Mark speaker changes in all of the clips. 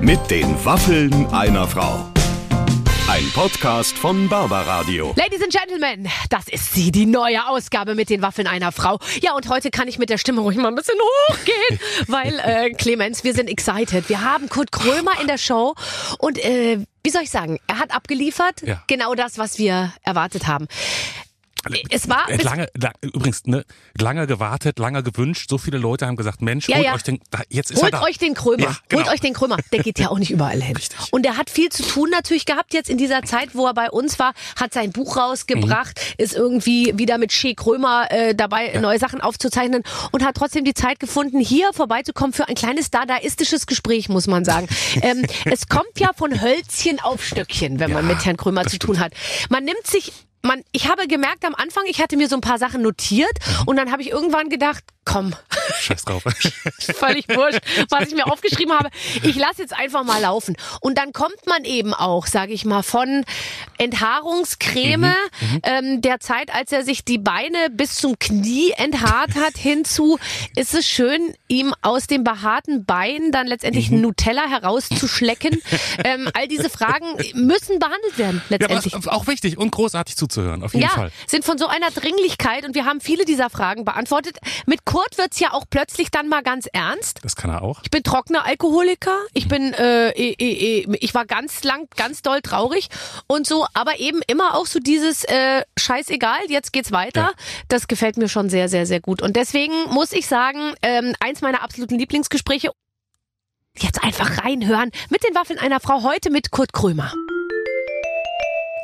Speaker 1: Mit den Waffeln einer Frau. Ein Podcast von Barbaradio.
Speaker 2: Ladies and Gentlemen, das ist sie, die neue Ausgabe mit den Waffeln einer Frau. Ja, und heute kann ich mit der Stimme ruhig mal ein bisschen hochgehen, weil, äh, Clemens, wir sind excited. Wir haben Kurt Krömer in der Show und, äh, wie soll ich sagen, er hat abgeliefert,
Speaker 3: Ja.
Speaker 2: genau das, was wir erwartet haben. Es war
Speaker 3: Äh, lange, la, übrigens, ne, lange gewartet, lange gewünscht. So viele Leute haben gesagt, Mensch,
Speaker 2: Ja,
Speaker 3: holt
Speaker 2: ja.
Speaker 3: euch den, da, jetzt ist
Speaker 2: Holt
Speaker 3: er da.
Speaker 2: euch den Krömer.
Speaker 3: Ja, genau.
Speaker 2: Holt euch den Krömer. Der geht ja auch nicht überall hin. Und er hat viel zu tun natürlich gehabt jetzt in dieser Zeit, wo er bei uns war, hat sein Buch rausgebracht,
Speaker 3: Mhm.
Speaker 2: ist irgendwie wieder mit Shea Krömer äh, dabei, neue Sachen aufzuzeichnen und hat trotzdem die Zeit gefunden, hier vorbeizukommen für ein kleines dadaistisches Gespräch, muss man sagen. ähm, es kommt ja von Hölzchen auf Stöckchen, wenn man mit Herrn Krömer zu tun hat. Man nimmt sich man, ich habe gemerkt am Anfang, ich hatte mir so ein paar Sachen notiert
Speaker 3: Mhm.
Speaker 2: und dann habe ich irgendwann gedacht, komm,
Speaker 3: Scheiß drauf.
Speaker 2: völlig wurscht, was ich mir aufgeschrieben habe. Ich lasse jetzt einfach mal laufen. Und dann kommt man eben auch, sage ich mal, von Enthaarungscreme
Speaker 3: Mhm,
Speaker 2: ähm, der Zeit, als er sich die Beine bis zum Knie enthaart hat, hinzu ist es schön, ihm aus dem behaarten Bein dann letztendlich
Speaker 3: Mhm.
Speaker 2: Nutella herauszuschlecken. ähm, all diese Fragen müssen behandelt werden
Speaker 3: ja, aber
Speaker 2: letztendlich.
Speaker 3: das ist auch wichtig und großartig zuzuhören, auf jeden
Speaker 2: Ja,
Speaker 3: Fall.
Speaker 2: sind von so einer Dringlichkeit und wir haben viele dieser Fragen beantwortet. Mit Kurt wird's ja auch plötzlich dann mal ganz ernst.
Speaker 3: Das kann er auch.
Speaker 2: Ich bin trockener Alkoholiker. Ich bin, äh, eh, eh, eh, ich war ganz lang, ganz doll traurig und so, aber eben immer auch so dieses äh, Scheißegal, jetzt geht's weiter.
Speaker 3: Ja.
Speaker 2: Das gefällt mir schon sehr, sehr, sehr gut. Und deswegen muss ich sagen, ähm, eins meiner absoluten Lieblingsgespräche. Jetzt einfach reinhören mit den Waffeln einer Frau heute mit Kurt Krömer.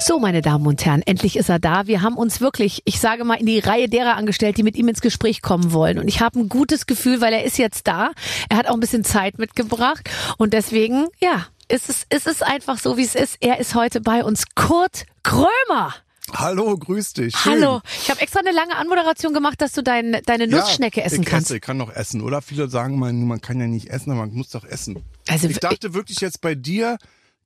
Speaker 2: So, meine Damen und Herren, endlich ist er da. Wir haben uns wirklich, ich sage mal, in die Reihe derer angestellt, die mit ihm ins Gespräch kommen wollen. Und ich habe ein gutes Gefühl, weil er ist jetzt da. Er hat auch ein bisschen Zeit mitgebracht. Und deswegen, ja, ist es, ist es einfach so, wie es ist. Er ist heute bei uns. Kurt Krömer.
Speaker 4: Hallo, grüß dich.
Speaker 2: Hallo. Ich habe extra eine lange Anmoderation gemacht, dass du dein, deine Nussschnecke
Speaker 4: ja,
Speaker 2: essen
Speaker 4: ich
Speaker 2: kannst.
Speaker 4: Esse, ich kann doch essen, oder? Viele sagen, man, man kann ja nicht essen, aber man muss doch essen.
Speaker 2: Also,
Speaker 4: ich dachte wirklich jetzt bei dir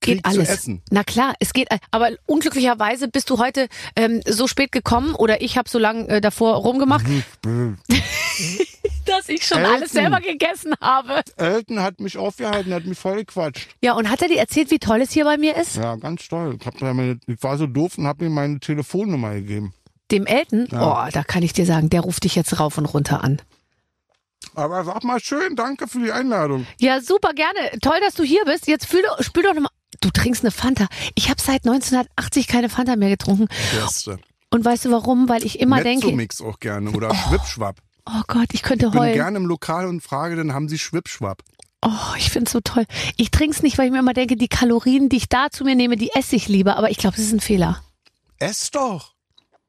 Speaker 2: geht
Speaker 4: krieg
Speaker 2: alles.
Speaker 4: zu essen.
Speaker 2: Na klar, es geht. all- Aber unglücklicherweise bist du heute ähm, so spät gekommen oder ich habe so lange äh, davor rumgemacht,
Speaker 4: Mhm.
Speaker 2: dass ich schon alles
Speaker 4: Essen.
Speaker 2: selber gegessen habe.
Speaker 4: Elton hat mich aufgehalten, hat mich voll gequatscht.
Speaker 2: Ja, und hat er dir erzählt, wie toll es hier bei mir ist?
Speaker 4: Ja, ganz toll. Ich, hab da meine, ich war so doof und habe mir meine Telefonnummer gegeben.
Speaker 2: Dem Elton?
Speaker 4: Ja.
Speaker 2: Oh, da kann ich dir sagen, der ruft dich jetzt rauf und runter an.
Speaker 4: Aber sag mal schön, danke für die Einladung.
Speaker 2: Ja, super, gerne. Toll, dass du hier bist. Jetzt fühl, doch- spül doch nochmal. Du trinkst eine Fanta. Ich habe seit 1980 keine Fanta mehr getrunken.
Speaker 4: Beste.
Speaker 2: Und weißt du warum? Weil ich immer denke,
Speaker 4: Mezzo-Mix auch gerne oder Schwippschwapp.
Speaker 2: oh Gott, ich könnte
Speaker 4: Bin
Speaker 2: heulen.
Speaker 4: gerne im Lokal und frage, dann haben sie Schwippschwapp.
Speaker 2: Oh, ich find's so toll. Ich trink's nicht, weil ich mir immer denke, die Kalorien, die ich da zu mir nehme, die esse ich lieber. Aber ich glaube, es ist ein Fehler.
Speaker 4: Ess doch.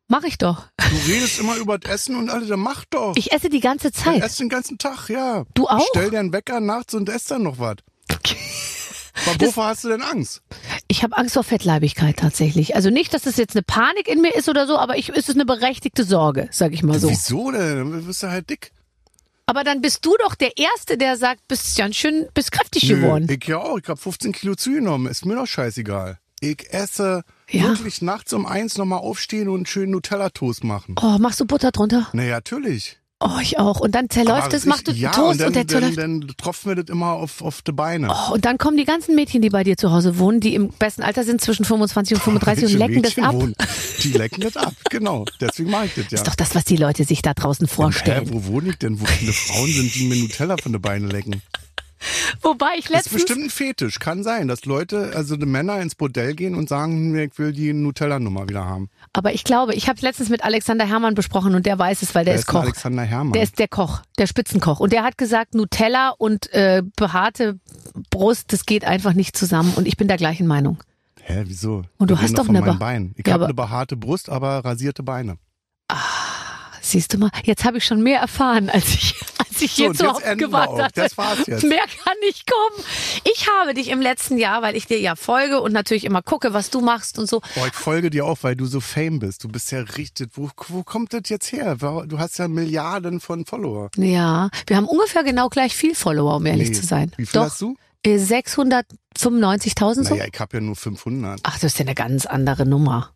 Speaker 2: Mach ich doch.
Speaker 4: Du redest immer über das Essen und alles, dann mach doch.
Speaker 2: Ich esse die ganze
Speaker 4: Ich
Speaker 2: Zeit.
Speaker 4: esse den ganzen Tag, ja.
Speaker 2: Du auch?
Speaker 4: Stell dir einen Wecker nachts und ess dann noch was. Aber wovor hast du denn Angst?
Speaker 2: Ich habe Angst vor Fettleibigkeit tatsächlich. Also nicht, dass es jetzt eine Panik in mir ist oder so, aber ich, es ist eine berechtigte Sorge, sag ich mal so.
Speaker 4: Wieso denn? Dann bist du halt dick.
Speaker 2: Aber dann bist du doch der Erste, der sagt, bist ganz schön, bist kräftig geworden.
Speaker 4: ich ja auch. Ich hab 15 Kilo zugenommen. Ist mir doch scheißegal. Ich esse
Speaker 2: Ja.
Speaker 4: wirklich nachts um eins nochmal aufstehen und einen schönen Nutella-Toast machen.
Speaker 2: Oh, machst du Butter drunter?
Speaker 4: Naja, natürlich.
Speaker 2: Oh, ich auch. Und dann zerläuft
Speaker 4: Aber
Speaker 2: es, machst du
Speaker 4: ich- Ah, ja,
Speaker 2: Toast
Speaker 4: und, dann,
Speaker 2: und, der
Speaker 4: dann,
Speaker 2: zerläuft.
Speaker 4: dann tropfen wir das immer auf, auf die Beine.
Speaker 2: Oh, und dann kommen die ganzen Mädchen, die bei dir zu Hause wohnen, die im besten Alter sind zwischen 25 und 35 und
Speaker 4: Welche
Speaker 2: lecken das
Speaker 4: Mädchen
Speaker 2: ab.
Speaker 4: wohnen- Die lecken das ab, genau. Deswegen mache ich das ja.
Speaker 2: Ist doch das, was die Leute sich da draußen
Speaker 4: Hä,
Speaker 2: vorstellen.
Speaker 4: wo wohne ich denn? Wo viele Frauen sind, die mir Nutella von den Beinen lecken?
Speaker 2: Wobei ich
Speaker 4: Das ist
Speaker 2: letztens,
Speaker 4: bestimmt ein Fetisch. Kann sein, dass Leute, also die Männer ins Bordell gehen und sagen, hm, ich will die Nutella-Nummer wieder haben.
Speaker 2: aber ich glaube, ich habe es letztens mit Alexander Hermann besprochen und der weiß es, weil der
Speaker 4: Wer
Speaker 2: ist
Speaker 4: denn
Speaker 2: Koch.
Speaker 4: Alexander Herrmann.
Speaker 2: Der ist der Koch, der Spitzenkoch. Und der hat gesagt, Nutella und äh, behaarte Brust, das geht einfach nicht zusammen. Und ich bin der gleichen Meinung.
Speaker 4: Hä, wieso?
Speaker 2: Und du
Speaker 4: Wir
Speaker 2: hast
Speaker 4: reden
Speaker 2: doch
Speaker 4: von
Speaker 2: eine
Speaker 4: meinem
Speaker 2: Ba-
Speaker 4: Bein. Ich
Speaker 2: Ja, aber-
Speaker 4: habe eine behaarte Brust, aber rasierte Beine.
Speaker 2: Siehst du mal, jetzt habe ich schon mehr erfahren, als ich, als ich hier
Speaker 4: und
Speaker 2: zu
Speaker 4: jetzt
Speaker 2: Hause
Speaker 4: enden wir auch.
Speaker 2: gewartet hatte.
Speaker 4: Das war's jetzt.
Speaker 2: Mehr kann nicht kommen. Ich habe dich im letzten Jahr, weil ich dir ja folge und natürlich immer gucke, was du machst und so.
Speaker 4: Boah, ich folge dir auch, weil du so fame bist. Du bist ja richtig. Wo, wo kommt das jetzt her? Wa- Du hast ja Milliarden von Follower.
Speaker 2: Ja, wir haben ungefähr genau gleich viel Follower, um ehrlich
Speaker 4: Nee.
Speaker 2: zu sein.
Speaker 4: Wie viel
Speaker 2: Doch,
Speaker 4: hast du?
Speaker 2: äh, 695.000 so?
Speaker 4: Naja, ich habe ja nur 500.
Speaker 2: Ach, das ist ja eine ganz andere Nummer.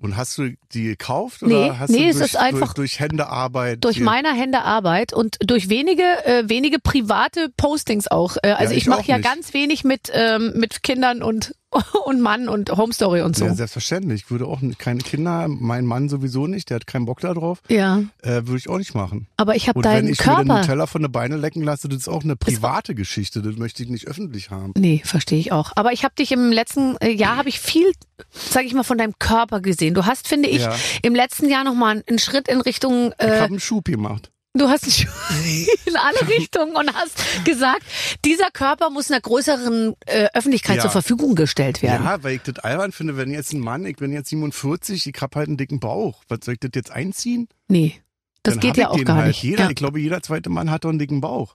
Speaker 4: Und hast du die gekauft
Speaker 2: Nee,
Speaker 4: oder hast
Speaker 2: nee,
Speaker 4: du
Speaker 2: es
Speaker 4: durch,
Speaker 2: ist einfach-
Speaker 4: durch, durch Händearbeit?
Speaker 2: Durch
Speaker 4: die-
Speaker 2: meiner Hände Arbeit und durch wenige, äh, wenige private Postings auch. Äh, also
Speaker 4: ich
Speaker 2: ich mache
Speaker 4: auch
Speaker 2: ja
Speaker 4: nicht.
Speaker 2: ganz wenig mit, ähm, mit Kindern und, und Mann und Home Story und so.
Speaker 4: Ja, selbstverständlich. Ich würde auch n- keine Kinder, mein Mann sowieso nicht, der hat keinen Bock da drauf.
Speaker 2: ja.
Speaker 4: Äh, würde ich auch nicht machen.
Speaker 2: Aber ich habe
Speaker 4: Und wenn
Speaker 2: deinen
Speaker 4: ich mir den
Speaker 2: Körper.
Speaker 4: Nutella von den Beinen lecken lasse, das ist auch eine private Geschichte. Das möchte ich nicht öffentlich haben.
Speaker 2: Nee, verstehe ich auch. Aber ich habe dich im letzten äh, Jahr habe ich viel, sage ich mal, von deinem Körper gesehen. Du hast, finde ich,
Speaker 4: Ja.
Speaker 2: im letzten Jahr nochmal einen Schritt in Richtung.
Speaker 4: Ich
Speaker 2: Äh,
Speaker 4: habe einen Schub gemacht.
Speaker 2: du hast einen Schritt in alle Richtungen und hast gesagt, dieser Körper muss einer größeren äh, Öffentlichkeit
Speaker 4: Ja.
Speaker 2: zur Verfügung gestellt werden.
Speaker 4: Ja, weil ich das albern finde, wenn jetzt ein Mann, ich bin jetzt 47, ich hab halt einen dicken Bauch. Was soll ich das jetzt einziehen?
Speaker 2: Nee. Das
Speaker 4: Dann hab
Speaker 2: geht ja
Speaker 4: ich
Speaker 2: auch
Speaker 4: den
Speaker 2: gar
Speaker 4: halt.
Speaker 2: nicht.
Speaker 4: Jeder,
Speaker 2: ja.
Speaker 4: Ich glaube, jeder zweite Mann hat doch einen dicken Bauch.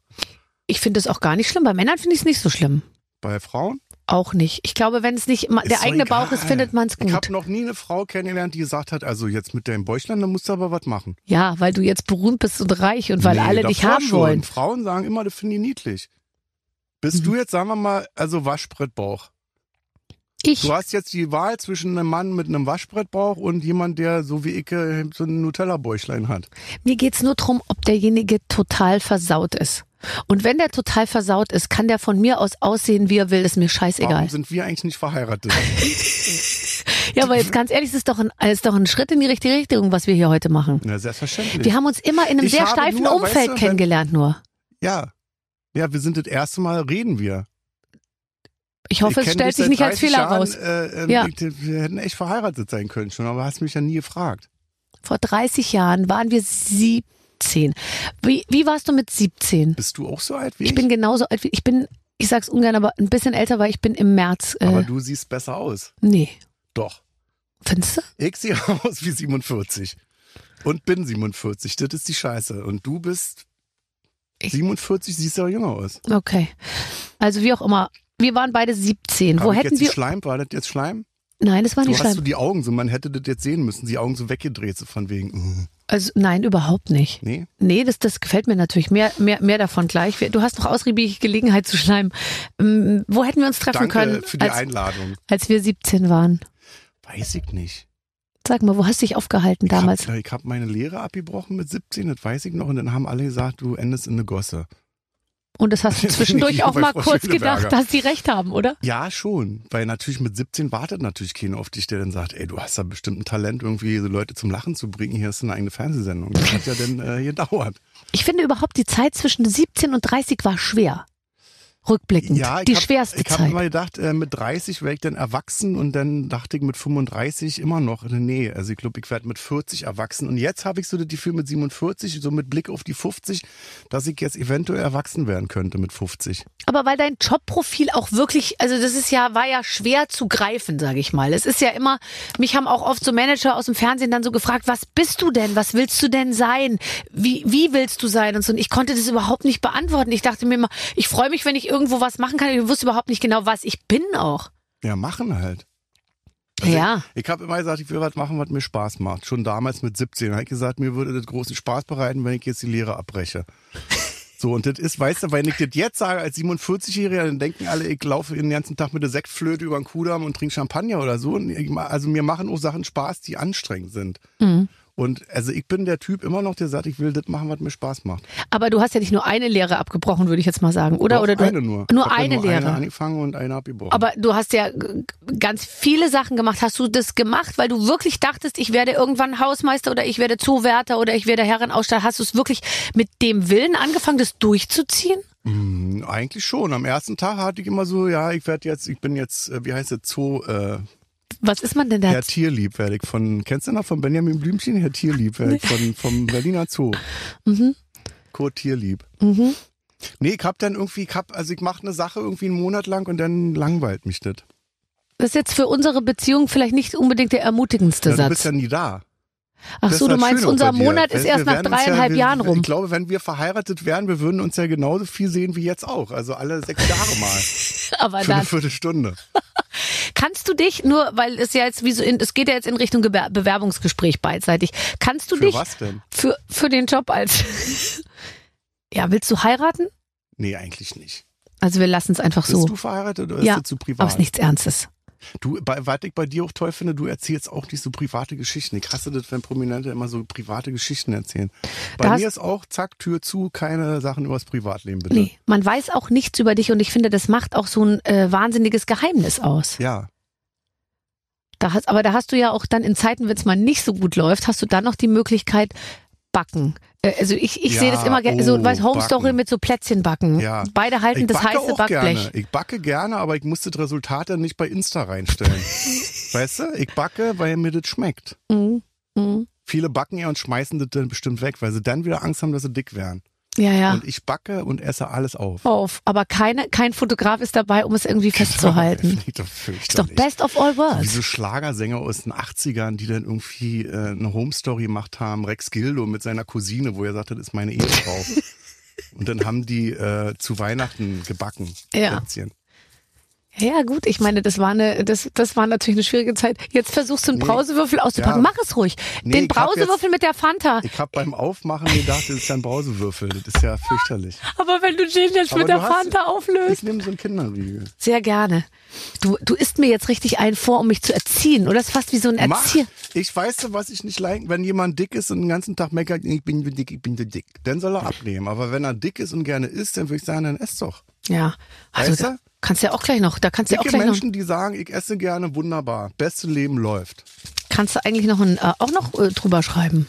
Speaker 2: Ich finde es auch gar nicht schlimm. Bei Männern finde ich es nicht so schlimm.
Speaker 4: Bei Frauen?
Speaker 2: Auch nicht. Ich glaube, wenn es nicht ma-
Speaker 4: Ist
Speaker 2: der
Speaker 4: doch
Speaker 2: eigene
Speaker 4: egal.
Speaker 2: Bauch ist, findet man es
Speaker 4: Ich habe
Speaker 2: gut.
Speaker 4: noch nie eine Frau kennengelernt, die gesagt hat, also jetzt mit deinem Bäuchlein, da musst du aber was machen.
Speaker 2: Ja, weil du jetzt berühmt bist und reich und weil
Speaker 4: Nee,
Speaker 2: alle dich
Speaker 4: davor
Speaker 2: haben
Speaker 4: schon.
Speaker 2: wollen. Mhm.
Speaker 4: Frauen sagen immer, das finde ich niedlich. Bist du jetzt, sagen wir mal, also Waschbrettbauch.
Speaker 2: Ich,
Speaker 4: Du hast jetzt die Wahl zwischen einem Mann mit einem Waschbrettbauch und jemand, der so wie ich äh, so ein Nutella-Bäuchlein hat.
Speaker 2: mir geht's nur drum, ob derjenige total versaut ist. Und wenn der total versaut ist, kann der von mir aus aussehen, wie er will, ist mir scheißegal.
Speaker 4: Warum sind wir eigentlich nicht verheiratet?
Speaker 2: Ja, aber jetzt ganz ehrlich, es ist doch ein, es ist doch ein Schritt in die richtige Richtung, was wir hier heute machen.
Speaker 4: Na, selbstverständlich.
Speaker 2: Wir haben uns immer in einem
Speaker 4: Ich
Speaker 2: sehr
Speaker 4: habe
Speaker 2: steifen
Speaker 4: nur,
Speaker 2: Umfeld
Speaker 4: weißt du, wenn-
Speaker 2: kennengelernt nur.
Speaker 4: ja. Ja, wir sind das erste Mal, reden wir.
Speaker 2: Ich hoffe,
Speaker 4: Ich
Speaker 2: es
Speaker 4: kenn
Speaker 2: stellt
Speaker 4: dich
Speaker 2: sich
Speaker 4: seit
Speaker 2: nicht als
Speaker 4: 30
Speaker 2: Fehler
Speaker 4: Jahren,
Speaker 2: raus.
Speaker 4: Äh, äh,
Speaker 2: Ja.
Speaker 4: ich, wir hätten echt verheiratet sein können schon, aber hast mich ja nie gefragt.
Speaker 2: Vor 30 Jahren waren wir 17. Wie, wie warst du mit 17?
Speaker 4: Bist du auch so alt wie ich?
Speaker 2: Ich bin genauso alt wie ich bin, ich sag's ungern, aber ein bisschen älter, weil ich bin im März.
Speaker 4: aber
Speaker 2: Äh,
Speaker 4: du siehst besser aus.
Speaker 2: nee.
Speaker 4: Doch.
Speaker 2: Findest du?
Speaker 4: Ich sehe aus wie 47. Und bin 47. Das ist die Scheiße. Und du bist
Speaker 2: Ich-
Speaker 4: 47, siehst aber jünger aus.
Speaker 2: Okay. Also wie auch immer. Wir waren beide 17.
Speaker 4: Hab
Speaker 2: Wo
Speaker 4: ich
Speaker 2: hätten
Speaker 4: jetzt
Speaker 2: wir.
Speaker 4: Schleim? War das jetzt Schleim?
Speaker 2: Nein, das war
Speaker 4: Du
Speaker 2: nicht
Speaker 4: hast du
Speaker 2: Schleim.
Speaker 4: die Augen so, man hätte das jetzt sehen müssen, die Augen so weggedreht, so von wegen, mm,
Speaker 2: Also nein, überhaupt nicht.
Speaker 4: nee.
Speaker 2: Nee, das, das gefällt mir natürlich. Mehr, mehr, mehr davon gleich. Wir- Du hast noch ausgiebig Gelegenheit zu schleimen. Ähm, wo hätten wir uns treffen
Speaker 4: Danke
Speaker 2: können,
Speaker 4: für die
Speaker 2: als,
Speaker 4: Einladung.
Speaker 2: als wir 17 waren?
Speaker 4: Weiß ich nicht.
Speaker 2: Sag mal, wo hast du dich aufgehalten damals?
Speaker 4: Ich habe hab meine Lehre abgebrochen mit 17, das weiß ich noch. Und dann haben alle gesagt, du endest in eine Gosse.
Speaker 2: Und das hast du
Speaker 4: Jetzt bin ich
Speaker 2: zwischendurch
Speaker 4: hier
Speaker 2: auch
Speaker 4: bei
Speaker 2: mal
Speaker 4: Frau
Speaker 2: kurz
Speaker 4: Schöneberger.
Speaker 2: gedacht, dass die recht haben, oder?
Speaker 4: Ja, schon. Weil natürlich mit 17 wartet natürlich keiner auf dich, der dann sagt, ey, du hast da bestimmt ein Talent, irgendwie so Leute zum Lachen zu bringen. Hier ist eine eigene Fernsehsendung. Das hat ja dann äh, gedauert.
Speaker 2: Ich finde überhaupt die Zeit zwischen 17 und 30 war schwer. Rückblickend.
Speaker 4: Ja, ich
Speaker 2: die
Speaker 4: hab,
Speaker 2: schwerste
Speaker 4: Ich habe
Speaker 2: Zeit.
Speaker 4: immer gedacht, äh, mit 30 wäre ich dann erwachsen und dann dachte ich mit 35 immer noch, nee, also ich glaube, ich werde mit 40 erwachsen. Und jetzt habe ich so das Gefühl mit 47, so mit Blick auf die 50, dass ich jetzt eventuell erwachsen werden könnte mit 50.
Speaker 2: Aber weil dein Jobprofil auch wirklich, also das ist ja, war ja schwer zu greifen, sage ich mal. Es ist ja immer, mich haben auch oft so Manager aus dem Fernsehen dann so gefragt, was bist du denn? Was willst du denn sein? Wie, wie willst du sein? Und so. Und ich konnte das überhaupt nicht beantworten. Ich dachte mir immer, ich freue mich, wenn ich irgendwo was machen kann. Ich wusste überhaupt nicht genau, was ich bin auch.
Speaker 4: Ja, machen halt. Also
Speaker 2: ja.
Speaker 4: Ich habe immer gesagt, ich will was machen, was mir Spaß macht. Schon damals mit 17 habe ich gesagt, mir würde das großen Spaß bereiten, wenn ich jetzt die Lehre abbreche. So, und das ist, weißt du, wenn ich das jetzt sage als 47-Jähriger, dann denken alle, ich laufe den ganzen Tag mit der Sektflöte über den Kudamm und trinke Champagner oder so. Und ich, ma- also mir machen auch Sachen Spaß, die anstrengend sind.
Speaker 2: Mhm.
Speaker 4: Und also ich bin der Typ immer noch, der sagt, ich will das machen, was mir Spaß macht.
Speaker 2: Aber du hast ja nicht nur eine Lehre abgebrochen, würde ich jetzt mal sagen, oder?
Speaker 4: Doch,
Speaker 2: oder du,
Speaker 4: eine nur. Ich
Speaker 2: Nur
Speaker 4: hab ja
Speaker 2: eine
Speaker 4: nur
Speaker 2: Lehre.
Speaker 4: Eine angefangen und eine abgebrochen.
Speaker 2: Aber du hast ja g- ganz viele Sachen gemacht. Hast du das gemacht, weil du wirklich dachtest, ich werde irgendwann Hausmeister oder ich werde Zuwärter oder ich werde Herrenausstatter? Hast du es wirklich mit dem Willen angefangen, das durchzuziehen?
Speaker 4: Hm, Eigentlich schon. Am ersten Tag hatte ich immer so, ja, ich werde jetzt, ich bin jetzt, äh, wie heißt das, Zoo, äh,
Speaker 2: Was ist man denn da?
Speaker 4: Herr Tierlieb werde ich von, kennst du noch von Benjamin Blümchen? Herr Tierlieb werde ich von, vom Berliner Zoo. Kurt Tierlieb.
Speaker 2: Mhm.
Speaker 4: Nee, ich hab dann irgendwie, ich hab, also ich mache eine Sache irgendwie einen Monat lang und dann langweilt mich das.
Speaker 2: Das ist jetzt für unsere Beziehung vielleicht nicht unbedingt der ermutigendste
Speaker 4: Ja, du bist
Speaker 2: Satz.
Speaker 4: ja nie da.
Speaker 2: Ach
Speaker 4: Das
Speaker 2: so,
Speaker 4: ist
Speaker 2: du
Speaker 4: das
Speaker 2: meinst,
Speaker 4: Schöne
Speaker 2: unser
Speaker 4: auch bei dir.
Speaker 2: Monat ist
Speaker 4: Weißt du,
Speaker 2: erst
Speaker 4: wir
Speaker 2: nach
Speaker 4: werden uns ja-
Speaker 2: dreieinhalb
Speaker 4: wir-
Speaker 2: Jahren rum.
Speaker 4: Ich glaube, wenn wir verheiratet wären, wir würden uns ja genauso viel sehen wie jetzt auch. Also alle sechs Jahre mal.
Speaker 2: Aber
Speaker 4: Für eine
Speaker 2: dann
Speaker 4: Viertelstunde.
Speaker 2: kannst du dich nur, weil es ja jetzt wie so, in, es geht ja jetzt in Richtung Gewer- Bewerbungsgespräch beidseitig. Kannst du
Speaker 4: Für
Speaker 2: dich
Speaker 4: was denn?
Speaker 2: für für den Job als ja willst du heiraten?
Speaker 4: Nee, eigentlich nicht.
Speaker 2: Also wir lassen es einfach so.
Speaker 4: Bist du verheiratet oder
Speaker 2: Ja,
Speaker 4: ist das zu privat?
Speaker 2: Aber es ist nichts Ernstes.
Speaker 4: Du, bei, was ich bei dir auch toll finde, du erzählst auch nicht so private Geschichten. Ich hasse das, wenn Prominente immer so private Geschichten erzählen. Bei
Speaker 2: Da hast-
Speaker 4: mir ist auch, zack, Tür zu, keine Sachen übers Privatleben, bitte.
Speaker 2: Nee, man weiß auch nichts über dich und ich finde, das macht auch so ein äh, wahnsinniges Geheimnis aus.
Speaker 4: Ja,
Speaker 2: Da hast, aber da hast du ja auch dann in Zeiten, wenn es mal nicht so gut läuft, hast du dann noch die Möglichkeit, backen. Äh, Also ich, ich
Speaker 4: Ja,
Speaker 2: sehe das immer gerne, so
Speaker 4: oh,
Speaker 2: weiß Home Story
Speaker 4: backen.
Speaker 2: mit so Plätzchen backen.
Speaker 4: Ja.
Speaker 2: Beide halten
Speaker 4: ich
Speaker 2: das
Speaker 4: backe
Speaker 2: heiße
Speaker 4: auch
Speaker 2: Backblech.
Speaker 4: gerne. Ich backe gerne, aber ich muss das Resultat dann nicht bei Insta reinstellen. weißt du, ich backe, weil mir das schmeckt.
Speaker 2: Mhm. Mhm.
Speaker 4: Viele backen ja und schmeißen das dann bestimmt weg, weil sie dann wieder Angst haben, dass sie dick werden.
Speaker 2: Ja, ja.
Speaker 4: Und ich backe und esse alles auf.
Speaker 2: Auf. Aber keine, kein Fotograf ist dabei, um es irgendwie festzuhalten.
Speaker 4: Finde ich doch
Speaker 2: Ist doch
Speaker 4: fürchterlich.
Speaker 2: best of all
Speaker 4: Wie
Speaker 2: worlds.
Speaker 4: so Schlagersänger aus den 80ern, die dann irgendwie äh, eine Home-Story gemacht haben. Rex Gildo mit seiner Cousine, wo er sagte, das ist meine Ehefrau. Und dann haben die äh, zu Weihnachten gebacken.
Speaker 2: Ja.
Speaker 4: Plätzchen.
Speaker 2: Ja, gut, ich meine, das war eine, das, das war natürlich eine schwierige Zeit. Jetzt versuchst du einen
Speaker 4: Nee.
Speaker 2: Brausewürfel auszupacken.
Speaker 4: Ja.
Speaker 2: Mach es ruhig.
Speaker 4: Nee,
Speaker 2: Den
Speaker 4: ich hab
Speaker 2: Brausewürfel mit der Fanta.
Speaker 4: Ich habe beim Aufmachen gedacht, das ist ja ein Brausewürfel. Das ist ja fürchterlich.
Speaker 2: Aber wenn du Gin jetzt
Speaker 4: Aber
Speaker 2: mit
Speaker 4: du
Speaker 2: der
Speaker 4: hast-
Speaker 2: Fanta auflöst.
Speaker 4: Ich nehme so einen Kinderriegel.
Speaker 2: Sehr gerne. Du, du isst mir jetzt richtig einen vor, um mich zu erziehen, oder? Das ist fast wie so ein
Speaker 4: Mach.
Speaker 2: Erzieher.
Speaker 4: Ich weiß, was ich nicht leiden Wenn jemand dick ist und den ganzen Tag meckert, ich bin so dick, ich bin so dick, dann soll er abnehmen. Aber wenn er dick ist und gerne isst, dann würde ich sagen, dann ess doch.
Speaker 2: Ja. Also,
Speaker 4: Weißt
Speaker 2: da
Speaker 4: du?
Speaker 2: kannst ja auch gleich noch, da kannst du ja auch
Speaker 4: Dicke
Speaker 2: gleich noch,
Speaker 4: Menschen, die sagen, ich esse gerne, wunderbar. Beste Leben läuft.
Speaker 2: kannst du eigentlich noch ein, äh, auch noch äh, drüber schreiben.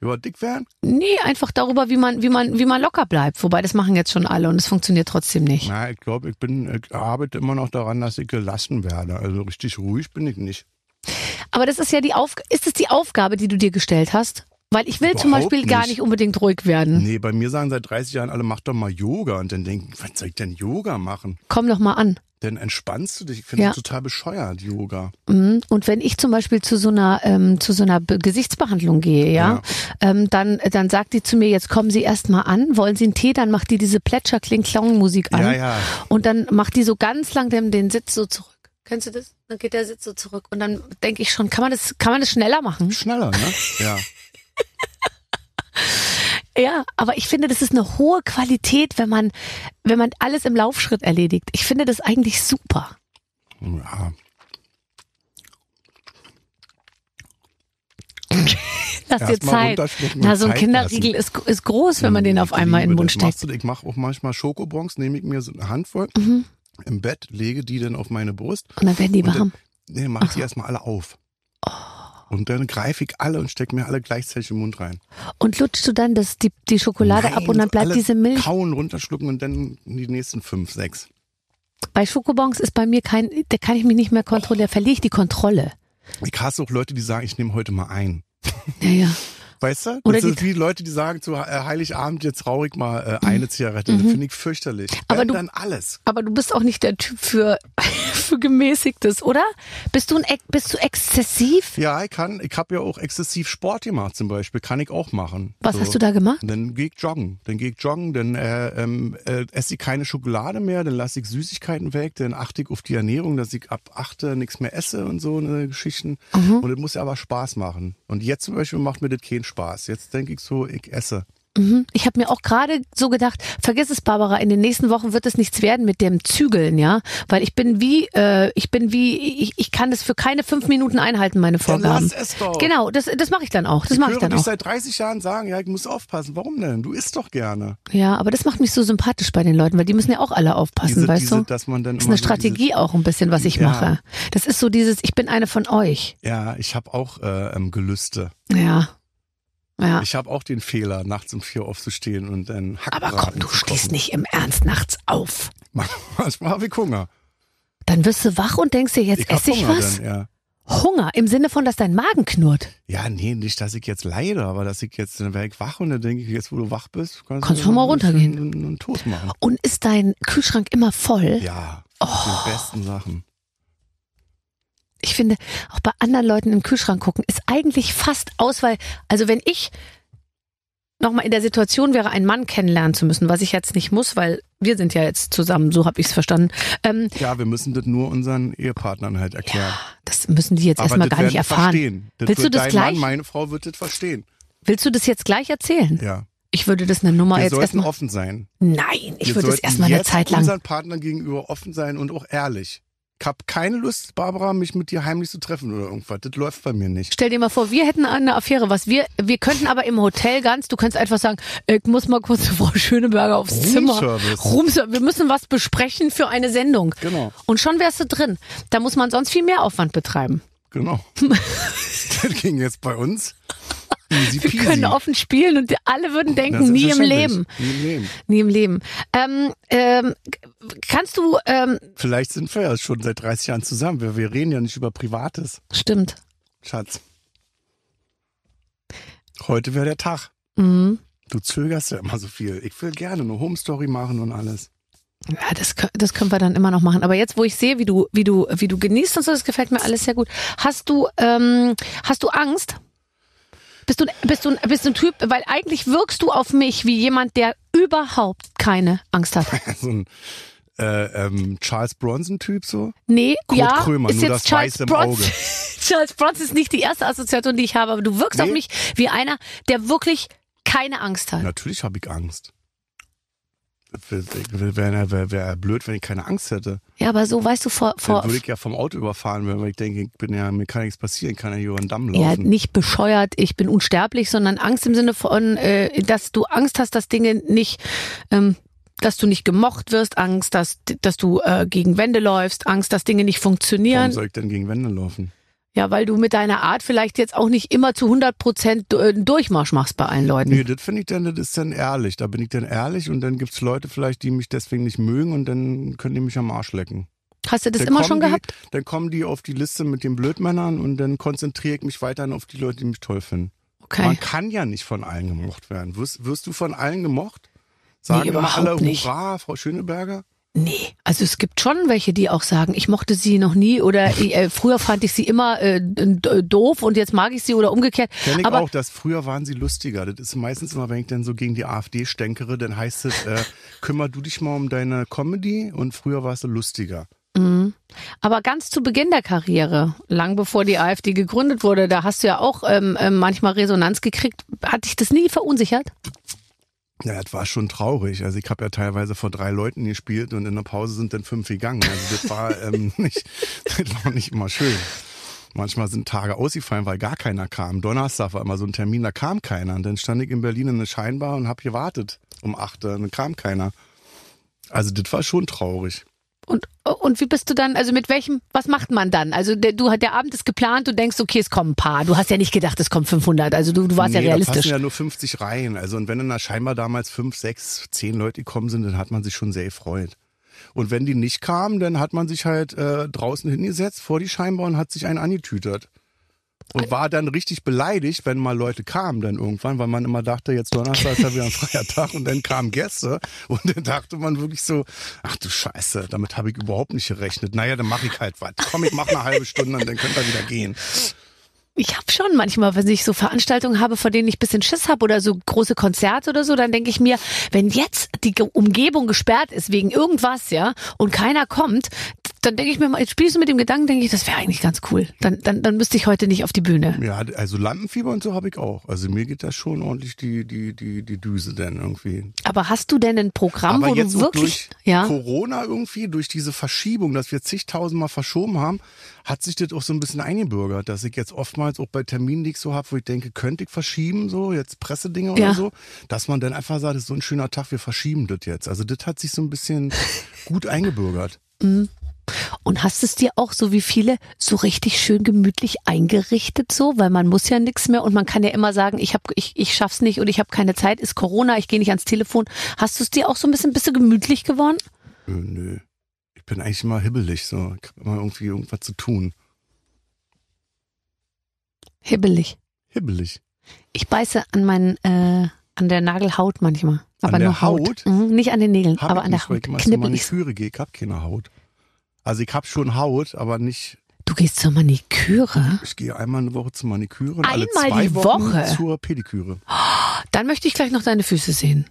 Speaker 4: Über dick werden?
Speaker 2: Nee, einfach darüber, wie man, wie man, wie man locker bleibt. Wobei, das machen jetzt schon alle und es funktioniert trotzdem nicht.
Speaker 4: Na, ich glaube, ich bin, ich arbeite immer noch daran, dass ich gelassen werde. Also richtig ruhig bin ich nicht.
Speaker 2: Aber das ist ja die Aufgabe, ist es die Aufgabe, die du dir gestellt hast? Weil ich will zum
Speaker 4: Überhaupt
Speaker 2: Beispiel gar
Speaker 4: nicht.
Speaker 2: nicht unbedingt ruhig werden.
Speaker 4: Nee, bei mir sagen seit 30 Jahren alle, mach doch mal Yoga. Und dann denken, was soll ich denn Yoga machen?
Speaker 2: Komm doch mal an.
Speaker 4: Dann entspannst du dich. Ich finde
Speaker 2: Ja.
Speaker 4: das total bescheuert, Yoga.
Speaker 2: Mhm. Und wenn ich zum Beispiel zu so einer ähm, zu so einer Be Gesichtsbehandlung gehe, ja, Ähm, dann dann sagt die zu mir, jetzt kommen Sie erst mal an, wollen Sie einen Tee, dann macht die diese plätscher kling clown musik an
Speaker 4: Ja, ja.
Speaker 2: und dann macht die so ganz lang den, den Sitz so zurück. Kennst du das? Dann geht der Sitz so zurück und dann denke ich schon, kann man das kann man das schneller machen?
Speaker 4: Schneller, ne? Ja.
Speaker 2: Ja, aber ich finde, das ist eine hohe Qualität, wenn man wenn man alles im Laufschritt erledigt. Ich finde das eigentlich super.
Speaker 4: ja.
Speaker 2: Lass dir
Speaker 4: Erst mal
Speaker 2: Zeit.
Speaker 4: runterschlucken und
Speaker 2: Na, so ein
Speaker 4: Zeit
Speaker 2: Kinderriegel ist, ist groß, wenn man den
Speaker 4: Ich
Speaker 2: auf einmal in den
Speaker 4: liebe
Speaker 2: Mund
Speaker 4: das.
Speaker 2: steckt. Mhm.
Speaker 4: Machst du, ich mache auch manchmal Schokobons, nehme ich mir so eine Handvoll im Bett, lege die dann auf meine Brust.
Speaker 2: Und dann werden die
Speaker 4: Und
Speaker 2: warm.
Speaker 4: dann nee, mache ich die erstmal alle auf.
Speaker 2: Oh.
Speaker 4: Und dann greife ich alle und stecke mir alle gleichzeitig im Mund rein.
Speaker 2: Und lutschst du dann das, die, die Schokolade ab
Speaker 4: Nein,
Speaker 2: und dann bleibt
Speaker 4: alle
Speaker 2: diese Milch.
Speaker 4: Kauen, runterschlucken und dann die nächsten fünf, sechs.
Speaker 2: Bei Schokobons ist bei mir kein, da kann ich mich nicht mehr kontrollieren, da
Speaker 4: Oh.
Speaker 2: verliere ich die Kontrolle.
Speaker 4: Ich hasse auch Leute, die sagen, ich nehme heute mal ein.
Speaker 2: Ja, ja.
Speaker 4: Weißt du?
Speaker 2: Oder
Speaker 4: das ist
Speaker 2: die-
Speaker 4: wie Leute, die sagen zu äh, Heiligabend jetzt raurig mal äh, eine Zigarette. Das finde ich fürchterlich.
Speaker 2: Mhm. Aber
Speaker 4: Wenn
Speaker 2: du-
Speaker 4: dann alles.
Speaker 2: Aber du bist auch nicht der Typ für, für gemäßigtes, oder? Bist du ein, Ex- bist du exzessiv?
Speaker 4: Ja, ich kann. Ich habe ja auch exzessiv Sport gemacht zum Beispiel. Kann ich auch machen.
Speaker 2: Was hast du da gemacht?
Speaker 4: Dann gehe ich joggen. Dann gehe ich joggen. Dann äh, ähm, äh, esse ich keine Schokolade mehr. Dann lasse ich Süßigkeiten weg. Dann achte ich auf die Ernährung, dass ich ab 8 nichts mehr esse und so eine Geschichten.
Speaker 2: Mhm.
Speaker 4: Und das muss ja aber Spaß machen. Und jetzt zum Beispiel macht mir das keinen Spaß. Jetzt denke ich so, ich esse.
Speaker 2: Mhm. Ich habe mir auch gerade so gedacht, vergiss es, Barbara, in den nächsten Wochen wird es nichts werden mit dem Zügeln, ja? Weil ich bin wie, äh, ich bin wie, ich, ich kann das für keine fünf Minuten einhalten, meine Vorgaben.
Speaker 4: lass es doch.
Speaker 2: Genau, das, das mache ich dann auch. Das mache
Speaker 4: ich
Speaker 2: ich
Speaker 4: höre
Speaker 2: dann
Speaker 4: dich
Speaker 2: auch.
Speaker 4: seit 30 Jahren sagen, ja, ich muss aufpassen. Warum denn? Du isst doch gerne.
Speaker 2: Ja, aber das macht mich so sympathisch bei den Leuten, weil die müssen ja auch alle aufpassen,
Speaker 4: Diese,
Speaker 2: weißt
Speaker 4: diese,
Speaker 2: du?
Speaker 4: dass man dann
Speaker 2: Das ist
Speaker 4: immer
Speaker 2: eine
Speaker 4: so diese-
Speaker 2: Strategie auch ein bisschen, was ich
Speaker 4: Ja.
Speaker 2: mache. Das ist so dieses, ich bin eine von euch.
Speaker 4: Ja, ich habe auch äh, ähm, Gelüste.
Speaker 2: Ja. Ja.
Speaker 4: Ich habe auch den Fehler, nachts um vier aufzustehen und dann Hackbraten
Speaker 2: Aber komm, du
Speaker 4: zu kochen.
Speaker 2: stehst nicht im Ernst nachts auf.
Speaker 4: Manchmal habe ich Hunger.
Speaker 2: Dann wirst du wach und denkst dir, jetzt
Speaker 4: Ich hab
Speaker 2: esse ich
Speaker 4: Hunger
Speaker 2: was?
Speaker 4: Dann, ja.
Speaker 2: Hunger, im Sinne von, dass dein Magen knurrt.
Speaker 4: ja, nee, nicht, dass ich jetzt leide, aber dass ich jetzt, dann wäre ich wach und dann denke ich, jetzt wo du wach bist, kannst,
Speaker 2: Kannst du mal
Speaker 4: ein
Speaker 2: runtergehen.
Speaker 4: bisschen Einen, einen Toast machen.
Speaker 2: Und ist dein Kühlschrank immer voll?
Speaker 4: Ja,
Speaker 2: Oh.
Speaker 4: die besten Sachen.
Speaker 2: Ich finde, auch bei anderen Leuten im Kühlschrank gucken, ist eigentlich fast aus, weil, also wenn ich nochmal in der Situation wäre, einen Mann kennenlernen zu müssen, was ich jetzt nicht muss, weil wir sind ja jetzt zusammen, so habe ich es verstanden. Ähm,
Speaker 4: Ja, wir müssen das nur unseren Ehepartnern halt erklären.
Speaker 2: das müssen die jetzt
Speaker 4: aber
Speaker 2: erstmal
Speaker 4: das
Speaker 2: gar nicht
Speaker 4: werden die
Speaker 2: erfahren.
Speaker 4: Verstehen. Das
Speaker 2: Willst du
Speaker 4: wird
Speaker 2: das
Speaker 4: dein
Speaker 2: gleich?
Speaker 4: Mann, meine Frau wird das verstehen.
Speaker 2: Willst du das jetzt gleich erzählen?
Speaker 4: Ja.
Speaker 2: Ich würde das eine Nummer
Speaker 4: Wir
Speaker 2: Oh, jetzt
Speaker 4: sollten
Speaker 2: erstmal.
Speaker 4: offen sein.
Speaker 2: Nein, ich
Speaker 4: wir
Speaker 2: würde es
Speaker 4: sollten
Speaker 2: erstmal eine
Speaker 4: jetzt
Speaker 2: Zeit lang.
Speaker 4: unseren Partnern gegenüber offen sein und auch ehrlich. hab keine Lust, Barbara, mich mit dir heimlich zu treffen oder irgendwas. Das läuft bei mir nicht.
Speaker 2: Stell dir mal vor, wir hätten eine Affäre, was wir, wir könnten aber im Hotel ganz, du könntest einfach sagen, ich muss mal kurz zu Frau Schöneberger aufs Zimmer.
Speaker 4: Roomservice.
Speaker 2: Roomser- Wir müssen was besprechen für eine Sendung.
Speaker 4: Genau.
Speaker 2: Und schon wärst du drin. Da muss man sonst viel mehr Aufwand betreiben.
Speaker 4: Genau. das ging jetzt bei uns. Easy
Speaker 2: Wir
Speaker 4: peasy.
Speaker 2: können offen spielen und alle würden
Speaker 4: Das ist
Speaker 2: denken, nie im
Speaker 4: verständlich.
Speaker 2: Leben.
Speaker 4: Nie im Leben.
Speaker 2: Nie im Leben. Ähm, ähm, kannst du, ähm,
Speaker 4: Vielleicht sind wir ja schon seit 30 Jahren zusammen. Wir, wir reden ja nicht über Privates,
Speaker 2: stimmt.
Speaker 4: Schatz. Heute wäre der Tag.
Speaker 2: Mhm.
Speaker 4: Du zögerst ja immer so viel. Ich will gerne eine Home Story machen und alles.
Speaker 2: Ja, das, kö- das können wir dann immer noch machen. Aber jetzt, wo ich sehe, wie du, wie du, wie du genießt und so, das gefällt mir alles sehr gut. Hast du, ähm, hast du Angst? Bist du, bist du, bist du ein Typ, weil eigentlich wirkst du auf mich wie jemand, der überhaupt keine Angst hat.
Speaker 4: So ein äh, ähm, Charles Bronson-Typ so.
Speaker 2: Nee,
Speaker 4: Kurt
Speaker 2: ja,
Speaker 4: Krömer,
Speaker 2: ist
Speaker 4: nur
Speaker 2: jetzt
Speaker 4: das
Speaker 2: Charles
Speaker 4: Weiß im
Speaker 2: Bronson.
Speaker 4: Auge.
Speaker 2: Charles Bronson ist nicht die erste Assoziation, die ich habe, aber du wirkst auf
Speaker 4: Nee.
Speaker 2: mich wie einer, der wirklich keine Angst hat.
Speaker 4: Natürlich habe ich Angst. Wäre wär, wär, wär blöd, wenn ich keine Angst hätte.
Speaker 2: Ja, aber so, weißt du, vor, vor,
Speaker 4: Dann würde ich ja vom Auto überfahren werden, weil ich denke, ich bin ja, mir kann nichts passieren, kann ja hier über den Damm
Speaker 2: Ja,
Speaker 4: laufen.
Speaker 2: nicht bescheuert, ich bin unsterblich, sondern Angst im Sinne von, äh, dass du Angst hast, dass Dinge nicht, ähm, dass du nicht gemocht wirst, Angst, dass, dass du äh, gegen Wände läufst, Angst, dass Dinge nicht
Speaker 4: Warum
Speaker 2: funktionieren.
Speaker 4: soll ich denn gegen Wände laufen?
Speaker 2: Ja, weil du mit deiner Art vielleicht jetzt auch nicht immer zu 100 Prozent äh, einen Durchmarsch machst bei allen Leuten.
Speaker 4: Nee, das finde ich dann, das ist dann ehrlich. Da bin ich dann ehrlich und dann gibt's Leute vielleicht, die mich deswegen nicht mögen und dann können die mich am Arsch lecken.
Speaker 2: Hast du das
Speaker 4: Dann
Speaker 2: immer
Speaker 4: kommen
Speaker 2: schon
Speaker 4: die,
Speaker 2: gehabt?
Speaker 4: Dann kommen die auf die Liste mit den Blödmännern und dann konzentriere ich mich weiterhin auf die Leute, die mich toll finden.
Speaker 2: Okay.
Speaker 4: Man kann ja nicht von allen gemocht werden. Wirst, wirst du von allen gemocht? Sagen immer
Speaker 2: überhaupt
Speaker 4: alle
Speaker 2: nicht.
Speaker 4: Hurra, Frau Schöneberger?
Speaker 2: Nee, also es gibt schon welche, die auch sagen, ich mochte sie noch nie oder äh, früher fand ich sie immer äh, d- doof und jetzt mag ich sie oder umgekehrt.
Speaker 4: Kenn ich
Speaker 2: Aber
Speaker 4: auch, dass früher waren sie lustiger. Das ist meistens immer, wenn ich dann so gegen die AfD stänkere, dann heißt es, äh, kümmer du dich mal um deine Comedy und früher warst du lustiger.
Speaker 2: Aber ganz zu Beginn der Karriere, lang bevor die AfD gegründet wurde, da hast du ja auch ähm, ähm, manchmal Resonanz gekriegt. Hat dich das nie verunsichert?
Speaker 4: Ja, das war schon traurig. Also ich habe ja teilweise vor drei Leuten gespielt und in der Pause sind dann fünf gegangen. Also das war, ähm, nicht, das war nicht immer schön. Manchmal sind Tage ausgefallen, weil gar keiner kam. Donnerstag war immer so ein Termin, da kam keiner. Und dann stand ich in Berlin in der Scheinbar und habe gewartet um 8 Uhr und dann kam keiner. Also das war schon traurig.
Speaker 2: Und, und wie bist du dann, also mit welchem, was macht man dann? Also der, du, der Abend ist geplant, du denkst, okay, es kommen ein paar. Du hast ja nicht gedacht, es kommen 500. Also du, du warst ja
Speaker 4: Nee, Da passen
Speaker 2: realistisch.
Speaker 4: ja nur 50 Reihen. Also und wenn dann da scheinbar damals fünf, sechs, zehn Leute gekommen sind, dann hat man sich schon sehr gefreut. Und wenn die nicht kamen, dann hat man sich halt äh, draußen hingesetzt vor die Scheinbar und hat sich einen angetütert. Und war dann richtig beleidigt, wenn mal Leute kamen dann irgendwann, weil man immer dachte, jetzt Donnerstag ist ja wieder ein freier Tag und dann kamen Gäste und dann dachte man wirklich so, ach du Scheiße, damit habe ich überhaupt nicht gerechnet. Naja, dann mache ich halt was. Komm, ich mache eine halbe Stunde und dann könnt ihr wieder gehen.
Speaker 2: Ich habe schon manchmal, wenn ich so Veranstaltungen habe, vor denen ich ein bisschen Schiss habe oder so große Konzerte oder so, dann denke ich mir, wenn jetzt die Ge- Umgebung gesperrt ist wegen irgendwas, ja, und keiner kommt, dann denke ich mir mal, jetzt spielst du mit dem Gedanken, denke ich, das wäre eigentlich ganz cool. Dann, dann, dann müsste ich heute nicht auf die Bühne.
Speaker 4: Ja, also Lampenfieber und so habe ich auch. Also mir geht da schon ordentlich die, die, die, die Düse dann irgendwie.
Speaker 2: Aber hast du denn ein Programm,
Speaker 4: Aber
Speaker 2: Oh, wo
Speaker 4: jetzt
Speaker 2: du
Speaker 4: auch
Speaker 2: wirklich,
Speaker 4: durch
Speaker 2: ja,
Speaker 4: Corona irgendwie, durch diese Verschiebung, dass wir zigtausendmal verschoben haben, hat sich das auch so ein bisschen eingebürgert, dass ich jetzt oftmals auch bei Terminen, die ich so habe, wo ich denke, könnte ich verschieben, so jetzt Pressedinge
Speaker 2: Ja.
Speaker 4: oder so, dass man dann einfach sagt, es ist so ein schöner Tag, wir verschieben das jetzt. Also das hat sich so ein bisschen gut eingebürgert.
Speaker 2: und hast es dir auch so wie viele so richtig schön gemütlich eingerichtet so, weil man muss ja nichts mehr und man kann ja immer sagen, ich habe ich ich schaff's nicht und ich habe keine Zeit, ist Corona, ich gehe nicht ans Telefon. Hast du es dir auch so ein bisschen bist du gemütlich geworden?
Speaker 4: Äh, nö. Ich bin eigentlich immer hibbelig, so. Ich habe immer irgendwie irgendwas zu tun.
Speaker 2: Hibbelig.
Speaker 4: Hibbelig.
Speaker 2: Ich beiße an meinen äh, an der Nagelhaut manchmal, aber
Speaker 4: An der
Speaker 2: nur Haut,
Speaker 4: Haut?
Speaker 2: Mhm, nicht an den Nägeln,
Speaker 4: Hab
Speaker 2: aber
Speaker 4: ich
Speaker 2: an der
Speaker 4: nicht, weil
Speaker 2: Haut
Speaker 4: Ich immer zur
Speaker 2: knibbel ich.
Speaker 4: Maniküre gehe, ich habe keine Haut. Also ich habe schon Haut, aber nicht.
Speaker 2: Du gehst zur Maniküre?
Speaker 4: Ich gehe einmal eine Woche zur Maniküre und alle
Speaker 2: Einmal
Speaker 4: zwei
Speaker 2: die
Speaker 4: Wochen
Speaker 2: Woche?
Speaker 4: zur Pediküre.
Speaker 2: Dann möchte ich gleich noch deine Füße sehen.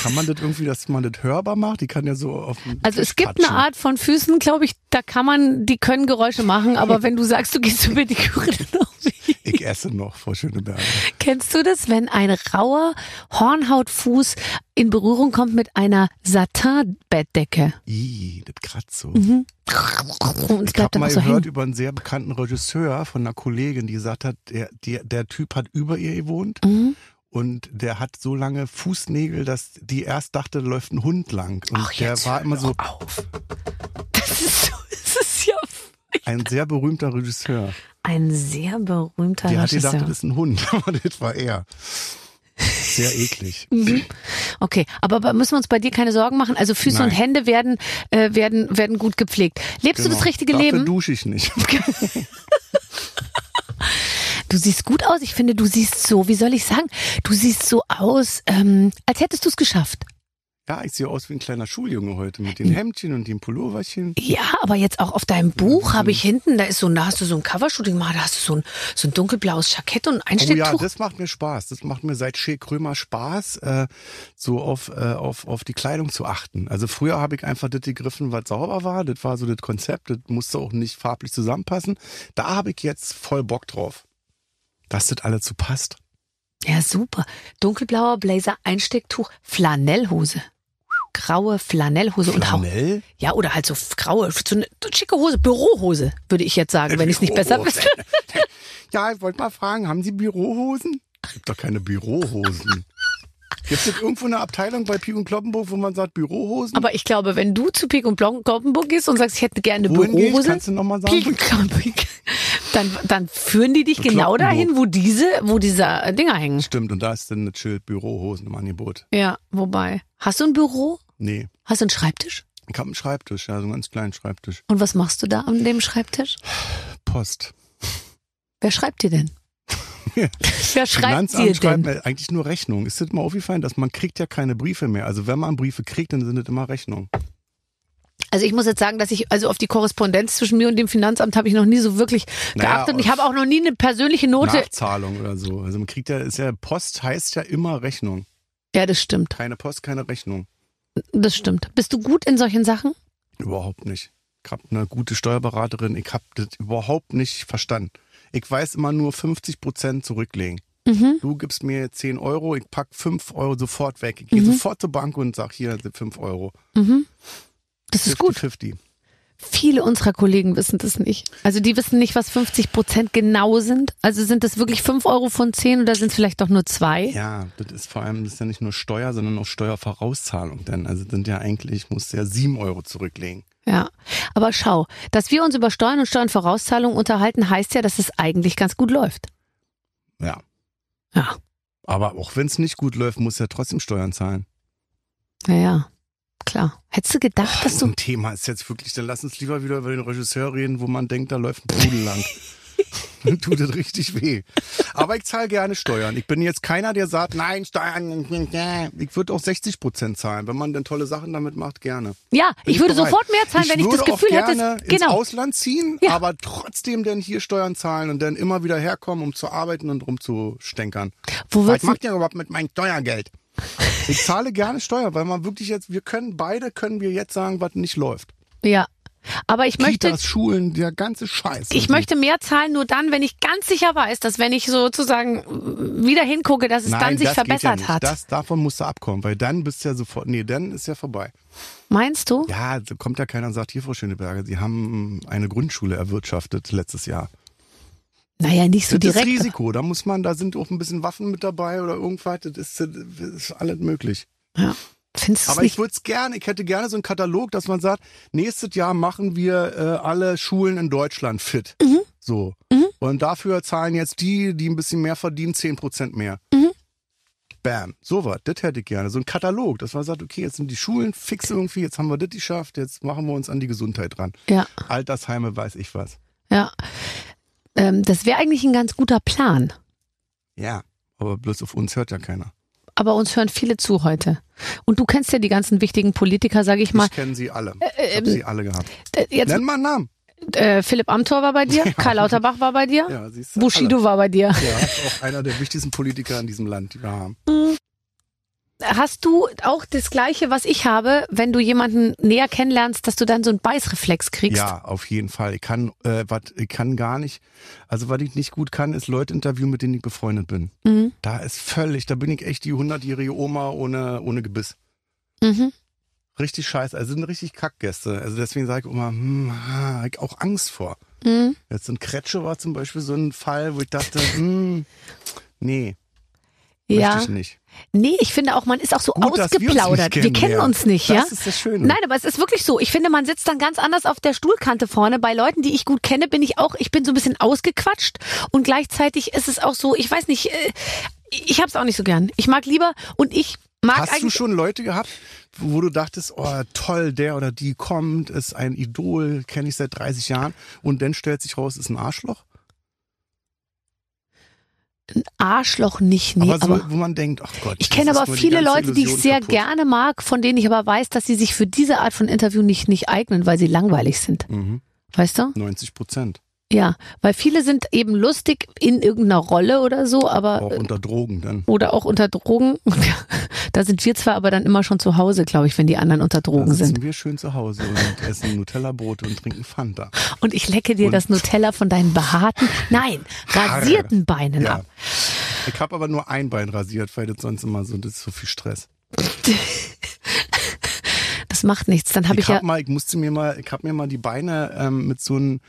Speaker 4: Kann man das irgendwie, dass man das hörbar macht? Die kann ja so auf den
Speaker 2: Also
Speaker 4: Tisch
Speaker 2: es gibt eine
Speaker 4: patschen.
Speaker 2: Art von Füßen, glaube ich, da kann man, die können Geräusche machen, aber wenn du sagst, du gehst zur Pediküre, dann auch nicht.
Speaker 4: Ich ich esse noch, Frau Schöneberger.
Speaker 2: Kennst du das, wenn ein rauer Hornhautfuß in Berührung kommt mit einer Satin-Bettdecke?
Speaker 4: Ih, das kratzt so.
Speaker 2: Mhm. Und es
Speaker 4: Ich
Speaker 2: bleibt
Speaker 4: habe
Speaker 2: dann auch
Speaker 4: mal
Speaker 2: so
Speaker 4: gehört
Speaker 2: hängen.
Speaker 4: über einen sehr bekannten Regisseur von einer Kollegin, die gesagt hat, der, der, der Typ hat über ihr gewohnt
Speaker 2: Mhm.
Speaker 4: und der hat so lange Fußnägel, dass die erst dachte, da läuft ein Hund lang. Und
Speaker 2: Ach,
Speaker 4: der
Speaker 2: jetzt
Speaker 4: war
Speaker 2: hör
Speaker 4: immer so
Speaker 2: doch auf. Das ist, so, das ist ja
Speaker 4: ein sehr berühmter Regisseur.
Speaker 2: ein sehr berühmter
Speaker 4: Die hat gedacht, das
Speaker 2: Regisseur.
Speaker 4: ist ein Hund, aber das war er. Sehr eklig.
Speaker 2: Mhm. Okay, aber bei- müssen wir uns bei dir keine Sorgen machen. Also Füße
Speaker 4: Nein.
Speaker 2: und Hände werden, äh, werden, werden gut gepflegt. Lebst du das richtige
Speaker 4: Genau. Dafür
Speaker 2: Leben?
Speaker 4: dusche ich nicht.
Speaker 2: Du siehst gut aus. Ich finde, du siehst so, wie soll ich sagen, du siehst so aus, ähm, als hättest du es geschafft.
Speaker 4: Ja, ich sehe aus wie ein kleiner Schuljunge heute mit den Hemdchen und dem Pulloverchen.
Speaker 2: Ja, aber jetzt auch auf deinem
Speaker 4: Mhm.
Speaker 2: Buch habe ich hinten, da ist so, ein- da hast du so ein Covershooting gemacht, da hast du so ein, so ein dunkelblaues Jackett und ein
Speaker 4: Oh ja,
Speaker 2: Schnitttuch.
Speaker 4: das macht mir Spaß. Das macht mir seit Shea Krömer Spaß, äh, so auf, äh, auf, auf die Kleidung zu achten. Also früher habe ich einfach das gegriffen, was sauber war. Das war so das Konzept. Das musste auch nicht farblich zusammenpassen. Da habe ich jetzt voll Bock drauf, dass das alles so passt.
Speaker 2: ja, super. Dunkelblauer Blazer, Einstecktuch, Flanellhose. Graue Flanellhose und auch.
Speaker 4: Flanell?
Speaker 2: Ja, oder halt so graue, so eine schicke Hose, Bürohose, würde ich jetzt sagen, Also wenn ich es nicht besser wüsste.
Speaker 4: Ja, ich wollte mal fragen, haben Sie Bürohosen? Gibt doch keine Bürohosen. Gibt es irgendwo eine Abteilung bei Pik und Kloppenburg, wo man sagt Bürohosen?
Speaker 2: Aber ich glaube, wenn du zu Pik und Kloppenburg gehst und sagst, ich hätte gerne eine
Speaker 4: Wohin gehe ich?
Speaker 2: Bürohose,
Speaker 4: Kannst du noch mal sagen?
Speaker 2: Pik und Kloppenburg, dann, dann führen die dich genau
Speaker 4: Kloppenburg.
Speaker 2: dahin, wo diese, wo diese äh, Dinger hängen.
Speaker 4: Stimmt, und da ist dann das Schild Bürohosen im Angebot.
Speaker 2: Ja, wobei. Hast du ein Büro?
Speaker 4: Nee,
Speaker 2: Hast du einen Schreibtisch?
Speaker 4: ich habe einen Schreibtisch, ja, so einen ganz kleinen Schreibtisch.
Speaker 2: Und was machst du da an dem Schreibtisch?
Speaker 4: Post.
Speaker 2: Wer schreibt dir denn? Wer schreibt dir
Speaker 4: Finanzamt schreibt
Speaker 2: denn?
Speaker 4: mir eigentlich nur Rechnungen. Ist das mal aufgefallen, dass man kriegt ja keine Briefe mehr. Also wenn man Briefe kriegt, dann sind das immer Rechnungen.
Speaker 2: Also ich muss jetzt sagen, dass ich also auf die Korrespondenz zwischen mir und dem Finanzamt habe ich noch nie so wirklich
Speaker 4: Naja,
Speaker 2: geachtet. Und ich
Speaker 4: auf-
Speaker 2: habe auch noch nie eine persönliche Note.
Speaker 4: Nachzahlung oder so. Also man kriegt ja, ist ja, Post heißt ja immer Rechnung.
Speaker 2: Ja, das stimmt.
Speaker 4: Keine Post, keine Rechnung.
Speaker 2: Das stimmt. Bist du gut in solchen Sachen?
Speaker 4: Überhaupt nicht. Ich habe eine gute Steuerberaterin. Ich habe das überhaupt nicht verstanden. Ich weiß immer nur 50 Prozent zurücklegen.
Speaker 2: Mhm.
Speaker 4: Du gibst mir 10 Euro, ich pack 5 Euro sofort weg. Ich gehe
Speaker 2: Mhm.
Speaker 4: sofort zur Bank und sag hier sind 5 Euro.
Speaker 2: Das ist
Speaker 4: 50,
Speaker 2: gut.
Speaker 4: 50.
Speaker 2: Viele unserer Kollegen wissen das nicht. Also die wissen nicht, was 50 Prozent genau sind. Also sind das wirklich 5 Euro von 10 oder sind es vielleicht doch nur zwei?
Speaker 4: Ja, das ist vor allem, das ist ja nicht nur Steuer, sondern auch Steuervorauszahlung. Denn also sind ja eigentlich, ich muss ja 7 Euro zurücklegen.
Speaker 2: Ja, aber schau, dass wir uns über Steuern und Steuernvorauszahlungen unterhalten, heißt ja, dass es eigentlich ganz gut läuft.
Speaker 4: Ja.
Speaker 2: Ja,
Speaker 4: Aber auch wenn es nicht gut läuft, muss ja trotzdem Steuern zahlen.
Speaker 2: ja, ja. klar. Hättest du gedacht, dass
Speaker 4: so
Speaker 2: du...
Speaker 4: ein Thema ist jetzt wirklich, dann lass uns lieber wieder über den Regisseur reden, wo man denkt, da läuft ein Pudel lang. Dann tut das richtig weh. Aber ich zahle gerne Steuern. Ich bin jetzt keiner, der sagt, nein, Steuern. Ich würde auch 60 Prozent zahlen, wenn man dann tolle Sachen damit macht, gerne.
Speaker 2: Ja,
Speaker 4: Oh, Bin
Speaker 2: ich würde
Speaker 4: bereit.
Speaker 2: sofort mehr zahlen, wenn ich das
Speaker 4: würde auch
Speaker 2: Gefühl hätte...
Speaker 4: gerne
Speaker 2: es-
Speaker 4: ins
Speaker 2: Genau,
Speaker 4: Ausland ziehen,
Speaker 2: Ja.
Speaker 4: aber trotzdem dann hier Steuern zahlen und dann immer wieder herkommen, um zu arbeiten und rumzustänkern.
Speaker 2: wo
Speaker 4: Was
Speaker 2: würdest du...
Speaker 4: macht ihr überhaupt mit meinem Steuergeld? Ich zahle gerne Steuer, weil man wirklich jetzt, wir können beide, können wir jetzt sagen, was nicht läuft.
Speaker 2: Ja, aber ich möchte...
Speaker 4: Kitas, Schulen, der ganze Scheiß.
Speaker 2: Ich möchte mehr zahlen, nur dann, wenn ich ganz sicher weiß, dass wenn ich sozusagen wieder hingucke, dass es
Speaker 4: Nein,
Speaker 2: dann sich
Speaker 4: das geht ja
Speaker 2: verbessert
Speaker 4: nicht.
Speaker 2: hat.
Speaker 4: Das, davon musst du abkommen, weil dann bist du ja sofort, nee, dann ist ja vorbei.
Speaker 2: Meinst du?
Speaker 4: Ja, da kommt ja keiner und sagt, hier, Frau Schöneberger, Sie haben eine Grundschule erwirtschaftet letztes Jahr.
Speaker 2: Naja, nicht so
Speaker 4: das ist
Speaker 2: direkt.
Speaker 4: Risiko, da muss man, da sind auch ein bisschen Waffen mit dabei oder irgendwas, das ist, das ist alles möglich.
Speaker 2: Ja. Findest du es
Speaker 4: Aber ich
Speaker 2: nicht?
Speaker 4: würde es gerne, ich hätte gerne so einen Katalog, dass man sagt, nächstes Jahr machen wir äh, alle Schulen in Deutschland fit.
Speaker 2: Mhm.
Speaker 4: So. Und dafür zahlen jetzt die, die ein bisschen mehr verdienen, 10% mehr.
Speaker 2: Mhm.
Speaker 4: Bam. So was, das hätte ich gerne. So ein Katalog, dass man sagt, okay, jetzt sind die Schulen fix irgendwie, jetzt haben wir das geschafft, jetzt machen wir uns an die Gesundheit dran.
Speaker 2: Ja,
Speaker 4: Altersheime, weiß ich was.
Speaker 2: ja. Ähm, das wäre eigentlich ein ganz guter Plan.
Speaker 4: Ja. Aber bloß auf uns hört ja keiner.
Speaker 2: aber uns hören viele zu heute. Und du kennst ja die ganzen wichtigen Politiker, sage ich mal.
Speaker 4: Ich kenne sie alle. Ich
Speaker 2: ähm,
Speaker 4: habe sie alle gehabt.
Speaker 2: Äh, Jetzt,
Speaker 4: Nenn mal einen Namen.
Speaker 2: äh, Philipp Amthor war bei dir, Karl Lauterbach war bei dir,
Speaker 4: Ja, siehst du.
Speaker 2: Bushido war bei dir.
Speaker 4: Alle. Ja, auch einer der wichtigsten Politiker in diesem Land, die wir haben.
Speaker 2: hast du auch das Gleiche, was ich habe, wenn du jemanden näher kennenlernst, dass du dann so einen Beißreflex kriegst?
Speaker 4: Ja, auf jeden Fall. Ich kann, äh, wat, ich kann gar nicht. Also, was ich nicht gut kann, ist Leute interviewen, mit denen ich befreundet bin.
Speaker 2: Mhm.
Speaker 4: Da ist völlig, da bin ich echt die hundertjährige Oma ohne, ohne Gebiss.
Speaker 2: Mhm.
Speaker 4: Richtig scheiße. Also, sind richtig Kackgäste. Also, deswegen sage ich immer, hm, ah, hab ich auch Angst vor.
Speaker 2: Mhm.
Speaker 4: Jetzt ein Kretsche war zum Beispiel so ein Fall, wo ich dachte, hm, nee,
Speaker 2: Ja.
Speaker 4: möchte ich nicht.
Speaker 2: Nee, ich finde auch, man ist auch so
Speaker 4: Gut, dass wir uns
Speaker 2: ausgeplaudert.
Speaker 4: nicht
Speaker 2: Wir, kennen
Speaker 4: kennenlernen.
Speaker 2: uns nicht,
Speaker 4: das
Speaker 2: ja?
Speaker 4: Das ist das Schöne.
Speaker 2: Nein, aber es ist wirklich so. Ich finde, man sitzt dann ganz anders auf der Stuhlkante vorne. Bei Leuten, die ich gut kenne, bin ich auch, ich bin so ein bisschen ausgequatscht und gleichzeitig ist es auch so, ich weiß nicht, äh, ich hab's auch nicht so gern. Ich mag lieber und ich mag
Speaker 4: Hast du
Speaker 2: eigentlich
Speaker 4: schon Leute gehabt, wo du dachtest, oh toll, der oder die kommt, ist ein Idol, kenne ich seit 30 Jahren und dann stellt sich raus, ist ein Arschloch?
Speaker 2: Arschloch nicht, nee,
Speaker 4: aber so,
Speaker 2: aber,
Speaker 4: wo man denkt, ach Gott.
Speaker 2: ich
Speaker 4: das
Speaker 2: kenne
Speaker 4: ist
Speaker 2: aber
Speaker 4: nur die
Speaker 2: viele
Speaker 4: ganze
Speaker 2: Leute, die ich
Speaker 4: Illusion
Speaker 2: sehr
Speaker 4: kaputt.
Speaker 2: gerne mag, von denen ich aber weiß, dass sie sich für diese Art von Interview nicht, nicht eignen, weil sie langweilig sind.
Speaker 4: Mhm,
Speaker 2: Weißt du?
Speaker 4: 90 Prozent.
Speaker 2: Ja, weil viele sind eben lustig in irgendeiner Rolle oder so, aber
Speaker 4: Auch unter Drogen dann.
Speaker 2: oder auch unter Drogen. Da sind wir zwar aber dann immer schon zu Hause, glaube ich, wenn die anderen unter
Speaker 4: Da
Speaker 2: Drogen
Speaker 4: sitzen
Speaker 2: sind.
Speaker 4: wir schön zu Hause und essen Nutella-Brote und trinken Fanta.
Speaker 2: Und ich lecke dir
Speaker 4: Und-
Speaker 2: das Nutella von deinen behaarten, nein,
Speaker 4: Haare.
Speaker 2: rasierten Beinen
Speaker 4: Ja.
Speaker 2: ab.
Speaker 4: Ich habe aber nur ein Bein rasiert, weil das sonst immer so, das ist so viel Stress.
Speaker 2: Das macht nichts. Dann habe ich,
Speaker 4: ich hab
Speaker 2: ja.
Speaker 4: mal, ich musste mir mal, ich habe mir mal die Beine ähm, mit so einem,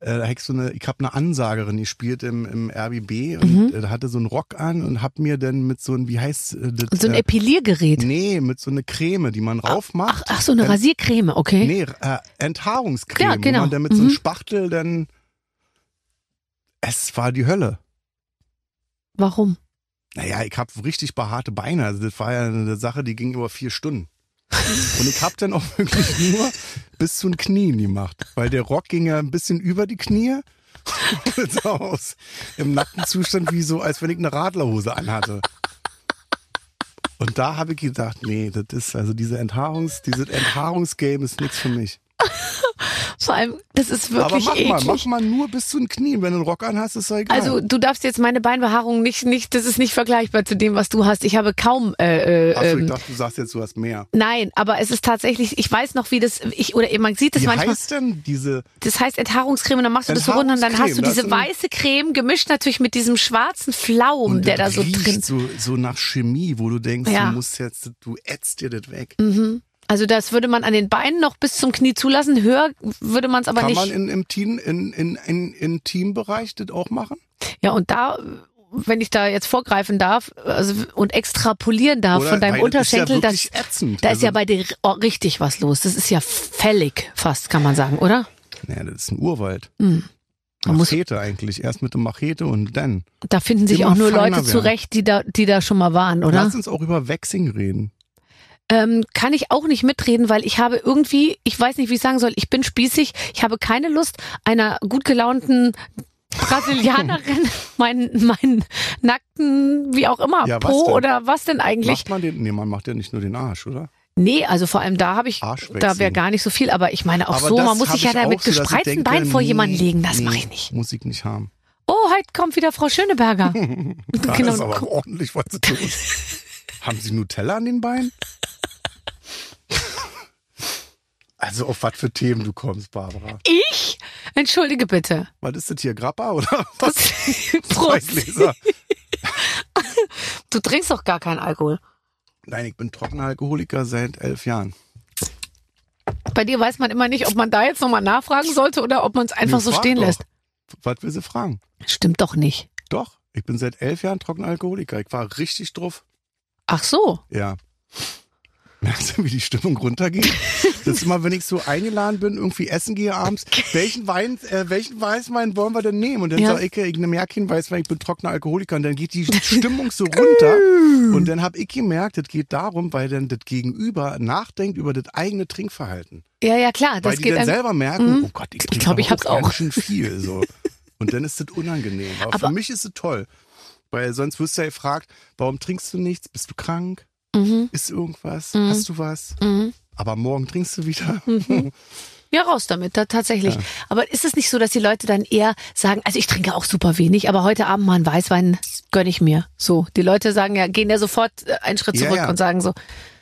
Speaker 4: äh, da hab ich so eine, ich habe eine Ansagerin gespielt im, im RBB und
Speaker 2: Mhm.
Speaker 4: äh, hatte so einen Rock an und hab mir dann mit so einem, wie heißt äh, das?
Speaker 2: so ein
Speaker 4: äh,
Speaker 2: Epiliergerät.
Speaker 4: Nee, mit so einer Creme, die man
Speaker 2: Ach,
Speaker 4: raufmacht.
Speaker 2: ach so, eine Rasiercreme, okay.
Speaker 4: Nee, äh, Enthaarungscreme.
Speaker 2: Ja, genau.
Speaker 4: Wo man dann mit so einem
Speaker 2: Mhm.
Speaker 4: Spachtel dann, es war die Hölle.
Speaker 2: Warum?
Speaker 4: Naja, ich habe richtig behaarte Beine. Also das war ja eine Sache, die ging über vier Stunden. Und ich habe dann auch wirklich nur bis zu den Knien gemacht, weil der Rock ging ja ein bisschen über die Knie. Und sah aus im nackten Zustand wie so, als wenn ich eine Radlerhose anhatte. Und da habe ich gedacht, nee, das ist also diese Enthaarungs, dieses Enthaarungsgame ist nichts für mich.
Speaker 2: Vor allem, das ist
Speaker 4: Aber
Speaker 2: wirklich
Speaker 4: mach mal,
Speaker 2: eklig.
Speaker 4: mach mal nur bis zu den Knien. Wenn du einen Rock anhast, ist doch egal.
Speaker 2: Also du darfst jetzt meine Beinbehaarung nicht, nicht, das ist nicht vergleichbar zu dem, was du hast. Ich habe kaum äh, äh,
Speaker 4: Achso, ich
Speaker 2: ähm,
Speaker 4: dachte, du sagst jetzt, du hast mehr.
Speaker 2: Nein, aber es ist tatsächlich, ich weiß noch, wie das, ich, oder man sieht das
Speaker 4: Wie
Speaker 2: manchmal.
Speaker 4: heißt denn diese
Speaker 2: Das heißt Enthaarungscreme, dann machst du das so runter und dann hast du
Speaker 4: Enthaarungscreme,
Speaker 2: diese
Speaker 4: das ist-
Speaker 2: weiße Creme gemischt natürlich mit diesem schwarzen Flaum, der da
Speaker 4: das
Speaker 2: so
Speaker 4: riecht
Speaker 2: drin.
Speaker 4: So, so nach Chemie, wo du denkst,
Speaker 2: Ja.
Speaker 4: du musst jetzt, du ätzt dir das weg.
Speaker 2: Also das würde man an den Beinen noch bis zum Knie zulassen, höher würde man es aber
Speaker 4: Kann
Speaker 2: nicht.
Speaker 4: man in, im Team, in, in, in, im Teambereich das auch machen?
Speaker 2: ja, und da wenn ich da jetzt vorgreifen darf also, und extrapolieren darf
Speaker 4: Oder-
Speaker 2: von deinem
Speaker 4: weil das ist ja
Speaker 2: Unterschenkel,
Speaker 4: wirklich
Speaker 2: das,
Speaker 4: ätzend.
Speaker 2: da ist
Speaker 4: Also-
Speaker 2: ja bei dir ri- oh, richtig was los. Das ist ja fällig fast, kann man sagen, oder?
Speaker 4: Naja, das ist ein Urwald.
Speaker 2: Mhm. Man muss-
Speaker 4: Machete eigentlich. Erst mit der Machete und dann.
Speaker 2: Da finden sich
Speaker 4: Immer
Speaker 2: auch nur
Speaker 4: feiner
Speaker 2: Leute
Speaker 4: werden.
Speaker 2: zurecht, die da, die da schon mal waren, oder?
Speaker 4: Lass uns auch über Waxing reden.
Speaker 2: Ähm, kann ich auch nicht mitreden, weil ich habe irgendwie, ich weiß nicht, wie ich sagen soll, ich bin spießig, ich habe keine Lust, einer gut gelaunten Brasilianerin meinen meinen nackten, wie auch immer,
Speaker 4: Ja, was
Speaker 2: Po
Speaker 4: denn?
Speaker 2: oder was denn eigentlich?
Speaker 4: Macht man den, nee, man macht ja nicht nur den Arsch, oder?
Speaker 2: Nee, also vor allem da habe ich,
Speaker 4: Arschwechsel.
Speaker 2: da wäre gar nicht so viel, aber ich meine auch
Speaker 4: Aber
Speaker 2: so,
Speaker 4: das
Speaker 2: man muss
Speaker 4: hab
Speaker 2: sich ja
Speaker 4: ich
Speaker 2: da
Speaker 4: auch
Speaker 2: mit
Speaker 4: so, dass ich
Speaker 2: gespreizten
Speaker 4: denke,
Speaker 2: Beinen vor jemanden
Speaker 4: nee,
Speaker 2: legen, das
Speaker 4: nee,
Speaker 2: mache ich nicht.
Speaker 4: Muss ich nicht haben.
Speaker 2: Oh, heute kommt wieder Frau Schöneberger.
Speaker 4: Da
Speaker 2: Genau.
Speaker 4: ist aber ordentlich was zu tun. Haben Sie Nutella an den Beinen? Also auf was für Themen du kommst, Barbara.
Speaker 2: ich? Entschuldige bitte.
Speaker 4: Was ist das hier, Grappa oder was?
Speaker 2: Prost.
Speaker 4: Zeugleser?
Speaker 2: Du trinkst doch gar keinen Alkohol.
Speaker 4: Nein, ich bin trockener Alkoholiker seit elf Jahren.
Speaker 2: Bei dir weiß man immer nicht, ob man da jetzt nochmal nachfragen sollte oder ob man es einfach
Speaker 4: Nee,
Speaker 2: so
Speaker 4: frag
Speaker 2: stehen
Speaker 4: doch.
Speaker 2: lässt.
Speaker 4: Was will sie fragen?
Speaker 2: Stimmt doch nicht.
Speaker 4: Doch, ich bin seit elf Jahren trockener Alkoholiker. Ich war richtig drauf.
Speaker 2: Ach so.
Speaker 4: Ja. Merkst du, wie die Stimmung runtergeht? Das ist immer, wenn ich so eingeladen bin, irgendwie essen gehe abends. Welchen Wein, äh, welchen Weißwein wollen wir denn nehmen? Und dann
Speaker 2: Ja.
Speaker 4: sag ich, äh, ich nehme ja keinen Weißwein, ich bin trockener Alkoholiker. Und dann geht die Stimmung so runter. Und dann habe ich gemerkt, das geht darum, weil dann das Gegenüber nachdenkt über das eigene Trinkverhalten.
Speaker 2: Ja, ja, klar.
Speaker 4: Weil
Speaker 2: Das
Speaker 4: die
Speaker 2: geht
Speaker 4: dann
Speaker 2: einem-
Speaker 4: selber merken, oh Gott, ich trinke
Speaker 2: glaub, ich
Speaker 4: aber
Speaker 2: hab's auch.
Speaker 4: ganz schön viel. So. Und dann ist das unangenehm. Aber,
Speaker 2: Aber-
Speaker 4: für mich ist es toll. Weil sonst wirst du ja gefragt, warum trinkst du nichts? Bist du krank?
Speaker 2: Mhm. Mhm.
Speaker 4: Ist irgendwas? Hast du was? Aber morgen trinkst du wieder.
Speaker 2: Ja, raus damit, da, tatsächlich. Aber ist es nicht so, dass die Leute dann eher sagen, also ich trinke auch super wenig, aber heute Abend mal einen Weißwein gönne ich mir. So, die Leute sagen ja, gehen ja sofort äh, einen Schritt
Speaker 4: Ja,
Speaker 2: zurück
Speaker 4: ja.
Speaker 2: und sagen so,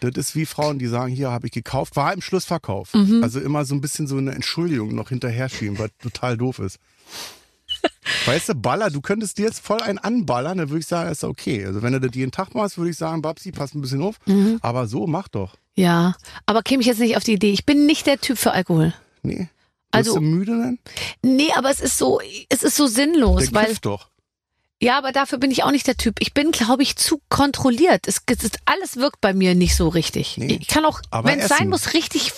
Speaker 4: Das ist wie Frauen, die sagen, hier habe ich gekauft, war im Schlussverkauf.
Speaker 2: Mhm.
Speaker 4: Also immer so ein bisschen so eine Entschuldigung noch hinterher schieben, was total doof ist. Weißt du, Baller, du könntest dir jetzt voll einen anballern, dann würde ich sagen, ist okay. Also wenn du das jeden Tag machst, würde ich sagen, Babsi, pass ein bisschen auf.
Speaker 2: Mhm.
Speaker 4: Aber so, mach doch.
Speaker 2: ja, aber käme ich jetzt nicht auf die Idee, ich bin nicht der Typ für Alkohol.
Speaker 4: Nee.
Speaker 2: Also-
Speaker 4: Wirst du müde dann?
Speaker 2: Nee, aber es ist so, es ist so sinnlos,
Speaker 4: Dann
Speaker 2: weil
Speaker 4: kiff doch.
Speaker 2: ja, aber dafür bin ich auch nicht der Typ. Ich bin, glaube ich, zu kontrolliert. Es, es ist, alles wirkt bei mir nicht so richtig.
Speaker 4: Nee.
Speaker 2: Ich kann auch,
Speaker 4: Aber
Speaker 2: wenn es
Speaker 4: essen.
Speaker 2: sein muss, richtig,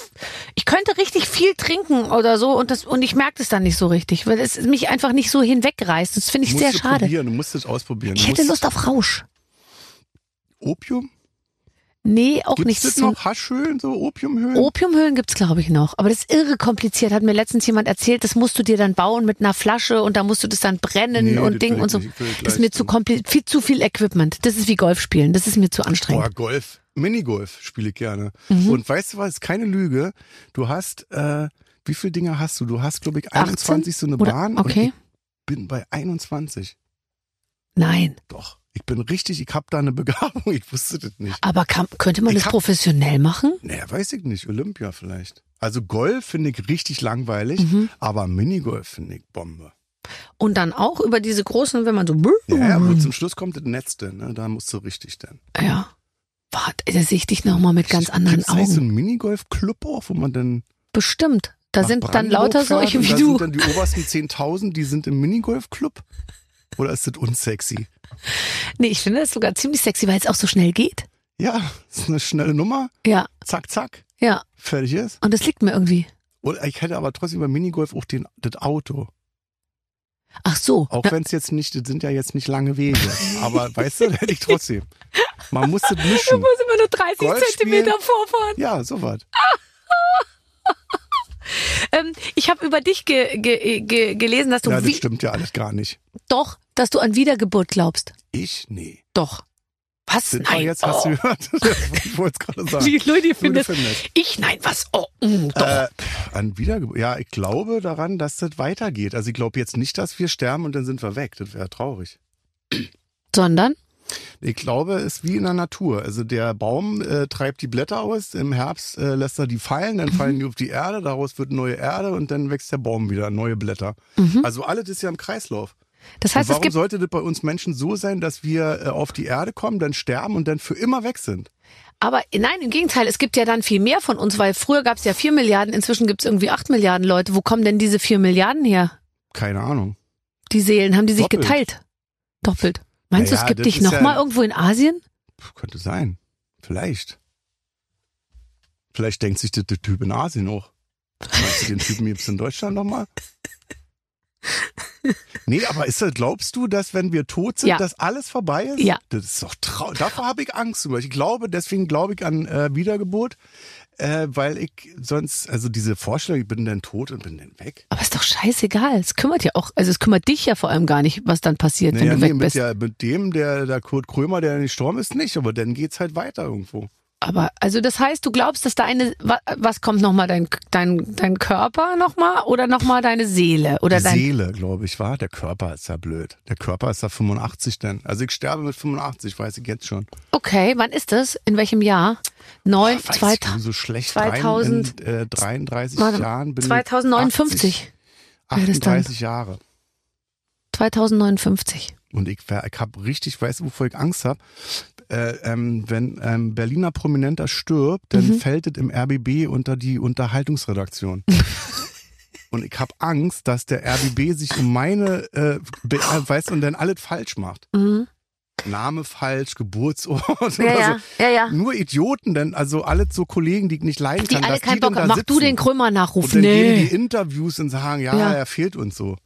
Speaker 2: ich könnte richtig viel trinken oder so und das und ich merke das dann nicht so richtig, weil es mich einfach nicht so hinwegreißt. Das finde ich
Speaker 4: musst
Speaker 2: sehr
Speaker 4: du
Speaker 2: schade.
Speaker 4: Probieren, du musst es ausprobieren.
Speaker 2: Ich
Speaker 4: du
Speaker 2: hätte
Speaker 4: musst
Speaker 2: Lust auf Rausch.
Speaker 4: Opium?
Speaker 2: Nee, auch
Speaker 4: Gibt's
Speaker 2: nichts.
Speaker 4: das
Speaker 2: zum-
Speaker 4: noch? Haschhöhlen, so Opiumhöhlen?
Speaker 2: Opiumhöhlen gibt's glaube ich noch, aber das ist irre kompliziert. Hat mir letztens jemand erzählt, das musst du dir dann bauen mit einer Flasche und da musst du das dann brennen
Speaker 4: Nee, das
Speaker 2: und Ding
Speaker 4: will ich
Speaker 2: und so.
Speaker 4: nicht. Ich will
Speaker 2: Ist
Speaker 4: gleich
Speaker 2: mir zu
Speaker 4: so-
Speaker 2: kompliziert, viel zu viel Equipment. Das ist wie Golf spielen, das ist mir zu anstrengend.
Speaker 4: Boah, Golf. Minigolf spiele ich gerne.
Speaker 2: Mhm.
Speaker 4: Und weißt du was? Ist keine Lüge. Du hast, äh, wie viele Dinge hast du? Du hast, glaube ich, 21 so eine
Speaker 2: Oder-
Speaker 4: Bahn.
Speaker 2: okay.
Speaker 4: Und ich bin bei 21.
Speaker 2: Nein,
Speaker 4: Doch. Ich bin richtig, ich habe da eine Begabung. Ich wusste das nicht.
Speaker 2: aber kann, könnte man
Speaker 4: Ich
Speaker 2: das
Speaker 4: hab-
Speaker 2: professionell machen?
Speaker 4: Naja, weiß ich nicht. Olympia vielleicht. Also Golf finde ich richtig langweilig,
Speaker 2: Mhm.
Speaker 4: aber Minigolf finde ich Bombe.
Speaker 2: Und dann auch über diese großen, wenn man so.
Speaker 4: Ja, ja,
Speaker 2: Uh.
Speaker 4: wo zum Schluss kommt das Netz denn, ne? Da musst du richtig dann.
Speaker 2: ja. Warte, da sehe ich dich nochmal mit ganz anderen
Speaker 4: Gibt's nicht so
Speaker 2: Augen.
Speaker 4: einen Minigolf-Club auch, wo man dann
Speaker 2: Bestimmt. Da
Speaker 4: nach
Speaker 2: sind dann
Speaker 4: Brandenburg
Speaker 2: lauter
Speaker 4: fährt
Speaker 2: solche
Speaker 4: und
Speaker 2: wie
Speaker 4: da
Speaker 2: du.
Speaker 4: Sind dann die obersten 10.000, die sind im Minigolf-Club? Oder ist das unsexy?
Speaker 2: Nee, ich finde das sogar ziemlich sexy, weil es auch so schnell geht.
Speaker 4: Ja, ist eine schnelle Nummer.
Speaker 2: Ja,
Speaker 4: Zack, zack.
Speaker 2: ja.
Speaker 4: Fertig ist.
Speaker 2: Und das liegt mir irgendwie.
Speaker 4: Und ich hätte aber trotzdem bei Minigolf auch den, das Auto.
Speaker 2: Ach so.
Speaker 4: Auch wenn es jetzt nicht, das sind ja jetzt nicht lange Wege. Aber weißt du, das hätte ich trotzdem. Man muss das mischen.
Speaker 2: muss immer nur 30
Speaker 4: Golf
Speaker 2: Zentimeter
Speaker 4: spielen.
Speaker 2: vorfahren.
Speaker 4: Ja, sowas.
Speaker 2: Ähm, ich habe über dich ge ge ge gelesen, dass du
Speaker 4: Ja, das
Speaker 2: wie,
Speaker 4: stimmt ja alles gar nicht.
Speaker 2: doch, dass du an Wiedergeburt glaubst.
Speaker 4: Ich? Nee.
Speaker 2: Doch. Was?
Speaker 4: Das war
Speaker 2: nein.
Speaker 4: jetzt, hast
Speaker 2: oh.
Speaker 4: du gehört? ich wollte es gerade sagen.
Speaker 2: Wie Leute findet.
Speaker 4: findest.
Speaker 2: Ich nein, was? Oh, mm, doch.
Speaker 4: Äh, an Wiedergeburt. Ja, ich glaube daran, dass das weitergeht. Also ich glaube jetzt nicht, dass wir sterben und dann sind wir weg. Das wäre traurig.
Speaker 2: Sondern?
Speaker 4: Ich glaube, es ist wie in der Natur. Also der Baum äh, treibt die Blätter aus, im Herbst äh, lässt er die fallen,
Speaker 2: Mhm.
Speaker 4: dann fallen die auf die Erde, daraus wird neue Erde und dann wächst der Baum wieder, neue Blätter. Also alles ist ja im Kreislauf.
Speaker 2: Mhm. Das heißt,
Speaker 4: und
Speaker 2: es
Speaker 4: warum
Speaker 2: gibt.
Speaker 4: sollte das bei uns Menschen so sein, dass wir äh, auf die Erde kommen, dann sterben und dann für immer weg sind?
Speaker 2: Aber nein, im Gegenteil, es gibt ja dann viel mehr von uns, weil früher gab es ja 4 Milliarden, inzwischen gibt es irgendwie 8 Milliarden Leute. Wo kommen denn diese 4 Milliarden her?
Speaker 4: Keine Ahnung.
Speaker 2: Die Seelen, haben die sich
Speaker 4: Doppelt.
Speaker 2: geteilt? Doppelt. Meinst du,
Speaker 4: Naja,
Speaker 2: es gibt
Speaker 4: das
Speaker 2: dich
Speaker 4: ist ja-
Speaker 2: nochmal mal irgendwo in Asien?
Speaker 4: Puh, könnte sein. Vielleicht. Vielleicht denkt sich der, der Typ in Asien auch. Meinst du, den Typen gibt's in Deutschland nochmal? Nee, aber ist das, glaubst du, dass wenn wir tot sind,
Speaker 2: Ja.
Speaker 4: dass alles vorbei ist?
Speaker 2: Ja.
Speaker 4: Das ist doch traurig. Davor habe ich Angst. zum Beispiel. Ich glaube, deswegen glaube ich an äh, Wiedergeburt, äh, weil ich sonst, also diese Vorstellung, ich bin dann tot und bin dann weg.
Speaker 2: Aber ist doch scheißegal. Es kümmert ja auch, also es kümmert dich ja vor allem gar nicht, was dann passiert, wenn
Speaker 4: Naja,
Speaker 2: du
Speaker 4: nee,
Speaker 2: weg
Speaker 4: mit,
Speaker 2: bist.
Speaker 4: der, mit dem, der, der Kurt Krömer, der gestorben ist, nicht. Aber dann geht's halt weiter irgendwo.
Speaker 2: Aber also das heißt, du glaubst, dass deine wa- was kommt nochmal dein dein dein Körper nochmal oder nochmal deine Seele oder
Speaker 4: die
Speaker 2: dein
Speaker 4: Seele, glaube ich, war. Der Körper ist ja blöd. Der Körper ist ja 85 denn. Also ich sterbe mit 85, weiß ich jetzt schon.
Speaker 2: Okay, wann ist das? In welchem Jahr? Neun,
Speaker 4: Weiß
Speaker 2: zwei,
Speaker 4: ich, so schlecht
Speaker 2: 2000
Speaker 4: rein in äh, 33
Speaker 2: Warte,
Speaker 4: Jahren bin
Speaker 2: 2059.
Speaker 4: ich 80,
Speaker 2: wäre das dann.
Speaker 4: 38 Jahre.
Speaker 2: 2059.
Speaker 4: Und ich, wär- ich habe richtig, weißt du, wovor ich Angst habe? Äh, ähm, wenn ein Berliner Prominenter stirbt, dann
Speaker 2: Mhm.
Speaker 4: fällt es im RBB unter die Unterhaltungsredaktion. und ich habe Angst, dass der RBB sich um meine, äh, be- äh, weißt du, und dann alles falsch macht.
Speaker 2: Mhm.
Speaker 4: Name falsch, Geburtsort
Speaker 2: Also,
Speaker 4: oder so.
Speaker 2: ja, ja.
Speaker 4: Nur Idioten, denn also alle so Kollegen, die ich nicht leiden
Speaker 2: Die
Speaker 4: kann,
Speaker 2: alle
Speaker 4: dass
Speaker 2: keinen
Speaker 4: die dann
Speaker 2: Bock
Speaker 4: da
Speaker 2: haben. Mach
Speaker 4: sitzen.
Speaker 2: du den
Speaker 4: und
Speaker 2: Krümmer-Nachruf.
Speaker 4: dann gehen die
Speaker 2: Nee.
Speaker 4: Interviews und sagen, ja,
Speaker 2: Ja.
Speaker 4: er fehlt uns so.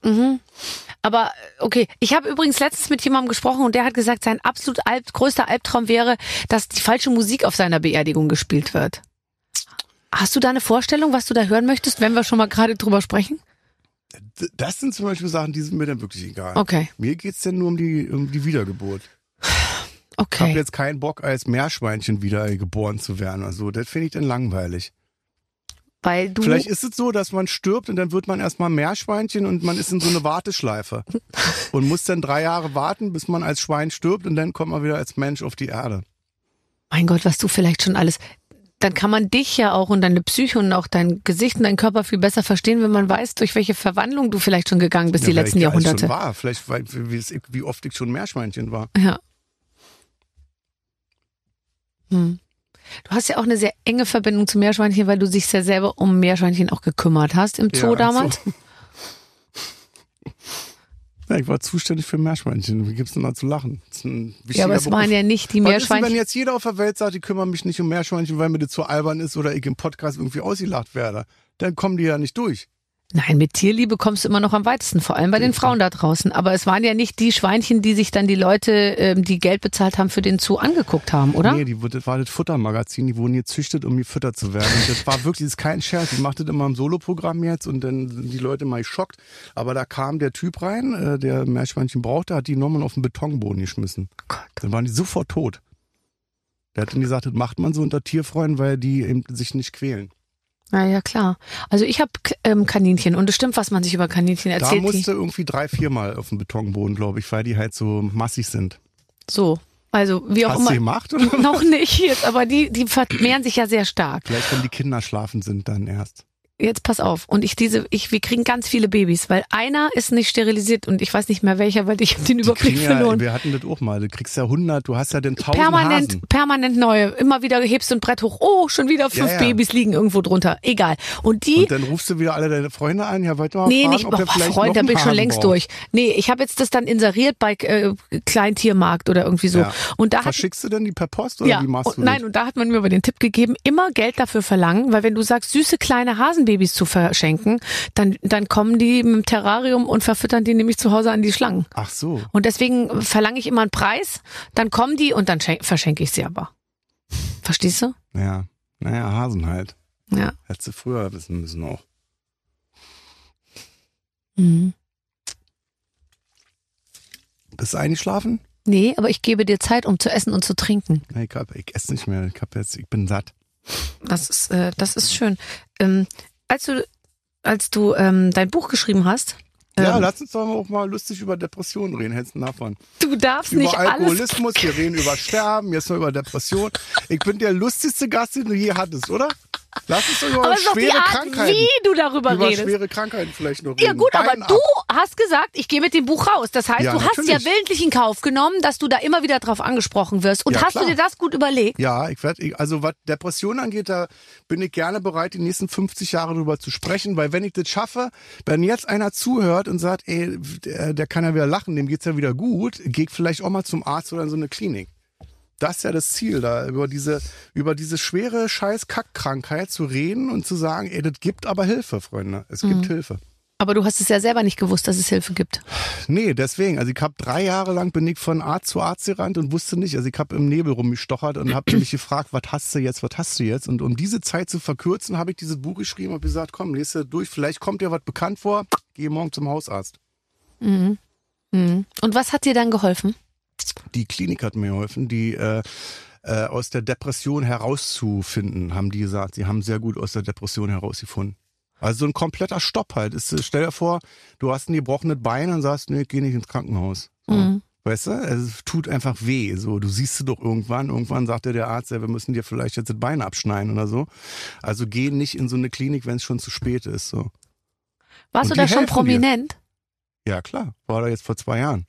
Speaker 2: Aber okay, ich habe übrigens letztens mit jemandem gesprochen und der hat gesagt, sein absolut alb größter Albtraum wäre, dass die falsche Musik auf seiner Beerdigung gespielt wird. Hast du da eine Vorstellung, was du da hören möchtest, wenn wir schon mal gerade drüber sprechen?
Speaker 4: D- Das sind zum Beispiel Sachen, die sind mir dann wirklich egal.
Speaker 2: Okay,
Speaker 4: Mir geht's denn nur um die, um die Wiedergeburt. Ich habe
Speaker 2: okay.
Speaker 4: jetzt
Speaker 2: Mhm.
Speaker 4: keinen Bock, als Meerschweinchen wieder geboren zu werden. Also, das finde ich dann langweilig.
Speaker 2: Weil du.
Speaker 4: Vielleicht ist es so, dass man stirbt und dann wird man erstmal Meerschweinchen und man ist in so eine Warteschleife und muss dann drei Jahre warten, bis man als Schwein stirbt und dann kommt man wieder als Mensch auf die Erde.
Speaker 2: mein Gott, was du vielleicht schon alles. Dann kann man dich ja auch und deine Psyche und auch dein Gesicht und deinen Körper viel besser verstehen, wenn man weiß, durch welche Verwandlung du vielleicht schon gegangen bist die
Speaker 4: Ja,
Speaker 2: letzten
Speaker 4: weil ich alles Schon
Speaker 2: Jahrhunderte.
Speaker 4: war. Vielleicht, weil, wie, es- wie oft ich schon Meerschweinchen war.
Speaker 2: Ja. Hm. Du hast ja auch eine sehr enge Verbindung zu Meerschweinchen, weil du dich ja selber um Meerschweinchen auch gekümmert hast im Zoo
Speaker 4: Ja,
Speaker 2: damals.
Speaker 4: so. Ja, ich war zuständig für Meerschweinchen. Wie gibt's denn da zu lachen? Das ist ein
Speaker 2: Ja, aber es
Speaker 4: wichtiger
Speaker 2: waren
Speaker 4: Beruf.
Speaker 2: ja nicht die
Speaker 4: Was ist denn, wenn
Speaker 2: Meerschweinchen.
Speaker 4: jetzt jeder auf der Welt sagt, ich kümmere mich nicht um Meerschweinchen, weil mir das zu albern ist oder ich im Podcast irgendwie ausgelacht werde? Dann kommen die ja nicht durch.
Speaker 2: Nein, mit Tierliebe kommst du immer noch am weitesten, vor allem bei den Frauen da draußen. Aber es waren ja nicht die Schweinchen, die sich dann die Leute, ähm, die Geld bezahlt haben, für den Zoo angeguckt haben, oder?
Speaker 4: Nee, die, das war das Futtermagazin, die wurden gezüchtet, um gefüttert zu werden. Und das war wirklich, das ist kein Scherz. Die macht das immer im Soloprogramm jetzt und dann sind die Leute mal geschockt. Aber da kam der Typ rein, äh, der Meerschweinchen brauchte, hat die genommen und auf den Betonboden geschmissen. Dann waren die sofort tot. Der hat dann gesagt, das macht man so unter Tierfreunden, weil die eben sich nicht quälen.
Speaker 2: Na ja, klar. Also ich habe ähm, Kaninchen und es stimmt, was man sich über Kaninchen
Speaker 4: da
Speaker 2: erzählt. die-
Speaker 4: musste irgendwie drei, viermal auf den Betonboden, glaube ich, weil die halt so massig sind.
Speaker 2: So, also wie auch
Speaker 4: Hast du
Speaker 2: immer.
Speaker 4: gemacht? Oder?
Speaker 2: Noch nicht jetzt, aber die, die vermehren sich ja sehr stark.
Speaker 4: Vielleicht, wenn die Kinder schlafen sind, dann erst.
Speaker 2: jetzt pass auf. Und ich diese, ich, wir kriegen ganz viele Babys, weil einer ist nicht sterilisiert und ich weiß nicht mehr welcher, weil ich habe den
Speaker 4: Die
Speaker 2: Überblick
Speaker 4: kriegen ja,
Speaker 2: verloren.
Speaker 4: wir hatten das auch mal. Du kriegst ja 100, du hast ja den 1000
Speaker 2: Permanent,
Speaker 4: Hasen.
Speaker 2: permanent neue. Immer wieder hebst du ein Brett hoch. Oh, schon wieder fünf
Speaker 4: ja.
Speaker 2: Babys liegen irgendwo drunter. Egal. Und die,
Speaker 4: Und dann rufst du wieder alle deine Freunde ein. Ja, wollt ihr mal
Speaker 2: nee,
Speaker 4: fragen,
Speaker 2: nicht,
Speaker 4: ob
Speaker 2: oh,
Speaker 4: ihr vielleicht
Speaker 2: Freund,
Speaker 4: noch
Speaker 2: da
Speaker 4: einen
Speaker 2: bin ich schon
Speaker 4: Hasen
Speaker 2: längst
Speaker 4: braucht.
Speaker 2: durch. Nee, ich habe jetzt das dann inseriert bei äh, Kleintiermarkt oder irgendwie so.
Speaker 4: Ja.
Speaker 2: Und da hat
Speaker 4: Verschickst du denn die per Post oder wie machst
Speaker 2: und,
Speaker 4: du
Speaker 2: Nein,
Speaker 4: das?
Speaker 2: und da hat man mir aber den Tipp gegeben, immer Geld dafür verlangen, weil wenn du sagst, süße kleine Hasenbabys zu verschenken, dann, dann kommen die mit dem Terrarium und verfüttern die nämlich zu Hause an die Schlangen.
Speaker 4: Ach so.
Speaker 2: Und deswegen verlange ich immer einen Preis, dann kommen die und dann schen- verschenke ich sie aber. Verstehst du?
Speaker 4: Ja. Naja, Hasen halt.
Speaker 2: Ja.
Speaker 4: Hättest du früher wissen müssen auch.
Speaker 2: Mhm.
Speaker 4: Bist du eingeschlafen?
Speaker 2: Nee, aber ich gebe dir Zeit, um zu essen und zu trinken.
Speaker 4: Nee, ich, hab, ich esse nicht mehr. Ich, hab jetzt, ich bin satt.
Speaker 2: Das ist, äh, das ist schön. Ähm, als du, als du ähm, dein Buch geschrieben hast,
Speaker 4: Ja,
Speaker 2: ähm,
Speaker 4: lass uns doch auch mal lustig über Depressionen reden. Hältst du davon?
Speaker 2: du darfst
Speaker 4: Über
Speaker 2: nicht alles
Speaker 4: Alkoholismus, wir reden über Sterben, jetzt mal über Depression. Ich bin der lustigste Gast, den du je hattest, oder? Lass uns doch über
Speaker 2: Aber es ist doch die
Speaker 4: schwere
Speaker 2: Art,
Speaker 4: Krankheiten.
Speaker 2: wie du darüber
Speaker 4: über
Speaker 2: redest.
Speaker 4: schwere Krankheiten vielleicht noch reden.
Speaker 2: Ja gut, aber
Speaker 4: Bein
Speaker 2: du
Speaker 4: ab.
Speaker 2: hast gesagt, ich gehe mit dem Buch raus. Das heißt,
Speaker 4: Ja,
Speaker 2: du hast ja
Speaker 4: natürlich.
Speaker 2: willentlich in Kauf genommen, dass du da immer wieder drauf angesprochen wirst. Und
Speaker 4: Ja,
Speaker 2: hast
Speaker 4: klar.
Speaker 2: du dir das gut überlegt?
Speaker 4: Ja, ich werde, also was Depressionen angeht, da bin ich gerne bereit, die nächsten 50 Jahre drüber zu sprechen, weil wenn ich das schaffe, wenn jetzt einer zuhört und sagt, ey, der, der kann ja wieder lachen, dem geht's ja wieder gut, geh ich vielleicht auch mal zum Arzt oder in so eine Klinik. Das ist ja das Ziel, da über diese, über diese schwere Scheiß-Kack-Krankheit zu reden und zu sagen, ey, das gibt aber Hilfe, Freunde. Es gibt Hilfe.
Speaker 2: Aber du hast es ja selber nicht gewusst, dass es Hilfe gibt.
Speaker 4: Nee, deswegen. Also ich habe drei Jahre lang bin ich von Arzt zu Arzt gerannt und wusste nicht. Also ich habe im Nebel rumgestochert und habe mich gefragt, was hast du jetzt, was hast du jetzt? Und um diese Zeit zu verkürzen, habe ich dieses Buch geschrieben und gesagt, komm, lese durch, vielleicht kommt dir was bekannt vor, geh morgen zum Hausarzt.
Speaker 2: Mhm. Und was hat dir dann geholfen?
Speaker 4: Die Klinik hat mir geholfen, die äh, äh, aus der Depression herauszufinden, haben die gesagt. Sie haben sehr gut aus der Depression herausgefunden. Also so ein kompletter Stopp halt. Ist, äh, stell dir vor, du hast ein gebrochenes Bein und sagst, nee, ich geh nicht ins Krankenhaus. So.
Speaker 2: Mhm.
Speaker 4: Weißt du, also es tut einfach weh. So, du siehst sie doch irgendwann. Irgendwann sagt dir der Arzt, ja, wir müssen dir vielleicht jetzt das Bein abschneiden oder so. Also geh nicht in so eine Klinik, wenn es schon zu spät ist. So.
Speaker 2: Warst
Speaker 4: Und
Speaker 2: du
Speaker 4: die
Speaker 2: da schon
Speaker 4: helfen dir.
Speaker 2: prominent?
Speaker 4: Ja, klar. War da jetzt vor zwei Jahren.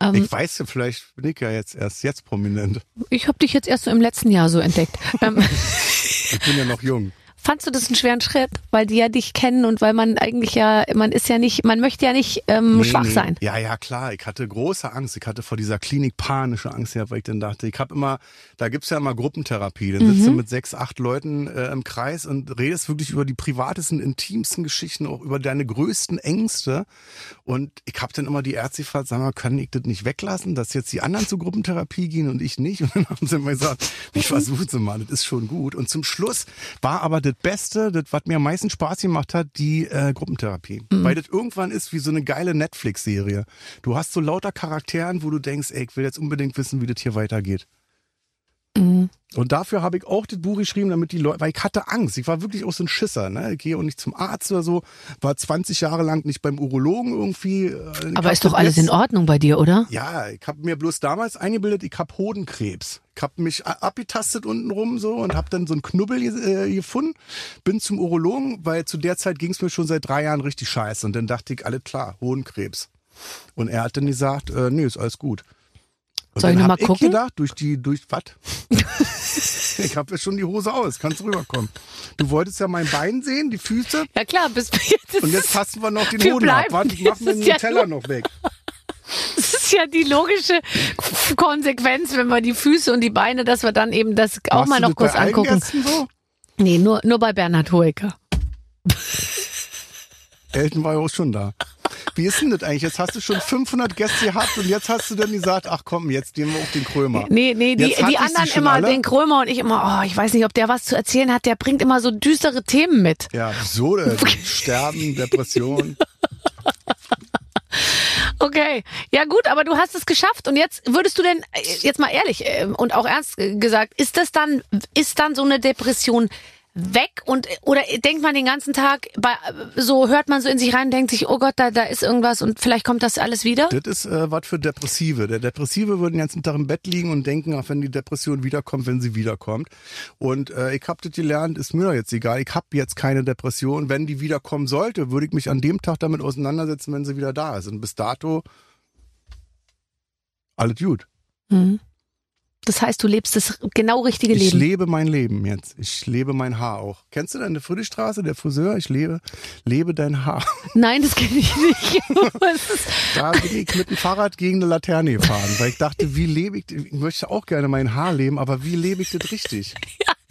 Speaker 2: Ähm,
Speaker 4: Ich weiß ja, vielleicht bin ich ja jetzt erst jetzt prominent.
Speaker 2: ich habe dich jetzt erst so im letzten Jahr so entdeckt. ähm,
Speaker 4: Ich bin ja noch jung.
Speaker 2: fandst du das einen schweren Schritt? Weil die ja dich kennen und weil man eigentlich ja, man ist ja nicht, man möchte ja nicht ähm,
Speaker 4: Nee,
Speaker 2: schwach
Speaker 4: nee.
Speaker 2: sein.
Speaker 4: Ja, ja, klar. Ich hatte große Angst. Ich hatte vor dieser Klinik panische Angst gehabt, weil ich dann dachte, ich habe immer, da gibt's ja immer Gruppentherapie. Dann sitzt du mit sechs, acht Leuten äh, im Kreis und redest wirklich über die privatesten, intimsten Geschichten, auch über deine größten Ängste. Und ich habe dann immer die Ärzte gefragt, sag mal, kann ich das nicht weglassen, dass jetzt die anderen zur Gruppentherapie gehen und ich nicht? Und dann haben sie immer gesagt, ich versuche mal, das ist schon gut. Und zum Schluss war aber das Beste, das, was mir am meisten Spaß gemacht hat, die äh, Gruppentherapie. Weil das irgendwann ist wie so eine geile Netflix-Serie. Du hast so lauter Charakteren, wo du denkst, ey, ich will jetzt unbedingt wissen, wie das hier weitergeht.
Speaker 2: Mhm.
Speaker 4: Und dafür habe ich auch das Buch geschrieben, damit die Leute, weil ich hatte Angst. Ich war wirklich auch so ein Schisser, ne? Ich gehe auch nicht zum Arzt oder so, war 20 Jahre lang nicht beim Urologen irgendwie. äh, ich
Speaker 2: Aber
Speaker 4: hab
Speaker 2: ist doch
Speaker 4: das
Speaker 2: alles
Speaker 4: jetzt-
Speaker 2: in Ordnung bei dir, oder?
Speaker 4: Ja, ich habe mir bloß damals eingebildet, ich habe Hodenkrebs. Ich habe mich a- abgetastet untenrum so und habe dann so einen Knubbel ge- äh, gefunden. Bin zum Urologen, weil zu der Zeit ging es mir schon seit drei Jahren richtig scheiße. Und dann dachte ich, alles klar, Hodenkrebs. Und er hat dann gesagt, äh, nee, ist alles gut. Und
Speaker 2: Soll ich noch
Speaker 4: dann
Speaker 2: mal
Speaker 4: hab
Speaker 2: gucken?
Speaker 4: Ich gedacht, durch die, durch was? ich habe ja schon die Hose aus, kannst rüberkommen. Du wolltest ja mein Bein sehen, die Füße.
Speaker 2: Ja klar, bis jetzt ist
Speaker 4: Und jetzt tasten wir noch den
Speaker 2: Wir
Speaker 4: Hoden ab.
Speaker 2: bleiben-
Speaker 4: Warte, ich mach mir
Speaker 2: das
Speaker 4: den
Speaker 2: ist ja
Speaker 4: Teller noch weg.
Speaker 2: Das ist ja die logische Konsequenz, wenn wir die Füße und die Beine, dass wir dann eben das auch
Speaker 4: Machst
Speaker 2: mal
Speaker 4: du
Speaker 2: noch
Speaker 4: das
Speaker 2: kurz
Speaker 4: bei allen
Speaker 2: angucken.
Speaker 4: Gästen So?
Speaker 2: Nee, nur, nur bei Bernhard Hoeker.
Speaker 4: Elton war ja auch schon da. Wie ist denn das eigentlich? Jetzt hast du schon 500 Gäste gehabt und jetzt hast du dann gesagt, ach komm, jetzt nehmen wir auch den Krömer.
Speaker 2: Nee, nee, die,
Speaker 4: Jetzt hatte
Speaker 2: die
Speaker 4: ich sie
Speaker 2: anderen
Speaker 4: schon
Speaker 2: immer,
Speaker 4: alle.
Speaker 2: den Krömer und ich immer, oh, ich weiß nicht, ob der was zu erzählen hat, der bringt immer so düstere Themen mit.
Speaker 4: Ja, so, äh, Sterben, Depression.
Speaker 2: Okay, ja gut, aber du hast es geschafft und jetzt würdest du denn, äh, jetzt mal ehrlich äh, und auch ernst äh, gesagt, ist das dann, ist dann so eine Depression weg und oder denkt man den ganzen Tag, bei, so hört man so in sich rein, und denkt sich, oh Gott, da, da ist irgendwas und vielleicht kommt das alles wieder?
Speaker 4: Das ist äh, was für Depressive. Der Depressive würde den ganzen Tag im Bett liegen und denken, auch wenn die Depression wiederkommt, wenn sie wiederkommt. Und äh, ich habe das gelernt, ist mir doch jetzt egal. Ich habe jetzt keine Depression. Wenn die wiederkommen sollte, würde ich mich an dem Tag damit auseinandersetzen, wenn sie wieder da ist. Und bis dato alles gut.
Speaker 2: Mhm. Das heißt, du lebst das genau richtige
Speaker 4: Ich
Speaker 2: Leben.
Speaker 4: lebe mein Leben jetzt. Ich lebe mein Haar auch. Kennst du deine Friedrichstraße, der Friseur? Ich lebe, lebe dein Haar.
Speaker 2: Nein, das kenne ich nicht. Das ist-
Speaker 4: Da bin ich mit dem Fahrrad gegen eine Laterne gefahren, weil ich dachte, wie lebe ich, ich möchte auch gerne mein Haar leben, aber wie lebe ich das richtig?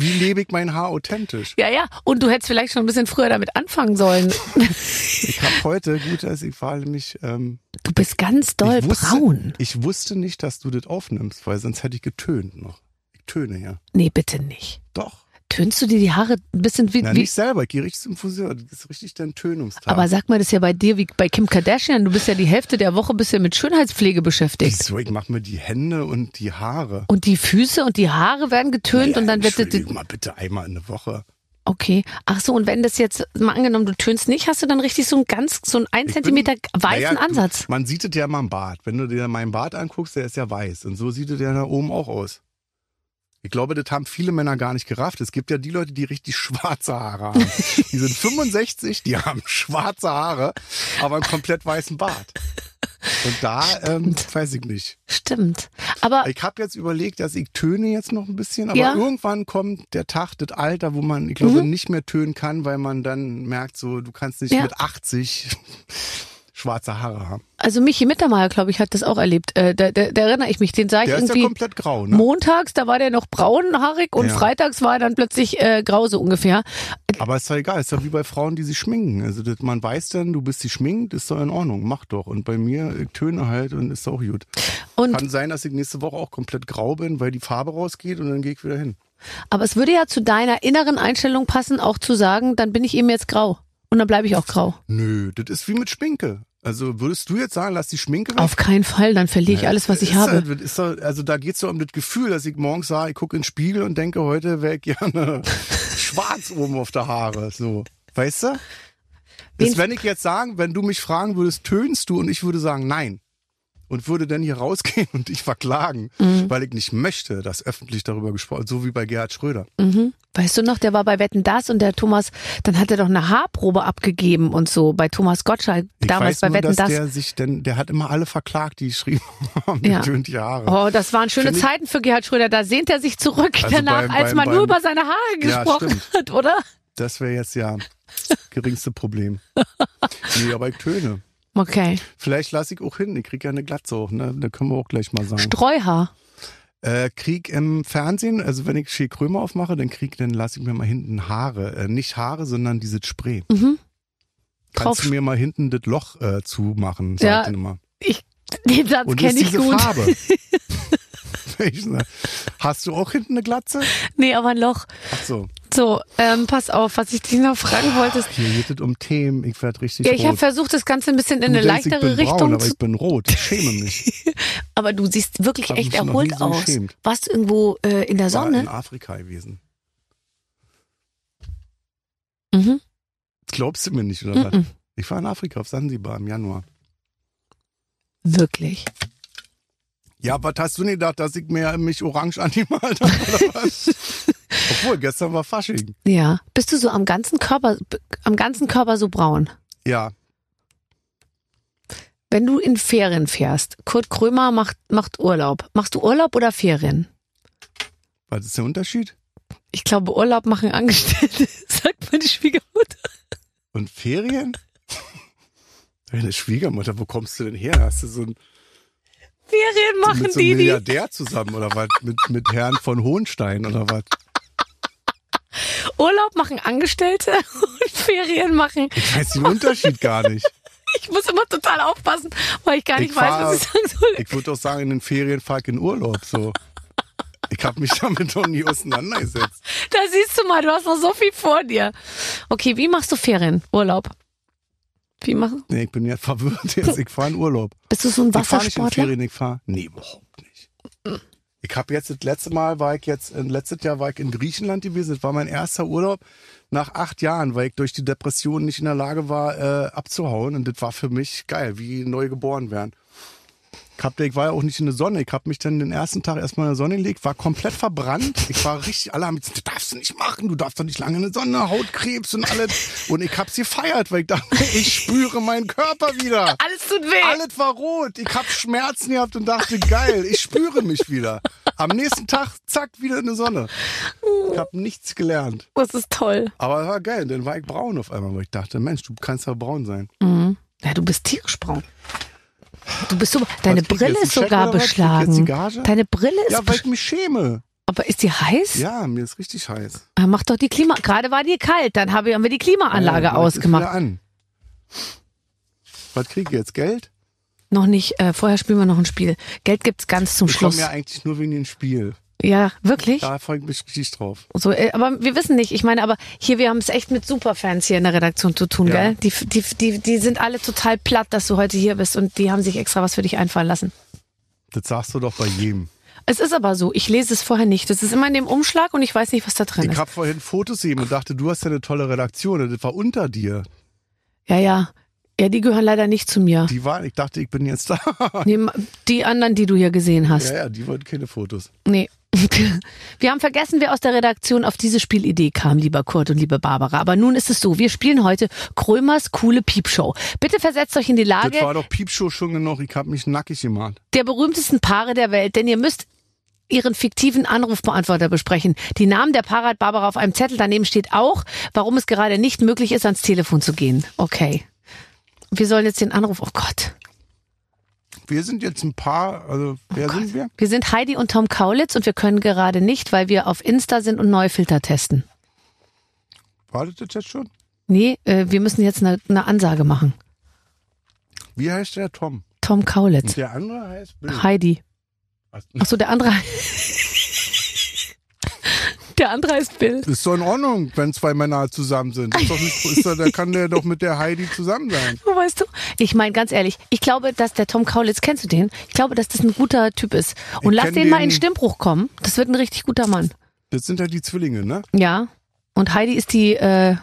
Speaker 4: Wie lebe ich mein Haar authentisch?
Speaker 2: ja, ja. Und du hättest vielleicht schon ein bisschen früher damit anfangen sollen.
Speaker 4: Ich habe heute, gut, dass ich war nämlich, ähm,
Speaker 2: Du bist ganz doll
Speaker 4: ich, wusste,
Speaker 2: braun.
Speaker 4: ich wusste nicht, dass du das aufnimmst, weil sonst hätte ich getönt noch. Ich töne ja.
Speaker 2: Nee, bitte nicht.
Speaker 4: Doch.
Speaker 2: Tönst du dir die Haare ein bisschen wie,
Speaker 4: Na,
Speaker 2: wie
Speaker 4: nicht selber, ich gehe richtig zum Friseur. Das ist richtig dein Tönungstag.
Speaker 2: Aber sag mal, das ist ja bei dir wie bei Kim Kardashian. Du bist ja die Hälfte der Woche bist ja mit Schönheitspflege beschäftigt.
Speaker 4: Wieso? Ich mache mir die Hände und die Haare.
Speaker 2: Und die Füße und die Haare werden getönt und dann wird das.
Speaker 4: Entschuldigung, mal bitte einmal in der Woche.
Speaker 2: Okay. Ach so, und wenn das jetzt mal angenommen, du tönst nicht, hast du dann richtig so einen ganz, so einen 1
Speaker 4: Ich
Speaker 2: Zentimeter
Speaker 4: bin-
Speaker 2: weißen
Speaker 4: Naja, du-
Speaker 2: Ansatz.
Speaker 4: Man sieht es ja immer im Bart. Wenn du dir meinen Bart anguckst, der ist ja weiß. Und so sieht es ja da oben auch aus. Ich glaube, das haben viele Männer gar nicht gerafft. Es gibt ja die Leute, die richtig schwarze Haare haben. Die sind 65, die haben schwarze Haare, aber einen komplett weißen Bart. Und da, ähm, weiß ich nicht.
Speaker 2: Stimmt. Aber
Speaker 4: Ich habe jetzt überlegt, dass ich töne jetzt noch ein bisschen, aber
Speaker 2: Ja. Mhm.
Speaker 4: irgendwann kommt der Tag, das Alter, wo man, ich glaube, nicht mehr tönen kann, weil man dann merkt, so, du kannst nicht
Speaker 2: Ja.
Speaker 4: mit 80 schwarze Haare haben.
Speaker 2: also Michi Mittermeier, glaube ich, hat das auch erlebt. Äh, da, da, da erinnere ich mich. Den sah ich
Speaker 4: Der ist ja
Speaker 2: irgendwie
Speaker 4: komplett grau, ne?
Speaker 2: montags, da war der noch braunhaarig und
Speaker 4: Ja.
Speaker 2: freitags war er dann plötzlich äh, grau so ungefähr.
Speaker 4: Aber ist doch egal, ist doch wie bei Frauen, die sich schminken. Also das, man weiß dann, du bist sie schminkt, ist doch in Ordnung, mach doch. Und bei mir ich töne halt und ist auch gut.
Speaker 2: Und
Speaker 4: Kann sein, dass ich nächste Woche auch komplett grau bin, weil die Farbe rausgeht und dann gehe ich wieder hin.
Speaker 2: Aber es würde ja zu deiner inneren Einstellung passen, auch zu sagen, dann bin ich eben jetzt grau. Und dann bleibe ich auch grau.
Speaker 4: Nö, das ist wie mit Schminke. Also würdest du jetzt sagen, lass die Schminke weg?
Speaker 2: Auf keinen Fall, dann verliere ich alles, was ich
Speaker 4: ist
Speaker 2: habe.
Speaker 4: Halt, ist halt, also da geht's doch um das Gefühl, dass ich morgens sage, ich gucke in den Spiegel und denke, heute wäre ich gerne schwarz oben auf der Haare. So. Weißt du?
Speaker 2: Wen-
Speaker 4: Ist, wenn ich jetzt sagen, wenn du mich fragen würdest, tönst du und ich würde sagen, nein. Und würde dann hier rausgehen und dich verklagen,
Speaker 2: Mhm.
Speaker 4: weil ich nicht möchte, dass öffentlich darüber gesprochen so wie bei Gerhard Schröder.
Speaker 2: Mhm. Weißt du noch, der war bei Wetten das und der Thomas, dann hat er doch eine Haarprobe abgegeben und so bei Thomas Gottschalk
Speaker 4: Ich
Speaker 2: damals
Speaker 4: weiß
Speaker 2: bei
Speaker 4: nur,
Speaker 2: Wetten
Speaker 4: dass
Speaker 2: das.
Speaker 4: der sich denn, der hat immer alle verklagt, die geschrieben haben,
Speaker 2: Ja.
Speaker 4: ja. tönt die Haare.
Speaker 2: Oh, das waren schöne
Speaker 4: Find ich-
Speaker 2: Zeiten für Gerhard Schröder. Da sehnt er sich zurück
Speaker 4: Also
Speaker 2: danach,
Speaker 4: beim-
Speaker 2: als
Speaker 4: beim-
Speaker 2: man nur
Speaker 4: beim-
Speaker 2: über seine Haare
Speaker 4: Ja,
Speaker 2: gesprochen
Speaker 4: stimmt.
Speaker 2: hat, oder?
Speaker 4: Das wäre jetzt ja geringste Problem. Nee, aber ich töne.
Speaker 2: Okay.
Speaker 4: Vielleicht lasse ich auch hin. Ich krieg ja eine Glatze auch, ne? Da können wir auch gleich mal sagen.
Speaker 2: Streuhaar.
Speaker 4: Äh, krieg im Fernsehen, also wenn ich Schill Krömer aufmache, dann krieg, dann lasse ich mir mal hinten Haare. Äh, nicht Haare, sondern dieses Spray.
Speaker 2: Mhm.
Speaker 4: Kannst
Speaker 2: Drauf-
Speaker 4: du mir mal hinten das Loch äh, zumachen, sagt
Speaker 2: Ja,
Speaker 4: ja, immer.
Speaker 2: Ich, den Satz
Speaker 4: Und
Speaker 2: kenne
Speaker 4: ist
Speaker 2: ich
Speaker 4: diese
Speaker 2: gut.
Speaker 4: Farbe. Welchen? Hast du auch hinten eine Glatze?
Speaker 2: Nee, aber ein Loch.
Speaker 4: Ach so.
Speaker 2: So, ähm, pass auf, was ich dich noch fragen wollte. ist-
Speaker 4: Hier geht es um Themen. Ich werde richtig
Speaker 2: Ja,
Speaker 4: rot.
Speaker 2: ich habe versucht, das Ganze ein bisschen in
Speaker 4: Du
Speaker 2: eine
Speaker 4: denkst, ich bin
Speaker 2: leichtere Richtung
Speaker 4: braun, aber
Speaker 2: zu
Speaker 4: ich bin rot. Ich schäme mich.
Speaker 2: Aber du siehst wirklich
Speaker 4: Hab
Speaker 2: echt
Speaker 4: mich noch nie
Speaker 2: erholt
Speaker 4: so
Speaker 2: aus.
Speaker 4: geschämt.
Speaker 2: Warst du irgendwo äh, in der
Speaker 4: Ich war in
Speaker 2: Sonne?
Speaker 4: Afrika gewesen.
Speaker 2: Mhm.
Speaker 4: Das glaubst du mir nicht, oder was?
Speaker 2: Mhm.
Speaker 4: Ich war in Afrika auf Sansibar im Januar.
Speaker 2: Wirklich.
Speaker 4: Ja, was hast du denn gedacht, dass ich mir mich orange angemalt habe, oder was? Obwohl, gestern war Fasching.
Speaker 2: Ja. Bist du so am ganzen Körper, b- am ganzen Körper so braun?
Speaker 4: Ja,
Speaker 2: Wenn du in Ferien fährst, Kurt Krömer macht, macht Urlaub. Machst du Urlaub oder Ferien?
Speaker 4: was ist der Unterschied?
Speaker 2: Ich glaube, Urlaub machen Angestellte, sagt meine Schwiegermutter.
Speaker 4: Und Ferien? Deine Schwiegermutter, wo kommst du denn her? Hast du so einen,
Speaker 2: Ferien machen
Speaker 4: mit so
Speaker 2: die,
Speaker 4: einem
Speaker 2: die.
Speaker 4: Milliardär zusammen oder was? Mit, mit Herrn von Hohenstein oder was?
Speaker 2: Urlaub machen Angestellte und Ferien machen.
Speaker 4: Ich weiß den Unterschied gar nicht.
Speaker 2: Ich muss immer total aufpassen, weil ich gar
Speaker 4: Ich
Speaker 2: nicht weiß,
Speaker 4: fahr-
Speaker 2: was ich sagen soll.
Speaker 4: Ich würde auch sagen, in den Ferien fahr ich in Urlaub. So. Ich habe mich damit noch nie auseinandergesetzt.
Speaker 2: Da siehst du mal, du hast noch so viel vor dir. Okay, wie machst du Ferien, Urlaub? Wie mach,
Speaker 4: Nee, ich bin ja verwirrt jetzt. Ich fahre in Urlaub.
Speaker 2: bist du so ein
Speaker 4: Ich fahre nicht in
Speaker 2: Wassersportler?
Speaker 4: Ferien, ich fahre. Nee, überhaupt nicht. Ich habe jetzt das letzte Mal war ich jetzt, äh, letztes Jahr war ich in Griechenland gewesen. Das war mein erster Urlaub nach acht Jahren, weil ich durch die Depression nicht in der Lage war, äh, abzuhauen. Und das war für mich geil, wie neu geboren werden. Ich, hab, ich war ja auch nicht in der Sonne. Ich habe mich dann den ersten Tag erstmal in der Sonne gelegt, war komplett verbrannt. Ich war richtig, alle haben gesagt, das darfst du nicht machen, du darfst doch nicht lange in der Sonne, Hautkrebs und alles. Und ich hab's gefeiert, weil ich dachte, ich spüre meinen Körper wieder.
Speaker 2: Alles tut weh.
Speaker 4: Alles war rot. Ich habe Schmerzen gehabt und dachte, geil, ich spüre mich wieder. Am nächsten Tag, zack, wieder in die Sonne. Ich habe nichts gelernt.
Speaker 2: Das ist toll.
Speaker 4: Aber war geil. Dann war ich braun auf einmal, weil ich dachte, Mensch, du kannst ja braun sein.
Speaker 2: Ja, du bist tierisch braun. Du bist so, deine
Speaker 4: krieg ich jetzt,
Speaker 2: Brille ist
Speaker 4: einen Scheck
Speaker 2: sogar
Speaker 4: oder was? Krieg ich jetzt die
Speaker 2: beschlagen.
Speaker 4: Gage?
Speaker 2: Deine Brille ist,
Speaker 4: Ja, weil
Speaker 2: besch-
Speaker 4: ich mich schäme.
Speaker 2: aber ist die heiß?
Speaker 4: Ja, mir ist richtig heiß.
Speaker 2: Ah, Mach doch die Klima, gerade war dir kalt, dann habe- haben wir die Klimaanlage
Speaker 4: ja, jetzt ist wieder
Speaker 2: ausgemacht.
Speaker 4: An. Was kriege ich jetzt? Geld?
Speaker 2: Noch nicht, äh, vorher spielen wir noch ein Spiel. Geld gibt's ganz zum
Speaker 4: Ich
Speaker 2: Schluss.
Speaker 4: komme ja eigentlich nur wegen dem Spiel.
Speaker 2: ja, wirklich?
Speaker 4: Da freue ich mich richtig drauf.
Speaker 2: So, äh, aber wir wissen nicht. Ich meine, aber hier, wir haben es echt mit Superfans hier in der Redaktion zu tun,
Speaker 4: Ja.
Speaker 2: gell? Die, die, die, die sind alle total platt, dass du heute hier bist und die haben sich extra was für dich einfallen lassen.
Speaker 4: Das sagst du doch bei jedem.
Speaker 2: Es ist aber so, ich lese es vorher nicht. Das ist immer in dem Umschlag und ich weiß nicht, was da drin
Speaker 4: Ich
Speaker 2: ist.
Speaker 4: habe vorhin Fotos gesehen und dachte, du hast ja eine tolle Redaktion. und Das war unter dir.
Speaker 2: Ja, ja. Ja, die gehören leider nicht zu mir.
Speaker 4: Die waren, ich dachte, ich bin jetzt da.
Speaker 2: Die, die anderen, die du hier gesehen hast.
Speaker 4: ja, ja, die wollten keine Fotos.
Speaker 2: Nee. Wir haben vergessen, wer aus der Redaktion auf diese Spielidee kam, lieber Kurt und liebe Barbara. Aber nun ist es so, wir spielen heute Krömers coole Piepshow. Bitte versetzt euch in die Lage,
Speaker 4: Das war doch Piepshow schon genug. Ich habe mich nackig gemacht.
Speaker 2: der berühmtesten Paare der Welt, denn ihr müsst ihren fiktiven Anrufbeantworter besprechen. Die Namen der Paare hat Barbara auf einem Zettel. Daneben steht auch, warum es gerade nicht möglich ist, ans Telefon zu gehen. Okay. Wir sollen jetzt den Anruf. Oh Gott.
Speaker 4: Wir sind jetzt ein paar, also wer
Speaker 2: Oh
Speaker 4: sind wir?
Speaker 2: Wir sind Heidi und Tom Kaulitz und wir können gerade nicht, weil wir auf Insta sind und neue Filter testen.
Speaker 4: Wartet das jetzt schon?
Speaker 2: Nee, äh, wir müssen jetzt eine, eine Ansage machen.
Speaker 4: Wie heißt der Tom?
Speaker 2: Tom Kaulitz.
Speaker 4: Und der andere heißt Bill.
Speaker 2: Heidi.
Speaker 4: Was?
Speaker 2: Achso, der andere. der andere heißt Bill.
Speaker 4: Ist doch in Ordnung, wenn zwei Männer zusammen sind. Ist doch nicht, ist doch, da kann der doch mit der Heidi zusammen sein.
Speaker 2: Oh, Weißt du, ich meine ganz ehrlich, ich glaube, dass der Tom Kaulitz, kennst du den? Ich glaube, dass das ein guter Typ ist. Und
Speaker 4: Ich
Speaker 2: lass
Speaker 4: kenn
Speaker 2: den, mal in
Speaker 4: den-
Speaker 2: Stimmbruch kommen. Das wird ein richtig guter Mann.
Speaker 4: Das sind ja die Zwillinge, ne?
Speaker 2: Ja. Und Heidi ist die, äh,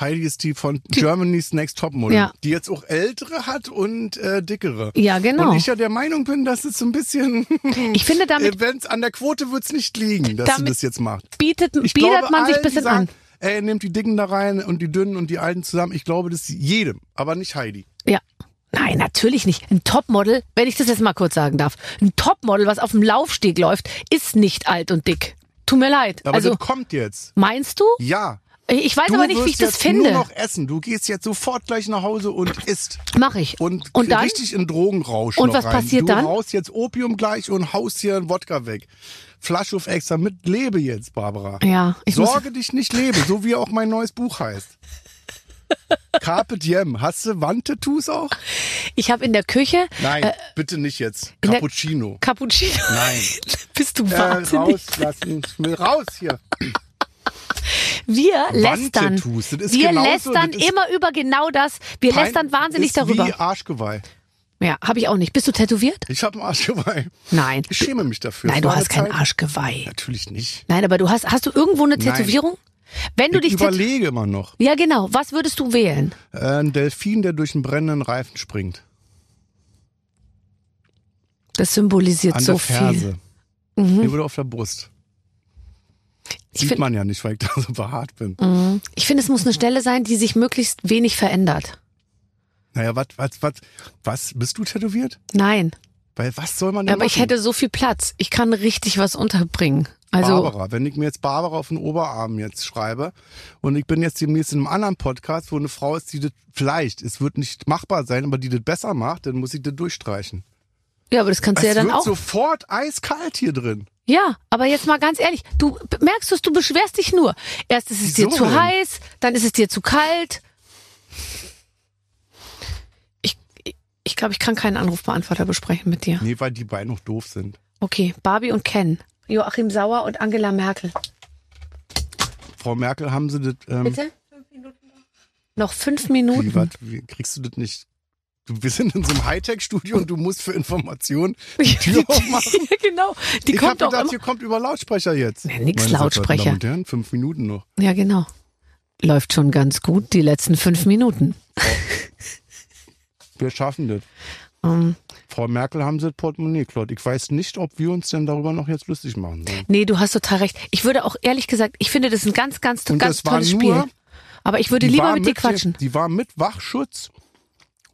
Speaker 4: Heidi ist die von Germany's Next Topmodel,
Speaker 2: Ja.
Speaker 4: die jetzt auch ältere hat und äh, dickere.
Speaker 2: ja genau.
Speaker 4: Und ich
Speaker 2: Ich,
Speaker 4: ja der Meinung bin, dass es so ein bisschen,
Speaker 2: finde, damit
Speaker 4: wenn's an der Quote wird's nicht liegen, dass
Speaker 2: Damit-
Speaker 4: sie das jetzt macht.
Speaker 2: bietet,
Speaker 4: Ich
Speaker 2: bietet
Speaker 4: glaube,
Speaker 2: man sich
Speaker 4: allen,
Speaker 2: ein bisschen
Speaker 4: die sagen,
Speaker 2: an.
Speaker 4: Ey, nehmt die Dicken da rein und die Dünnen und die Alten zusammen. Ich glaube, das ist jedem, aber nicht Heidi.
Speaker 2: Ja. Nein, natürlich nicht. Ein Topmodel, wenn ich das jetzt mal kurz sagen darf, ein Topmodel, was auf dem Laufsteg läuft, ist nicht alt und dick. Tut mir leid.
Speaker 4: Aber
Speaker 2: also,
Speaker 4: das kommt jetzt.
Speaker 2: meinst du?
Speaker 4: Ja.
Speaker 2: Ich weiß
Speaker 4: Du
Speaker 2: aber nicht, wie
Speaker 4: wirst
Speaker 2: ich das
Speaker 4: jetzt
Speaker 2: finde.
Speaker 4: nur noch essen. Du gehst jetzt sofort gleich nach Hause und isst.
Speaker 2: Mach ich.
Speaker 4: Und,
Speaker 2: und dann?
Speaker 4: richtig in Drogenrausch
Speaker 2: Und
Speaker 4: noch
Speaker 2: was
Speaker 4: rein.
Speaker 2: passiert
Speaker 4: du
Speaker 2: dann?
Speaker 4: Du haust jetzt Opium gleich und haust hier einen Wodka weg. Flasche auf extra mit Lebe jetzt, Barbara.
Speaker 2: Ja, ich muss-
Speaker 4: Sorge dich nicht lebe, so wie auch mein neues Buch heißt. Carpe Diem. Hast du Wandtattoos auch?
Speaker 2: Ich habe in der Küche
Speaker 4: Nein, bitte nicht jetzt.
Speaker 2: in der-
Speaker 4: Cappuccino.
Speaker 2: Cappuccino.
Speaker 4: Nein.
Speaker 2: Bist du
Speaker 4: Äh,
Speaker 2: wahnsinnig?
Speaker 4: rauslassen. Ich will raus hier.
Speaker 2: Wir lästern.
Speaker 4: Wandtattoos, das ist
Speaker 2: wir
Speaker 4: genauso,
Speaker 2: lästern
Speaker 4: das ist
Speaker 2: immer über genau das. Wir
Speaker 4: Pein-
Speaker 2: lästern wahnsinnig
Speaker 4: ist
Speaker 2: darüber.
Speaker 4: Wie Arschgeweih.
Speaker 2: Ja, habe ich auch nicht. Bist du tätowiert?
Speaker 4: Ich habe ein Arschgeweih.
Speaker 2: Nein.
Speaker 4: Ich schäme mich dafür.
Speaker 2: Nein,
Speaker 4: Es
Speaker 2: du
Speaker 4: war
Speaker 2: hast
Speaker 4: eine
Speaker 2: kein
Speaker 4: Zeit-
Speaker 2: Arschgeweih.
Speaker 4: Natürlich nicht.
Speaker 2: Nein, aber du hast hast du irgendwo eine
Speaker 4: Nein.
Speaker 2: Tätowierung? Wenn du
Speaker 4: Ich
Speaker 2: dich tätowierst.
Speaker 4: überlege immer noch.
Speaker 2: Ja, genau. Was würdest du wählen?
Speaker 4: Äh, ein Delfin, der durch einen brennenden Reifen springt.
Speaker 2: Das symbolisiert
Speaker 4: An
Speaker 2: so
Speaker 4: der
Speaker 2: viel. Mhm.
Speaker 4: Ferse. Mir würde auf der Brust.
Speaker 2: Ich
Speaker 4: Sieht
Speaker 2: find- Mhm.
Speaker 4: man ja nicht, weil ich da so behaart bin.
Speaker 2: Ich finde, es muss eine Stelle sein, die sich möglichst wenig verändert.
Speaker 4: Naja, was, was, was, was, bist du tätowiert?
Speaker 2: Nein,
Speaker 4: Weil was soll man denn
Speaker 2: aber ich
Speaker 4: machen?
Speaker 2: hätte so viel Platz. Ich kann richtig was unterbringen. Also
Speaker 4: Barbara, wenn ich mir jetzt Barbara auf den Oberarm jetzt schreibe und ich bin jetzt demnächst in einem anderen Podcast, wo eine Frau ist, die das vielleicht, es wird nicht machbar sein, aber die das besser macht, dann muss ich das durchstreichen.
Speaker 2: ja, aber das kannst du ja
Speaker 4: es
Speaker 2: dann
Speaker 4: wird
Speaker 2: auch.
Speaker 4: sofort eiskalt hier drin.
Speaker 2: Ja, aber jetzt mal ganz ehrlich, du merkst es, du beschwerst dich nur. Erst ist es dir
Speaker 4: Wieso
Speaker 2: zu
Speaker 4: denn?
Speaker 2: heiß, dann ist es dir zu kalt. Ich, ich glaube, ich kann keinen Anrufbeantworter besprechen mit dir.
Speaker 4: Nee, weil die beiden noch doof sind.
Speaker 2: Okay, Barbie und Ken. Joachim Sauer und Angela Merkel.
Speaker 4: Frau Merkel, haben sie das, ähm,
Speaker 2: Bitte? Noch fünf
Speaker 4: wie,
Speaker 2: Minuten.
Speaker 4: wat, wie kriegst du das nicht? Du bist in so einem Hightech-Studio und du musst für Informationen die Tür aufmachen.
Speaker 2: genau, die
Speaker 4: ich hab
Speaker 2: kommt doch
Speaker 4: gedacht,
Speaker 2: immer.
Speaker 4: hier kommt über Lautsprecher jetzt.
Speaker 2: Nee, nix
Speaker 4: Meine sehr verehrten
Speaker 2: Lautsprecher.
Speaker 4: Damen und Herren, fünf Minuten noch.
Speaker 2: Ja, genau. Läuft schon ganz gut, die letzten fünf Minuten.
Speaker 4: Wir schaffen das.
Speaker 2: Ähm,
Speaker 4: Frau Merkel haben sie das Portemonnaie klaut. Ich weiß nicht, ob wir uns denn darüber noch jetzt lustig machen sollen.
Speaker 2: nee, du hast total recht. Ich würde auch ehrlich gesagt, ich finde das ist ein ganz, ganz,
Speaker 4: Und
Speaker 2: ganz
Speaker 4: das war
Speaker 2: tolles
Speaker 4: nur-
Speaker 2: Spiel. Aber ich würde lieber
Speaker 4: war
Speaker 2: mit dir quatschen.
Speaker 4: Die war mit Wachschutz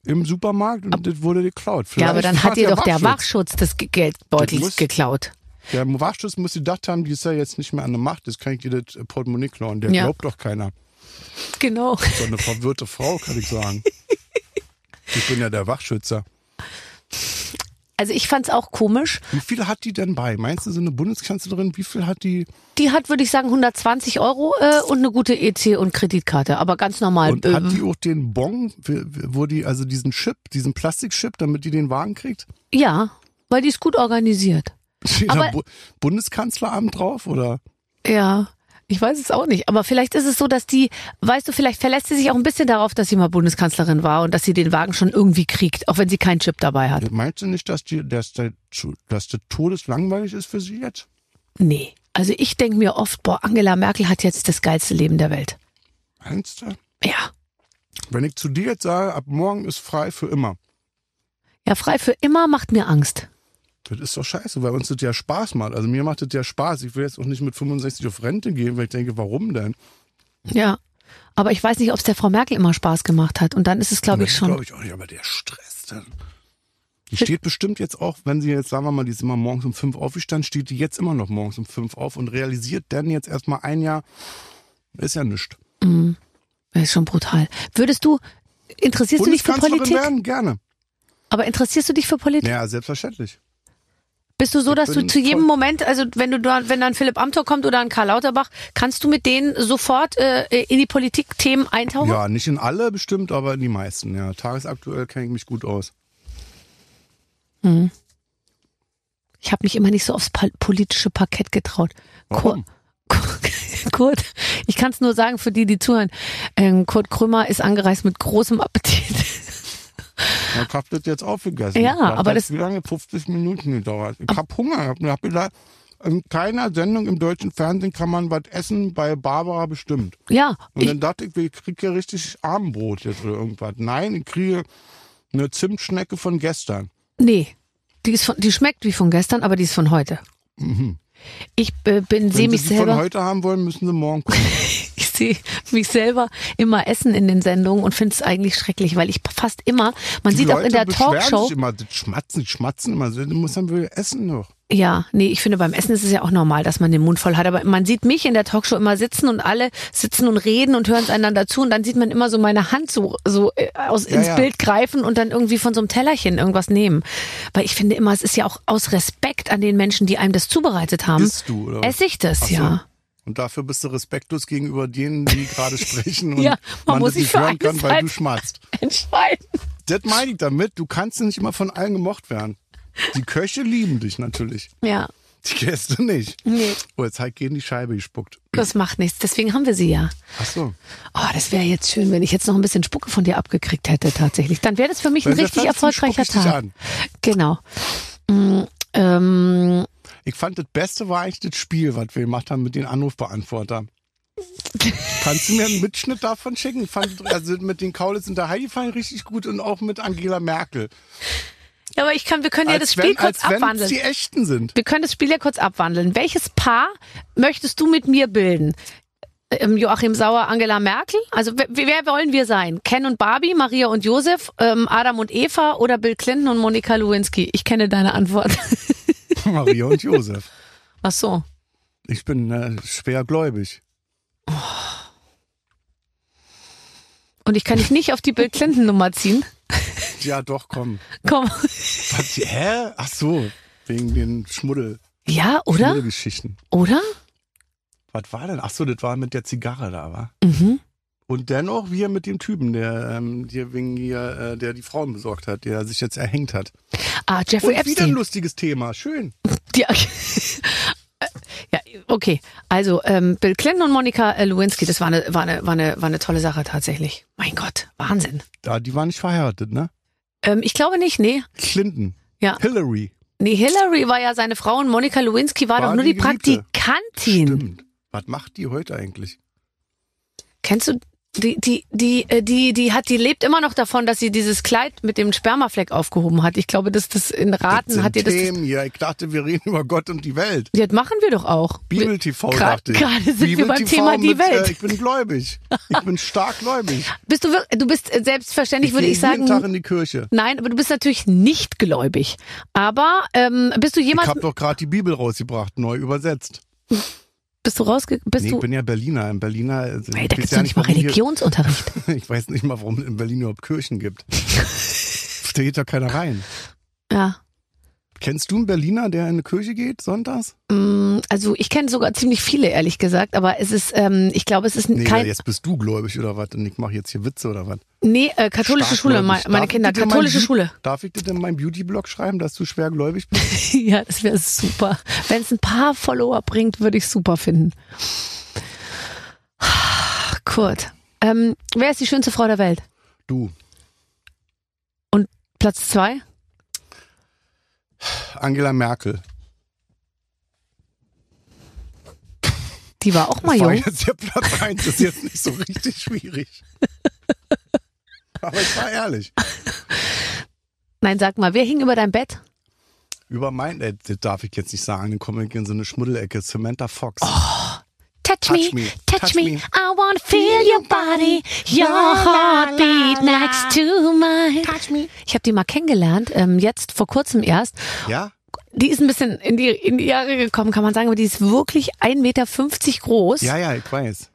Speaker 4: im Supermarkt und das wurde geklaut.
Speaker 2: Ja, aber
Speaker 4: Vielleicht
Speaker 2: dann
Speaker 4: war
Speaker 2: hat dir doch der Wachschutz des Ge- Geldbeutels
Speaker 4: Das muss-
Speaker 2: geklaut.
Speaker 4: Der Wachschutz muss gedacht haben, die ist ja jetzt nicht mehr an der Macht, das kann ich dir das Portemonnaie klauen. Der
Speaker 2: Ja.
Speaker 4: glaubt doch keiner.
Speaker 2: Genau.
Speaker 4: So eine verwirrte Frau, kann ich sagen. ich bin ja der Wachschützer.
Speaker 2: Also ich fand's auch komisch.
Speaker 4: Wie viel hat die denn bei? Meinst du, so eine Bundeskanzlerin, wie viel hat die?
Speaker 2: Die hat, würde ich sagen, 120 Euro äh, und eine gute EC und Kreditkarte. Aber ganz normal.
Speaker 4: Und
Speaker 2: äh,
Speaker 4: hat die auch den Bon, wo die, also diesen Chip, diesen Plastikchip, damit die den Wagen kriegt?
Speaker 2: ja, weil die ist gut organisiert.
Speaker 4: Steht
Speaker 2: Aber-
Speaker 4: da Bu Bundeskanzleramt drauf oder?
Speaker 2: Ja, ich weiß es auch nicht. Aber vielleicht ist es so, dass die, weißt du, vielleicht verlässt sie sich auch ein bisschen darauf, dass sie mal Bundeskanzlerin war und dass sie den Wagen schon irgendwie kriegt, auch wenn sie keinen Chip dabei hat.
Speaker 4: Meinst du nicht, dass die, dass der, zu- dass der todeslangweilig ist für sie jetzt?
Speaker 2: Nee. Also ich denke mir oft, boah, Angela Merkel hat jetzt das geilste Leben der Welt.
Speaker 4: Meinst du?
Speaker 2: Ja.
Speaker 4: Wenn ich zu dir jetzt sage, ab morgen ist frei für immer,
Speaker 2: Ja, frei für immer macht mir Angst.
Speaker 4: das ist doch scheiße, weil uns das ja Spaß macht. Also mir macht das ja Spaß. Ich will jetzt auch nicht mit 65 auf Rente gehen, weil ich denke, warum denn?
Speaker 2: Ja. Aber ich weiß nicht, ob es der Frau Merkel immer Spaß gemacht hat. Und dann ist es, glaube ich, schon. Hm.
Speaker 4: Glaube ich auch nicht, aber der Stress dann. Die steht bestimmt jetzt auch, wenn sie jetzt, sagen wir mal, die ist immer morgens um fünf aufgestanden, steht die jetzt immer noch morgens um fünf auf und realisiert dann jetzt erstmal ein Jahr, ist ja nichts.
Speaker 2: Das ist schon brutal. Würdest du, interessierst du dich für
Speaker 4: Bundeskanzlerin
Speaker 2: Politik?
Speaker 4: werden? Gerne.
Speaker 2: Aber interessierst du dich für Politik?
Speaker 4: Ja, selbstverständlich.
Speaker 2: Bist du so, dass du
Speaker 4: bin
Speaker 2: zu jedem
Speaker 4: voll-
Speaker 2: Moment, also wenn du da, wenn dann Philipp Amthor kommt oder ein Karl Lauterbach, kannst du mit denen sofort äh, in die Politikthemen eintauchen?
Speaker 4: Ja, nicht in alle bestimmt, aber in die meisten. Ja, tagesaktuell kenne ich mich gut aus.
Speaker 2: Ich habe mich immer nicht so aufs pa politische Parkett getraut.
Speaker 4: Warum?
Speaker 2: Kur Kur Kurt, ich kann es nur sagen für die, die zuhören. Ähm, Kurt Krömer ist angereist mit großem Appetit.
Speaker 4: Ich hab das jetzt aufgegessen.
Speaker 2: Ja,
Speaker 4: Das hat
Speaker 2: aber das-
Speaker 4: Wie lange? 50 Minuten gedauert. Ich hab Hunger. Ich hab mir gedacht, in keiner Sendung im deutschen Fernsehen kann man was essen, bei Barbara bestimmt.
Speaker 2: Ja,
Speaker 4: Und
Speaker 2: ich,
Speaker 4: dann dachte ich, ich kriege ja richtig Armbrot jetzt oder irgendwas. Nein, ich kriege eine Zimtschnecke von gestern.
Speaker 2: nee, die ist von, die schmeckt wie von gestern, aber die ist von heute. Ich äh, bin sehe
Speaker 4: Mhm. Wenn
Speaker 2: mich
Speaker 4: Sie die von
Speaker 2: selber,
Speaker 4: heute haben wollen, müssen Sie morgen gucken.
Speaker 2: ich sehe mich selber immer essen in den Sendungen und finde es eigentlich schrecklich, weil ich fast immer, man
Speaker 4: Die
Speaker 2: sieht auch in
Speaker 4: Leute
Speaker 2: der
Speaker 4: beschweren
Speaker 2: Talkshow,
Speaker 4: Sich immer, das schmatzen, die schmatzen immer. Das muss dann wohl essen noch.
Speaker 2: Ja, nee, ich finde beim Essen ist es ja auch normal, dass man den Mund voll hat. Aber man sieht mich in der Talkshow immer sitzen und alle sitzen und reden und hören einander zu und dann sieht man immer so meine Hand so, so äh, aus, ins
Speaker 4: ja.
Speaker 2: Bild greifen und dann irgendwie von so einem Tellerchen irgendwas nehmen. Weil ich finde immer, es ist ja auch aus Respekt an den Menschen, die einem das zubereitet haben.
Speaker 4: Isst du, oder was?
Speaker 2: Esse ich das,
Speaker 4: Ach so.
Speaker 2: ja.
Speaker 4: Und dafür bist du respektlos gegenüber denen, die gerade sprechen und
Speaker 2: Ja, man
Speaker 4: man,
Speaker 2: muss
Speaker 4: das
Speaker 2: sich
Speaker 4: nicht
Speaker 2: für
Speaker 4: hören kann,
Speaker 2: eine
Speaker 4: weil du
Speaker 2: Seite-
Speaker 4: schmatzt.
Speaker 2: Entscheiden.
Speaker 4: Das meine ich damit. Du kannst nicht immer von allen gemocht werden. Die Köche lieben dich natürlich.
Speaker 2: Ja.
Speaker 4: Die Gäste nicht.
Speaker 2: Nee,
Speaker 4: Oh, jetzt hat gegen die Scheibe gespuckt.
Speaker 2: das macht nichts. Deswegen haben wir sie ja.
Speaker 4: Ach so.
Speaker 2: Oh, das wäre jetzt schön, wenn ich jetzt noch ein bisschen Spucke von dir abgekriegt hätte, tatsächlich. Dann wäre das für mich ein
Speaker 4: Wenn wir
Speaker 2: richtig
Speaker 4: tanzen,
Speaker 2: erfolgreicher
Speaker 4: spuck ich dich
Speaker 2: Tag.
Speaker 4: an.
Speaker 2: Genau. Mm, ähm,
Speaker 4: Ich fand, das Beste war eigentlich das Spiel, was wir gemacht haben mit den Anrufbeantwortern. Kannst du mir einen Mitschnitt davon schicken? Ich Fand, also mit den Kaulitz und der Heidi fand ich richtig gut und auch mit Angela Merkel.
Speaker 2: ja, aber ich kann, wir können ja das
Speaker 4: als
Speaker 2: Spiel
Speaker 4: wenn,
Speaker 2: kurz
Speaker 4: als wenn
Speaker 2: abwandeln.
Speaker 4: die echten sind.
Speaker 2: Wir können das Spiel ja kurz abwandeln. Welches Paar möchtest du mit mir bilden? Ähm, Joachim Sauer, Angela Merkel? Also wer, wer wollen wir sein? Ken und Barbie, Maria und Josef, ähm, Adam und Eva oder Bill Clinton und Monika Lewinsky? Ich kenne deine Antwort.
Speaker 4: Maria und Josef.
Speaker 2: Ach so.
Speaker 4: Ich bin äh, schwer gläubig.
Speaker 2: Und ich kann dich nicht auf die Bill Clinton Nummer ziehen.
Speaker 4: Ja, doch, komm.
Speaker 2: Komm.
Speaker 4: Was, hä? Ach so, wegen den Schmuddel,
Speaker 2: Ja, oder?
Speaker 4: Schmuddelgeschichten.
Speaker 2: Oder?
Speaker 4: Was war denn? Ach so, das war mit der Zigarre da, war.
Speaker 2: Mhm.
Speaker 4: Und dennoch wir mit dem Typen, der ähm, hier wegen hier, äh, der die Frauen besorgt hat, der sich jetzt erhängt hat.
Speaker 2: Ah, Jeffrey
Speaker 4: Und wieder ein
Speaker 2: Epstein.
Speaker 4: lustiges Thema. Schön.
Speaker 2: Die, ja, okay. Also ähm, Bill Clinton und Monika äh, Lewinsky, das war eine, war, eine, war, eine, war eine tolle Sache tatsächlich. Mein Gott, Wahnsinn.
Speaker 4: Da, die waren nicht verheiratet, ne?
Speaker 2: Ähm, ich glaube nicht, nee.
Speaker 4: Clinton.
Speaker 2: Ja.
Speaker 4: Hillary.
Speaker 2: Nee, Hillary war ja seine Frau und Monika Lewinsky war,
Speaker 4: War
Speaker 2: doch nur die,
Speaker 4: die Geliebte.
Speaker 2: Praktikantin.
Speaker 4: Stimmt. Was macht die heute eigentlich?
Speaker 2: Kennst du die, die, die, äh, die, die hat, die lebt immer noch davon, dass sie dieses Kleid mit dem Spermafleck aufgehoben hat. Ich glaube, dass das in
Speaker 4: Das
Speaker 2: Raten
Speaker 4: sind
Speaker 2: hat ihr das.
Speaker 4: Themen hier. Ich dachte, wir reden über Gott und die Welt.
Speaker 2: Ja, Das machen wir doch auch.
Speaker 4: Bibel TV
Speaker 2: Gra-
Speaker 4: dachte ich.
Speaker 2: gerade sind wir
Speaker 4: Bibel
Speaker 2: beim
Speaker 4: TV
Speaker 2: Thema die
Speaker 4: mit,
Speaker 2: Welt.
Speaker 4: Äh, ich bin gläubig. Ich bin stark gläubig.
Speaker 2: Bist du, wir- du bist äh, selbstverständlich, würde
Speaker 4: gehe
Speaker 2: ich sagen.
Speaker 4: Jeden Tag in die Kirche.
Speaker 2: Nein, aber du bist natürlich nicht gläubig. Aber ähm, bist du
Speaker 4: Ich
Speaker 2: jemand?
Speaker 4: habe doch gerade die Bibel rausgebracht, neu übersetzt.
Speaker 2: Bist du rausge? Bist
Speaker 4: Nee, ich
Speaker 2: du?
Speaker 4: bin ja Berliner. Im Berliner. also
Speaker 2: Ey,
Speaker 4: ich
Speaker 2: da
Speaker 4: weiß
Speaker 2: gibt's
Speaker 4: ja
Speaker 2: doch nicht mal
Speaker 4: warum hier-
Speaker 2: Religionsunterricht.
Speaker 4: Ich weiß nicht mal, warum es in Berlin überhaupt Kirchen gibt. Steht da keiner rein.
Speaker 2: ja.
Speaker 4: Kennst du einen Berliner, der in eine Kirche geht sonntags?
Speaker 2: Mm, Also ich kenne sogar ziemlich viele, ehrlich gesagt. Aber es ist, ähm, ich glaube, es ist
Speaker 4: Nee,
Speaker 2: kein.
Speaker 4: jetzt bist du gläubig oder was? Und ich mache jetzt hier Witze oder was?
Speaker 2: Nee, äh, katholische
Speaker 4: Stark
Speaker 2: Schule,
Speaker 4: gläubig.
Speaker 2: mein,
Speaker 4: Darf
Speaker 2: meine
Speaker 4: ich
Speaker 2: Kinder,
Speaker 4: dir mein
Speaker 2: katholische
Speaker 4: Bü-
Speaker 2: Schule.
Speaker 4: Darf ich dir denn in meinem Beauty-Blog schreiben, dass du schwergläubig bist?
Speaker 2: ja, das wäre super. Wenn es ein paar Follower bringt, würde ich super finden. Kurt, ähm, wer ist die schönste Frau der Welt?
Speaker 4: Du,
Speaker 2: Platz zwei?
Speaker 4: Angela Merkel.
Speaker 2: Die war auch mal
Speaker 4: Das war
Speaker 2: jung.
Speaker 4: jetzt der Platz 1, ist jetzt nicht so richtig schwierig. Aber ich war ehrlich.
Speaker 2: Nein, sag mal, wer hing über dein Bett?
Speaker 4: Über mein, äh, das darf ich jetzt nicht sagen, dann komme ich in so eine Schmuddelecke. Samantha Fox.
Speaker 2: Touch,
Speaker 4: Touch
Speaker 2: me,
Speaker 4: me,
Speaker 2: touch,
Speaker 4: touch
Speaker 2: me.
Speaker 4: me.
Speaker 2: I wanna feel your body, your heartbeat next to mine. Touch me. Ich habe die mal kennengelernt, ähm, jetzt vor kurzem erst.
Speaker 4: Ja?
Speaker 2: Die ist ein bisschen in die, in die Jahre gekommen, kann man sagen, aber die ist wirklich 1,50 Meter groß.
Speaker 4: Ja, ja, ich weiß.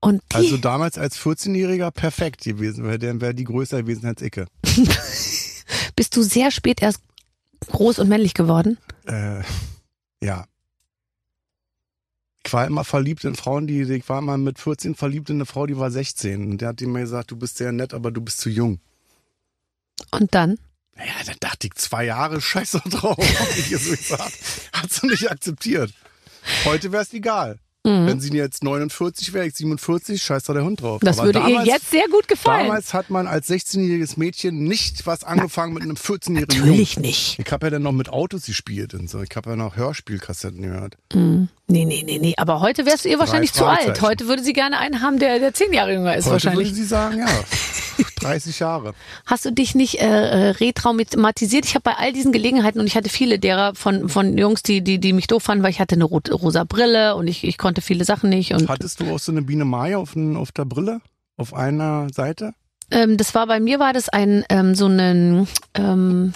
Speaker 2: Und die,
Speaker 4: Also damals als 14-Jähriger perfekt gewesen, weil dann wäre die größer gewesen als Icke.
Speaker 2: bist du sehr spät erst groß und männlich geworden?
Speaker 4: Äh, ja. Ich war immer verliebt in Frauen, die, ich war mal mit 14 verliebt in eine Frau, die war 16. Und der hat immer gesagt, du bist sehr nett, aber du bist zu jung.
Speaker 2: Und dann?
Speaker 4: Naja, dann dachte ich, zwei Jahre, scheiße drauf, hab ich ihr so gesagt. Hat sie nicht akzeptiert. Heute wäre es egal.
Speaker 2: Mhm.
Speaker 4: Wenn sie jetzt 49 wäre, ich 47, scheiß da der Hund drauf.
Speaker 2: Das
Speaker 4: Aber
Speaker 2: würde
Speaker 4: damals-
Speaker 2: ihr jetzt sehr gut gefallen.
Speaker 4: Damals hat man als 16-jähriges Mädchen nicht was angefangen mit einem 14-jährigen Jungen.
Speaker 2: Natürlich nicht.
Speaker 4: Ich habe ja dann noch mit Autos gespielt und so. Ich habe ja noch Hörspielkassetten gehört.
Speaker 2: Nee, nee, nee, nee. Aber heute wärst du ihr wahrscheinlich zu alt.
Speaker 4: Fragezeichen.
Speaker 2: Heute würde sie gerne einen haben, der, der zehn Jahre jünger ist
Speaker 4: Heute
Speaker 2: wahrscheinlich.
Speaker 4: würde sie sagen, ja, 30 Jahre.
Speaker 2: Hast du dich nicht äh, äh, retraumatisiert? Ich habe bei all diesen Gelegenheiten und ich hatte viele derer von von Jungs, die die die mich doof fanden, weil ich hatte eine rot, rosa Brille und ich, ich konnte viele Sachen nicht und
Speaker 4: Hattest du auch so eine Biene Maya auf, den, auf der Brille? Auf einer Seite?
Speaker 2: ähm, das war bei mir war das ein ähm, so ein ähm,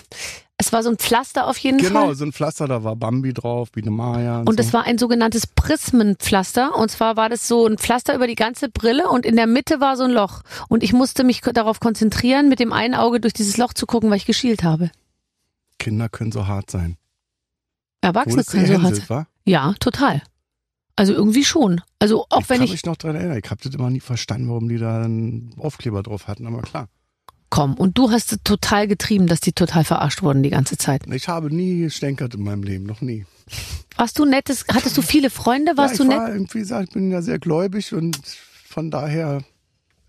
Speaker 2: es war so ein Pflaster auf jeden
Speaker 4: Genau,
Speaker 2: Fall.
Speaker 4: so ein Pflaster, da war Bambi drauf, Biene Maya. Und,
Speaker 2: Und
Speaker 4: so.
Speaker 2: es war ein sogenanntes Prismenpflaster. Und zwar war das so ein Pflaster über die ganze Brille und in der Mitte war so ein Loch. Und ich musste mich ko- darauf konzentrieren, mit dem einen Auge durch dieses Loch zu gucken, weil ich geschielt habe.
Speaker 4: Kinder können so hart sein.
Speaker 2: Erwachsene
Speaker 4: Wurdest du
Speaker 2: können so hart
Speaker 4: gehänselt,
Speaker 2: sein.
Speaker 4: wa?
Speaker 2: Ja, total. Also irgendwie schon. Also auch
Speaker 4: Ich
Speaker 2: wenn
Speaker 4: kann
Speaker 2: ich
Speaker 4: mich noch dran erinnern. Ich habe das immer nie verstanden, warum die da einen Aufkleber drauf hatten, aber klar.
Speaker 2: Komm, und du hast es total getrieben, dass die total verarscht wurden die ganze Zeit.
Speaker 4: Ich habe nie gestänkert in meinem Leben, noch nie.
Speaker 2: Warst du nettes, hattest du viele Freunde, warst
Speaker 4: ja,
Speaker 2: du
Speaker 4: ich
Speaker 2: nett?
Speaker 4: war, Wie gesagt, ich bin ja sehr gläubig und von daher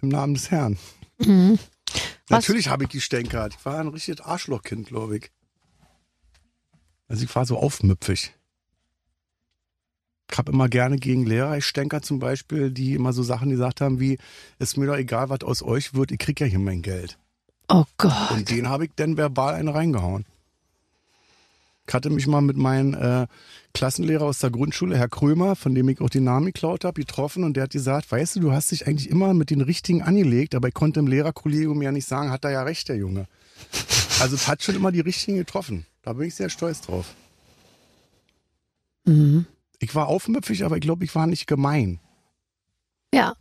Speaker 4: im Namen des Herrn.
Speaker 2: Mhm. Was-
Speaker 4: Natürlich habe ich gestänkert. Ich war ein richtiges Arschlochkind, glaube ich. Also ich war so aufmüpfig. Ich habe immer gerne gegen Lehrer gestänkert zum Beispiel, die immer so Sachen gesagt haben wie, ist mir doch egal, was aus euch wird, ich krieg ja hier mein Geld.
Speaker 2: Oh Gott.
Speaker 4: Und den habe ich dann verbal einen reingehauen. Ich hatte mich mal mit meinem äh, Klassenlehrer aus der Grundschule, Herr Krömer, von dem ich auch den Namen geklaut habe, getroffen und der hat gesagt, weißt du, du hast dich eigentlich immer mit den Richtigen angelegt, aber ich konnte im Lehrerkollegium ja nicht sagen, hat er ja recht, der Junge. Also es hat schon immer die Richtigen getroffen. Da bin ich sehr stolz drauf.
Speaker 2: Mhm.
Speaker 4: Ich war aufmüpfig, aber ich glaube, ich war nicht gemein.
Speaker 2: Ja.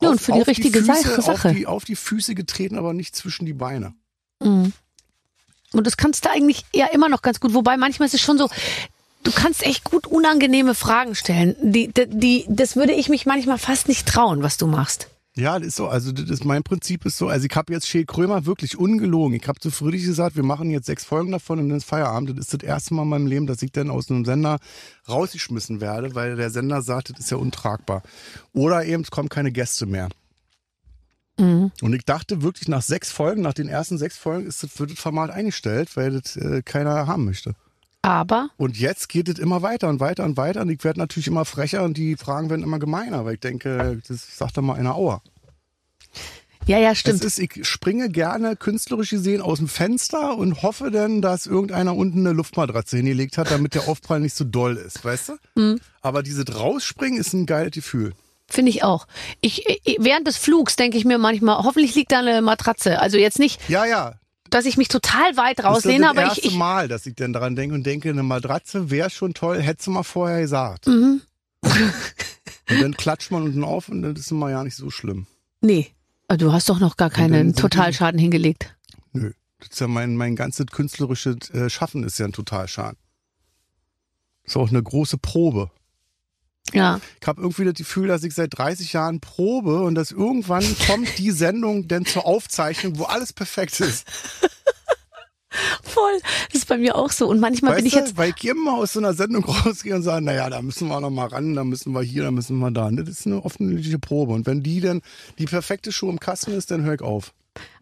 Speaker 2: Ja, und für die richtige
Speaker 4: Füße,
Speaker 2: Sache.
Speaker 4: Auf die, auf die Füße getreten, aber nicht zwischen die Beine.
Speaker 2: Mhm. Und das kannst du eigentlich ja immer noch ganz gut. Wobei manchmal ist es schon so, du kannst echt gut unangenehme Fragen stellen. Die, die, die, das würde ich mich manchmal fast nicht trauen, was du machst.
Speaker 4: Ja, das ist so. Also das ist mein Prinzip ist so. Also ich habe jetzt Scheel Krömer wirklich ungelogen. Ich habe zu Friedrich gesagt, wir machen jetzt sechs Folgen davon und dann ist Feierabend. Das ist das erste Mal in meinem Leben, dass ich dann aus einem Sender rausgeschmissen werde, weil der Sender sagt, das ist ja untragbar. Oder eben es kommen keine Gäste mehr. Und ich dachte wirklich nach sechs Folgen, nach den ersten sechs Folgen, ist das, wird das Format eingestellt, weil das äh, keiner haben möchte.
Speaker 2: Aber
Speaker 4: Und jetzt geht es immer weiter und weiter und weiter. Und ich werde natürlich immer frecher und die Fragen werden immer gemeiner, weil ich denke, das sagt doch mal einer Auer.
Speaker 2: ja, ja, stimmt.
Speaker 4: Es ist, ich springe gerne künstlerisch gesehen aus dem Fenster und hoffe dann, dass irgendeiner unten eine Luftmatratze hingelegt hat, damit der Aufprall nicht so doll ist, weißt du?
Speaker 2: Mhm.
Speaker 4: Aber dieses Rausspringen ist ein geiles Gefühl.
Speaker 2: Finde ich auch. Ich, ich, während des Flugs denke ich mir manchmal, hoffentlich liegt da eine Matratze. Also jetzt nicht,
Speaker 4: Ja, ja.
Speaker 2: dass ich mich total weit rauslehne,
Speaker 4: das ist das
Speaker 2: aber
Speaker 4: erste
Speaker 2: ich, ich
Speaker 4: Mal, dass ich dann daran denke und denke, eine Matratze wäre schon toll, hättest du mal vorher
Speaker 2: Mhm.
Speaker 4: gesagt. und dann klatscht man unten auf und dann ist es mal ja nicht so schlimm.
Speaker 2: nee, Aber du hast doch noch gar
Speaker 4: dann
Speaker 2: keinen
Speaker 4: sind die-
Speaker 2: Totalschaden hingelegt.
Speaker 4: Nö. Das ist ja mein, mein ganzes künstlerisches äh, Schaffen ist ja ein Totalschaden. Ist auch eine große Probe.
Speaker 2: Ja,
Speaker 4: Ich habe irgendwie das Gefühl, dass ich seit 30 Jahren probe und dass irgendwann kommt die Sendung denn zur Aufzeichnung, wo alles perfekt ist.
Speaker 2: voll. Das ist bei mir auch so. Und manchmal
Speaker 4: weißt
Speaker 2: bin ich
Speaker 4: du?
Speaker 2: jetzt,
Speaker 4: Weil ich immer aus so einer Sendung rausgehe und sage, naja, da müssen wir noch mal ran, da müssen wir hier, da müssen wir da. Das ist eine offensichtliche Probe. Und wenn die dann die perfekte Schuhe im Kasten ist, dann höre ich auf.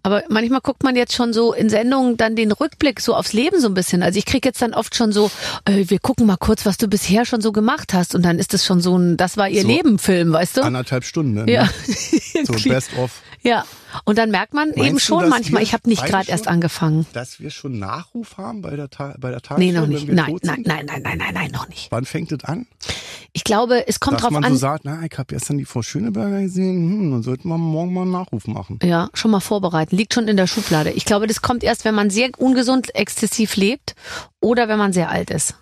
Speaker 2: aber manchmal guckt man jetzt schon so in Sendungen dann den Rückblick so aufs Leben so ein bisschen. Also ich krieg jetzt dann oft schon so, äh, wir gucken mal kurz, was du bisher schon so gemacht hast. Und dann ist das schon so ein, das war ihr
Speaker 4: So.
Speaker 2: Leben-Film, weißt du?
Speaker 4: Anderthalb Stunden. Ne?
Speaker 2: Oh. ja.
Speaker 4: So best of.
Speaker 2: ja. Und dann merkt man eben
Speaker 4: du,
Speaker 2: schon
Speaker 4: dass
Speaker 2: manchmal,
Speaker 4: wir
Speaker 2: ich habe nicht
Speaker 4: beide
Speaker 2: gerade
Speaker 4: schon-
Speaker 2: erst angefangen.
Speaker 4: Dass wir schon Nachruf haben bei der, Ta bei der Tagesschau,
Speaker 2: Nee, noch
Speaker 4: wenn
Speaker 2: nicht.
Speaker 4: wir
Speaker 2: Nein,
Speaker 4: tot
Speaker 2: nein,
Speaker 4: sind?
Speaker 2: nein, nein, nein, nein, nein, noch nicht.
Speaker 4: Wann fängt das an?
Speaker 2: Ich glaube, es kommt
Speaker 4: Dass
Speaker 2: drauf
Speaker 4: man
Speaker 2: an.
Speaker 4: so sagt, na, ich habe gestern die Frau Schöneberger gesehen, hm, dann sollten wir morgen mal einen Nachruf machen.
Speaker 2: ja, schon mal vorbereiten. Liegt schon in der Schublade. Ich glaube, das kommt erst, wenn man sehr ungesund, exzessiv lebt oder wenn man sehr alt ist.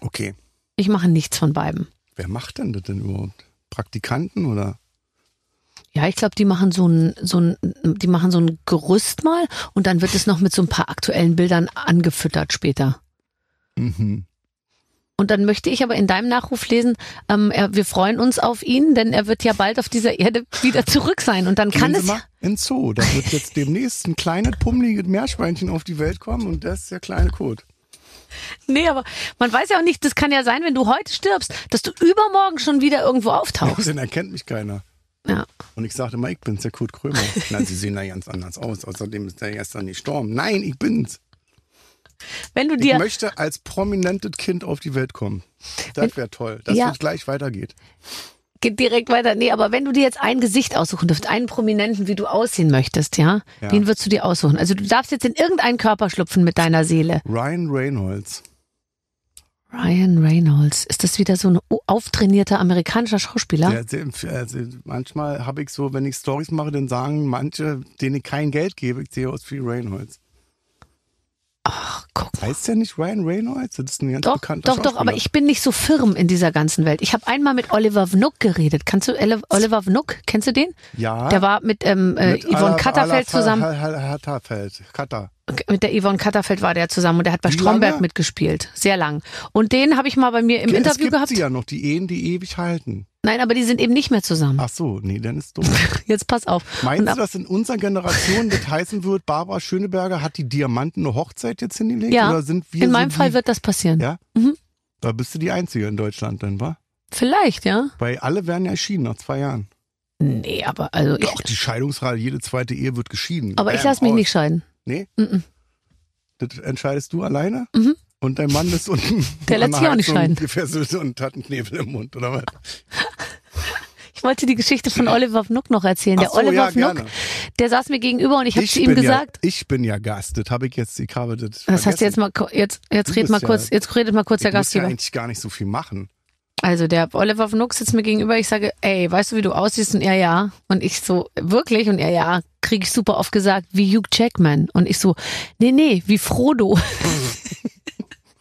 Speaker 4: Okay.
Speaker 2: Ich mache nichts von beiden.
Speaker 4: Wer macht denn das denn überhaupt? Praktikanten oder?
Speaker 2: Ja, ich glaube, die machen so ein, so ein, die machen so ein Gerüst mal und dann wird es noch mit so ein paar aktuellen Bildern angefüttert später.
Speaker 4: Mhm.
Speaker 2: Und dann möchte ich aber in deinem Nachruf lesen, ähm, er, wir freuen uns auf ihn, denn er wird ja bald auf dieser Erde wieder zurück sein. Und dann kann
Speaker 4: Gehen Sie
Speaker 2: es,
Speaker 4: mal in den Zoo. Da wird jetzt demnächst ein kleines, pummeliges Meerschweinchen auf die Welt kommen und das ist der kleine Kot.
Speaker 2: Nee, aber man weiß ja auch nicht, das kann ja sein, wenn du heute stirbst, dass du übermorgen schon wieder irgendwo auftauchst.
Speaker 4: Dann erkennt mich keiner.
Speaker 2: Ja.
Speaker 4: Und ich sagte mal, ich bin's, der Kurt Krömer. Na, Sie sehen da ganz anders aus. Außerdem ist der gestern gestorben. Nein, ich bin's.
Speaker 2: Wenn du
Speaker 4: Ich
Speaker 2: dir,
Speaker 4: möchte als prominentes Kind auf die Welt kommen. Das wäre toll, dass
Speaker 2: Ja.
Speaker 4: es gleich weitergeht.
Speaker 2: geht direkt weiter, nee, aber wenn du dir jetzt ein Gesicht aussuchen dürft, einen Prominenten, wie du aussehen möchtest, ja,
Speaker 4: Ja.
Speaker 2: den würdest du dir aussuchen. Also du darfst jetzt in irgendeinen Körper schlüpfen mit deiner Seele.
Speaker 4: Ryan Reynolds.
Speaker 2: Ryan Reynolds, ist das wieder so ein o- auftrainierter amerikanischer Schauspieler?
Speaker 4: Ja, sehr empf- also manchmal habe ich so, wenn ich Stories mache, dann sagen manche, denen ich kein Geld gebe, ich sehe aus wie Reynolds.
Speaker 2: Ach, guck mal.
Speaker 4: Heißt der nicht Ryan Reynolds? Das ist ein ganz
Speaker 2: Doch,
Speaker 4: bekannter
Speaker 2: doch, doch, aber
Speaker 4: Schauspieler.
Speaker 2: ich bin nicht so firm in dieser ganzen Welt. Ich habe einmal mit Oliver Vnuk geredet. Kannst du Ele- Oliver Vnuk, kennst du den?
Speaker 4: Ja.
Speaker 2: Der war mit, ähm, äh,
Speaker 4: mit
Speaker 2: Yvonne
Speaker 4: Ala-
Speaker 2: Katterfeld
Speaker 4: Ala-
Speaker 2: zusammen.
Speaker 4: Hal- Hal- Hatterfeld. Katter.
Speaker 2: Mit der Yvonne Katterfeld war der zusammen und der hat bei
Speaker 4: Wie
Speaker 2: Stromberg
Speaker 4: lange?
Speaker 2: mitgespielt. Sehr lang. Und den habe ich mal bei mir im
Speaker 4: es
Speaker 2: Interview
Speaker 4: gibt
Speaker 2: gehabt.
Speaker 4: sie ja noch, die Ehen, die ewig halten.
Speaker 2: Nein, aber die sind eben nicht mehr zusammen.
Speaker 4: Ach so, nee, dann ist dumm.
Speaker 2: Jetzt pass auf.
Speaker 4: Meinst
Speaker 2: Und
Speaker 4: du,
Speaker 2: ab-
Speaker 4: dass in unserer Generation das heißen wird, Barbara Schöneberger hat die Diamanten eine Hochzeit jetzt hingelegt?
Speaker 2: Ja.
Speaker 4: Oder sind wir
Speaker 2: In
Speaker 4: so
Speaker 2: meinem
Speaker 4: die,
Speaker 2: Fall wird das passieren.
Speaker 4: Ja?
Speaker 2: Mhm.
Speaker 4: Da bist du die Einzige in Deutschland, dann, wa?
Speaker 2: Vielleicht, ja?
Speaker 4: Weil alle werden ja geschieden nach zwei Jahren.
Speaker 2: Nee, aber also ich,
Speaker 4: Doch, die Scheidungsrate, jede zweite Ehe wird geschieden.
Speaker 2: aber ich
Speaker 4: Bam,
Speaker 2: lasse mich
Speaker 4: aus.
Speaker 2: nicht scheiden.
Speaker 4: Nee?
Speaker 2: Mhm.
Speaker 4: Das entscheidest du alleine?
Speaker 2: Mhm.
Speaker 4: Und dein Mann ist unten.
Speaker 2: Der lässt
Speaker 4: an
Speaker 2: sich auch nicht
Speaker 4: Heizung
Speaker 2: scheiden.
Speaker 4: Gefesselt und hat einen Knebel im Mund, oder was?
Speaker 2: Ich wollte die Geschichte von Oliver Fnuck noch erzählen.
Speaker 4: Ach
Speaker 2: Der
Speaker 4: so, ja,
Speaker 2: Oliver Fnuck,
Speaker 4: gerne.
Speaker 2: der saß mir gegenüber und ich habe zu ihm
Speaker 4: bin
Speaker 2: gesagt,
Speaker 4: Ja, ich bin ja Gast, das habe ich jetzt, ich habe das.
Speaker 2: das hast du jetzt mal ko- jetzt jetzt
Speaker 4: Du
Speaker 2: red
Speaker 4: bist
Speaker 2: mal
Speaker 4: ja-
Speaker 2: kurz, jetzt redet mal kurz der
Speaker 4: Ich muss ja
Speaker 2: Gastgeber.
Speaker 4: eigentlich gar nicht so viel machen.
Speaker 2: Also der Oliver Fnuck sitzt mir gegenüber, ich sage, ey, weißt du, wie du aussiehst? Und er, ja. Und ich so, wirklich? Und er, ja, kriege ich super oft gesagt, wie Hugh Jackman. Und ich so, nee, nee, wie Frodo.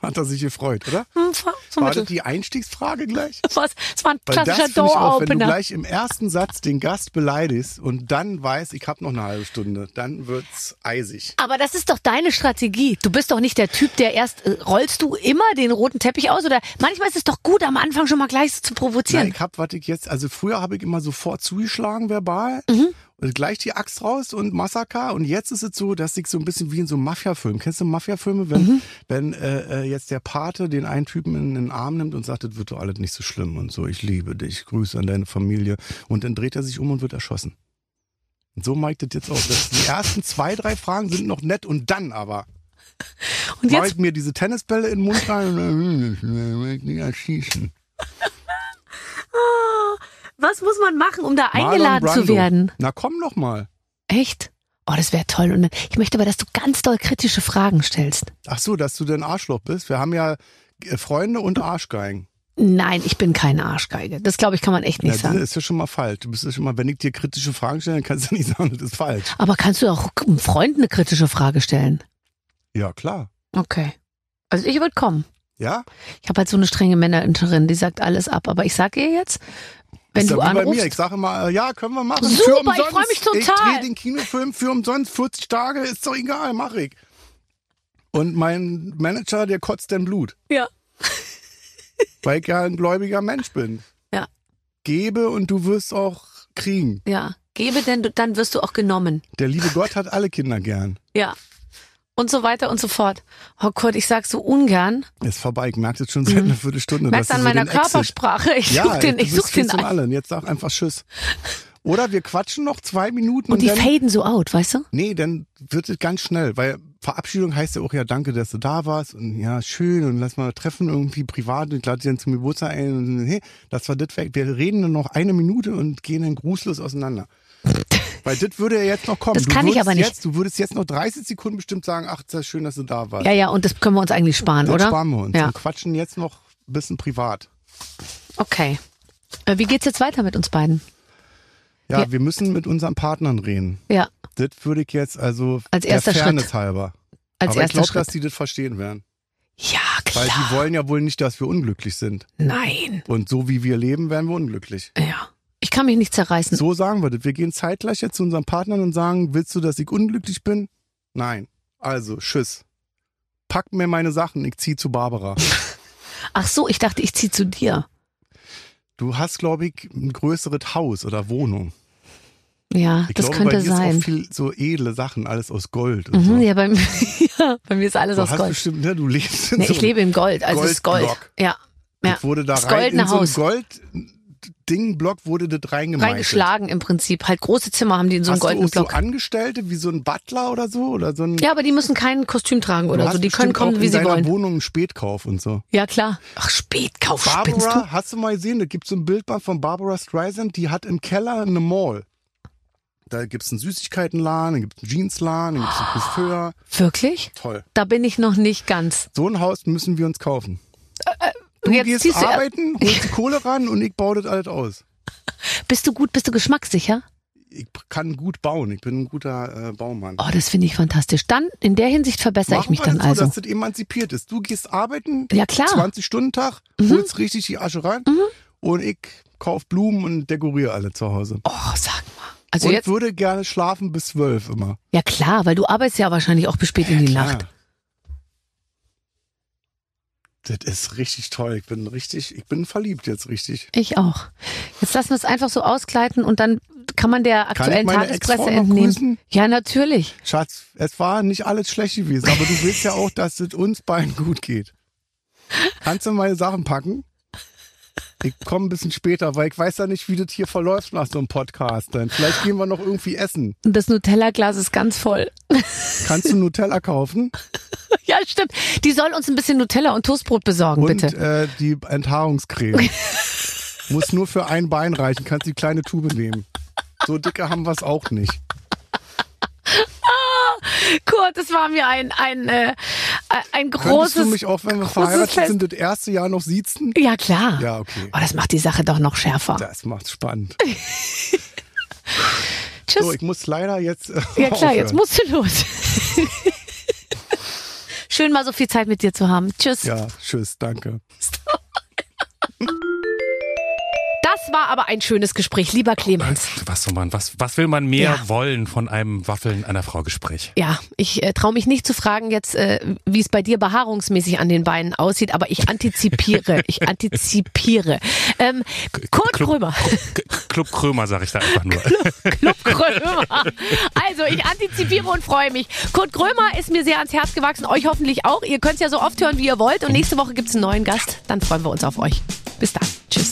Speaker 4: Hat er sich gefreut, oder?
Speaker 2: so
Speaker 4: War das
Speaker 2: mittel.
Speaker 4: die Einstiegsfrage gleich?
Speaker 2: Was? Das war ein
Speaker 4: Weil das
Speaker 2: klassischer
Speaker 4: finde ich auch, wenn du
Speaker 2: Door-Opener.
Speaker 4: gleich im ersten Satz den Gast beleidigst und dann weißt, ich habe noch eine halbe Stunde, dann wird's eisig.
Speaker 2: Aber das ist doch deine Strategie. Du bist doch nicht der Typ, der erst äh, rollst du immer den roten Teppich aus oder manchmal ist es doch gut, am Anfang schon mal gleich so zu
Speaker 4: Na,
Speaker 2: provozieren.
Speaker 4: ich hab, was ich jetzt, also früher habe ich immer sofort zugeschlagen verbal und gleich die Axt raus und Massaker und jetzt ist es so, dass ich so ein bisschen wie in so einem Mafia-Film, kennst du Mafia-Filme, wenn, wenn äh, äh, jetzt der Pate den einen Typen in den Arm nimmt und sagt, das wird doch alles nicht so schlimm und so, ich liebe dich, Grüße an deine Familie und dann dreht er sich um und wird erschossen. Und so mache ich das jetzt auch. Das, die ersten zwei, drei Fragen sind noch nett und dann aber
Speaker 2: Und
Speaker 4: mache
Speaker 2: jetzt
Speaker 4: ich mir diese Tennisbälle in den Mund rein und dann will ich nicht erschießen.
Speaker 2: was muss man machen, um da
Speaker 4: Marlon
Speaker 2: eingeladen zu
Speaker 4: Brando.
Speaker 2: werden?
Speaker 4: Na komm doch mal.
Speaker 2: Echt? Oh, das wäre toll. Und dann, ich möchte aber, dass du ganz doll kritische Fragen stellst.
Speaker 4: Ach so, dass du denn Arschloch bist. Wir haben ja äh, Freunde und Arschgeigen.
Speaker 2: Nein, ich bin keine Arschgeige. Das glaube ich, kann man echt
Speaker 4: Ja,
Speaker 2: nicht
Speaker 4: das
Speaker 2: sagen.
Speaker 4: ist ja schon mal falsch. Du bist ja schon mal, wenn ich dir kritische Fragen stelle, dann kannst du nicht sagen, das ist falsch.
Speaker 2: Aber kannst du auch einem Freund eine kritische Frage stellen?
Speaker 4: Ja, klar.
Speaker 2: Okay. Also ich würde kommen.
Speaker 4: Ja?
Speaker 2: Ich habe halt so eine strenge Männerin, die sagt alles ab. aber ich sag ihr jetzt, wenn
Speaker 4: ist
Speaker 2: du
Speaker 4: ja wie bei mir.
Speaker 2: anrufst,
Speaker 4: Ich sage immer, äh, ja, können wir machen.
Speaker 2: Super,
Speaker 4: für
Speaker 2: ich
Speaker 4: umsonst.
Speaker 2: freu mich
Speaker 4: Ich
Speaker 2: total.
Speaker 4: drehe den Kinofilm für umsonst. 40 Tage, ist doch egal, mach ich. Und mein Manager, der kotzt denn Blut,
Speaker 2: ja,
Speaker 4: weil ich ja ein gläubiger Mensch bin.
Speaker 2: Ja.
Speaker 4: Gebe und du wirst auch kriegen.
Speaker 2: ja, gebe denn du- dann wirst du auch genommen.
Speaker 4: Der liebe Gott hat alle Kinder gern.
Speaker 2: Ja. Und so weiter und so fort. Oh Gott, ich sag so ungern.
Speaker 4: Ist vorbei, ich merke jetzt schon seit einer Viertelstunde.
Speaker 2: Mhm. Merkst
Speaker 4: dass
Speaker 2: an
Speaker 4: du so
Speaker 2: meiner
Speaker 4: den Exit-
Speaker 2: Körpersprache. Ich such den,
Speaker 4: du
Speaker 2: ich
Speaker 4: bist
Speaker 2: such
Speaker 4: viel
Speaker 2: den
Speaker 4: zum
Speaker 2: ein.
Speaker 4: Allen. Jetzt sag einfach Tschüss. Oder wir quatschen noch zwei Minuten und,
Speaker 2: Und die
Speaker 4: dann.
Speaker 2: faden so out, weißt du?
Speaker 4: nee, dann wird es ganz schnell, weil Verabschiedung heißt ja auch ja danke, dass du da warst und ja schön und lass mal treffen irgendwie privat und lade dich dann zum Geburtstag ein und hey, das war das weg. Wir reden dann noch eine Minute und gehen dann grußlos auseinander. Weil das würde ja jetzt noch kommen.
Speaker 2: Das
Speaker 4: Du
Speaker 2: kann ich
Speaker 4: würdest
Speaker 2: aber nicht.
Speaker 4: Jetzt, du würdest jetzt noch 30 Sekunden bestimmt sagen, ach, ist das schön, dass du da warst.
Speaker 2: Ja, ja, und das können wir uns eigentlich sparen,
Speaker 4: das
Speaker 2: oder?
Speaker 4: sparen wir uns
Speaker 2: Ja,
Speaker 4: und quatschen jetzt noch ein bisschen privat.
Speaker 2: okay. Äh, Wie geht's jetzt weiter mit uns beiden?
Speaker 4: Ja,
Speaker 2: Ja.
Speaker 4: wir müssen mit unseren Partnern reden.
Speaker 2: Ja,
Speaker 4: Das würde ich jetzt also
Speaker 2: Als
Speaker 4: der
Speaker 2: erster
Speaker 4: Fairness
Speaker 2: Schritt.
Speaker 4: halber.
Speaker 2: als
Speaker 4: Aber ich
Speaker 2: erster
Speaker 4: glaube, dass
Speaker 2: Schritt.
Speaker 4: die das verstehen werden.
Speaker 2: Ja,
Speaker 4: Weil
Speaker 2: klar.
Speaker 4: die wollen ja wohl nicht, dass wir unglücklich sind.
Speaker 2: Nein.
Speaker 4: Und so wie wir leben, werden wir unglücklich.
Speaker 2: Ja. Ich kann mich nicht zerreißen.
Speaker 4: So sagen wir das. Wir gehen zeitgleich jetzt zu unseren Partnern und sagen, willst du, dass ich unglücklich bin? Nein. Also, tschüss. Pack mir meine Sachen, ich zieh zu Barbara.
Speaker 2: Ach so, ich dachte, ich zieh zu dir.
Speaker 4: Du hast, glaube ich, ein größeres Haus oder Wohnung.
Speaker 2: Ja,
Speaker 4: Ich
Speaker 2: das
Speaker 4: glaube, bei
Speaker 2: könnte
Speaker 4: dir ist auch
Speaker 2: sein.
Speaker 4: viel so edle Sachen, alles aus Gold und so.
Speaker 2: Mhm, ja, bei, mir, ja, bei mir ist alles
Speaker 4: du
Speaker 2: aus
Speaker 4: hast
Speaker 2: Gold.
Speaker 4: bestimmt, ne, du lebst in
Speaker 2: Nee,
Speaker 4: so
Speaker 2: ich lebe in Gold, also es ist Gold.
Speaker 4: Goldblock.
Speaker 2: Ja, ja.
Speaker 4: Das wurde da
Speaker 2: Das
Speaker 4: rein
Speaker 2: goldene
Speaker 4: in so
Speaker 2: Haus.
Speaker 4: Gold Dingblock wurde das reingemeißelt.
Speaker 2: reingeschlagen im Prinzip. Halt große Zimmer haben die in so einem
Speaker 4: Hast du
Speaker 2: goldenen
Speaker 4: auch so
Speaker 2: Block.
Speaker 4: Angestellte wie so ein Butler oder so oder so ein
Speaker 2: Ja, aber die müssen kein Kostüm tragen
Speaker 4: Du
Speaker 2: oder
Speaker 4: hast
Speaker 2: so. Die können
Speaker 4: bestimmt auch
Speaker 2: kommen,
Speaker 4: in
Speaker 2: wie sie
Speaker 4: deiner
Speaker 2: wollen.
Speaker 4: Wohnung einen Spätkauf und so.
Speaker 2: Ja, klar. Ach, Spätkauf, spinnst du?
Speaker 4: Barbara, hast du mal gesehen, da gibt so ein Bildband von Barbara Streisand, die hat im Keller eine Mall. Da gibt's einen Süßigkeitenladen, da gibt's einen Jeansladen, da gibt's einen Coiffeur.
Speaker 2: Wirklich?
Speaker 4: Toll.
Speaker 2: Da bin ich noch nicht ganz.
Speaker 4: So ein Haus müssen wir uns kaufen. Du
Speaker 2: Jetzt
Speaker 4: gehst
Speaker 2: ziehst du äh, er-
Speaker 4: arbeiten, holst die Kohle ran und ich baue das alles aus.
Speaker 2: Bist du gut, bist du geschmackssicher?
Speaker 4: Ich kann gut bauen, ich bin ein guter äh, Baumann.
Speaker 2: Oh, das finde ich fantastisch. Dann, in der Hinsicht verbessere ich
Speaker 4: Machen
Speaker 2: mich
Speaker 4: wir
Speaker 2: dann
Speaker 4: das so,
Speaker 2: also.
Speaker 4: dass das emanzipiert ist. Du gehst arbeiten,
Speaker 2: Ja, klar. Mhm.
Speaker 4: 20-Stunden-Tag, holst richtig die Asche rein und ich kauf Blumen und dekoriere alle zu Hause.
Speaker 2: Oh, sag mal. Also
Speaker 4: und
Speaker 2: jetzt,
Speaker 4: würde gerne schlafen bis zwölf immer.
Speaker 2: ja klar, weil du arbeitest ja wahrscheinlich auch bis spät in die Nacht.
Speaker 4: Ja. Das ist richtig toll. Ich bin richtig, ich bin verliebt jetzt richtig.
Speaker 2: Ich auch. Jetzt lassen wir es einfach so ausgleiten und dann kann man der aktuellen
Speaker 4: meine
Speaker 2: Tagespresse
Speaker 4: Ex-Frau noch
Speaker 2: entnehmen.
Speaker 4: grüßen?
Speaker 2: Ja, natürlich.
Speaker 4: Schatz, es war nicht alles schlecht gewesen, aber du willst ja auch, dass es uns beiden gut geht. Kannst du meine Sachen packen? Ich komme ein bisschen später, weil ich weiß ja nicht, wie das hier verläuft nach so einem Podcast. Dann vielleicht gehen wir noch irgendwie essen.
Speaker 2: Und das Nutella-Glas ist ganz voll.
Speaker 4: Kannst du Nutella kaufen?
Speaker 2: ja, stimmt. Die soll uns ein bisschen Nutella und Toastbrot besorgen,
Speaker 4: Und
Speaker 2: bitte.
Speaker 4: äh, die Enthaarungscreme. Muss nur für ein Bein reichen. Kannst die kleine Tube nehmen. So dicke haben wir es auch nicht.
Speaker 2: Kurt, das war mir ein, ein, äh, ein
Speaker 4: äh, Könntest
Speaker 2: großes.
Speaker 4: du mich auch, wenn wir
Speaker 2: großes
Speaker 4: verheiratet
Speaker 2: Fest.
Speaker 4: sind, das erste Jahr noch siezen?
Speaker 2: ja, klar.
Speaker 4: Ja, okay.
Speaker 2: Oh, das macht die Sache doch noch schärfer.
Speaker 4: Das macht's spannend.
Speaker 2: Tschüss.
Speaker 4: So, ich muss leider jetzt. äh,
Speaker 2: ja, klar, jetzt
Speaker 4: aufhören.
Speaker 2: musst du los. Schön, mal so viel Zeit mit dir zu haben. Tschüss.
Speaker 4: Ja, tschüss, danke.
Speaker 2: Das war aber ein schönes Gespräch, lieber Clemens.
Speaker 3: Was soll man, was, was will man mehr
Speaker 2: Ja.
Speaker 3: wollen von einem Waffeln einer Frau Gespräch?
Speaker 2: Ja, ich äh, traue mich nicht zu fragen jetzt, äh, wie es bei dir behaarungsmäßig an den Beinen aussieht, aber ich antizipiere, ich antizipiere. Ähm, Kurt
Speaker 3: Club-
Speaker 2: Krömer,
Speaker 3: K- Club Krömer, sag ich da einfach nur.
Speaker 2: Club Krömer. Also ich antizipiere und freue mich. Kurt Krömer ist mir sehr ans Herz gewachsen, euch hoffentlich auch. Ihr könnt es ja so oft hören, wie ihr wollt. Und nächste Woche gibt's einen neuen Gast. Dann freuen wir uns auf euch. Bis dann. Tschüss.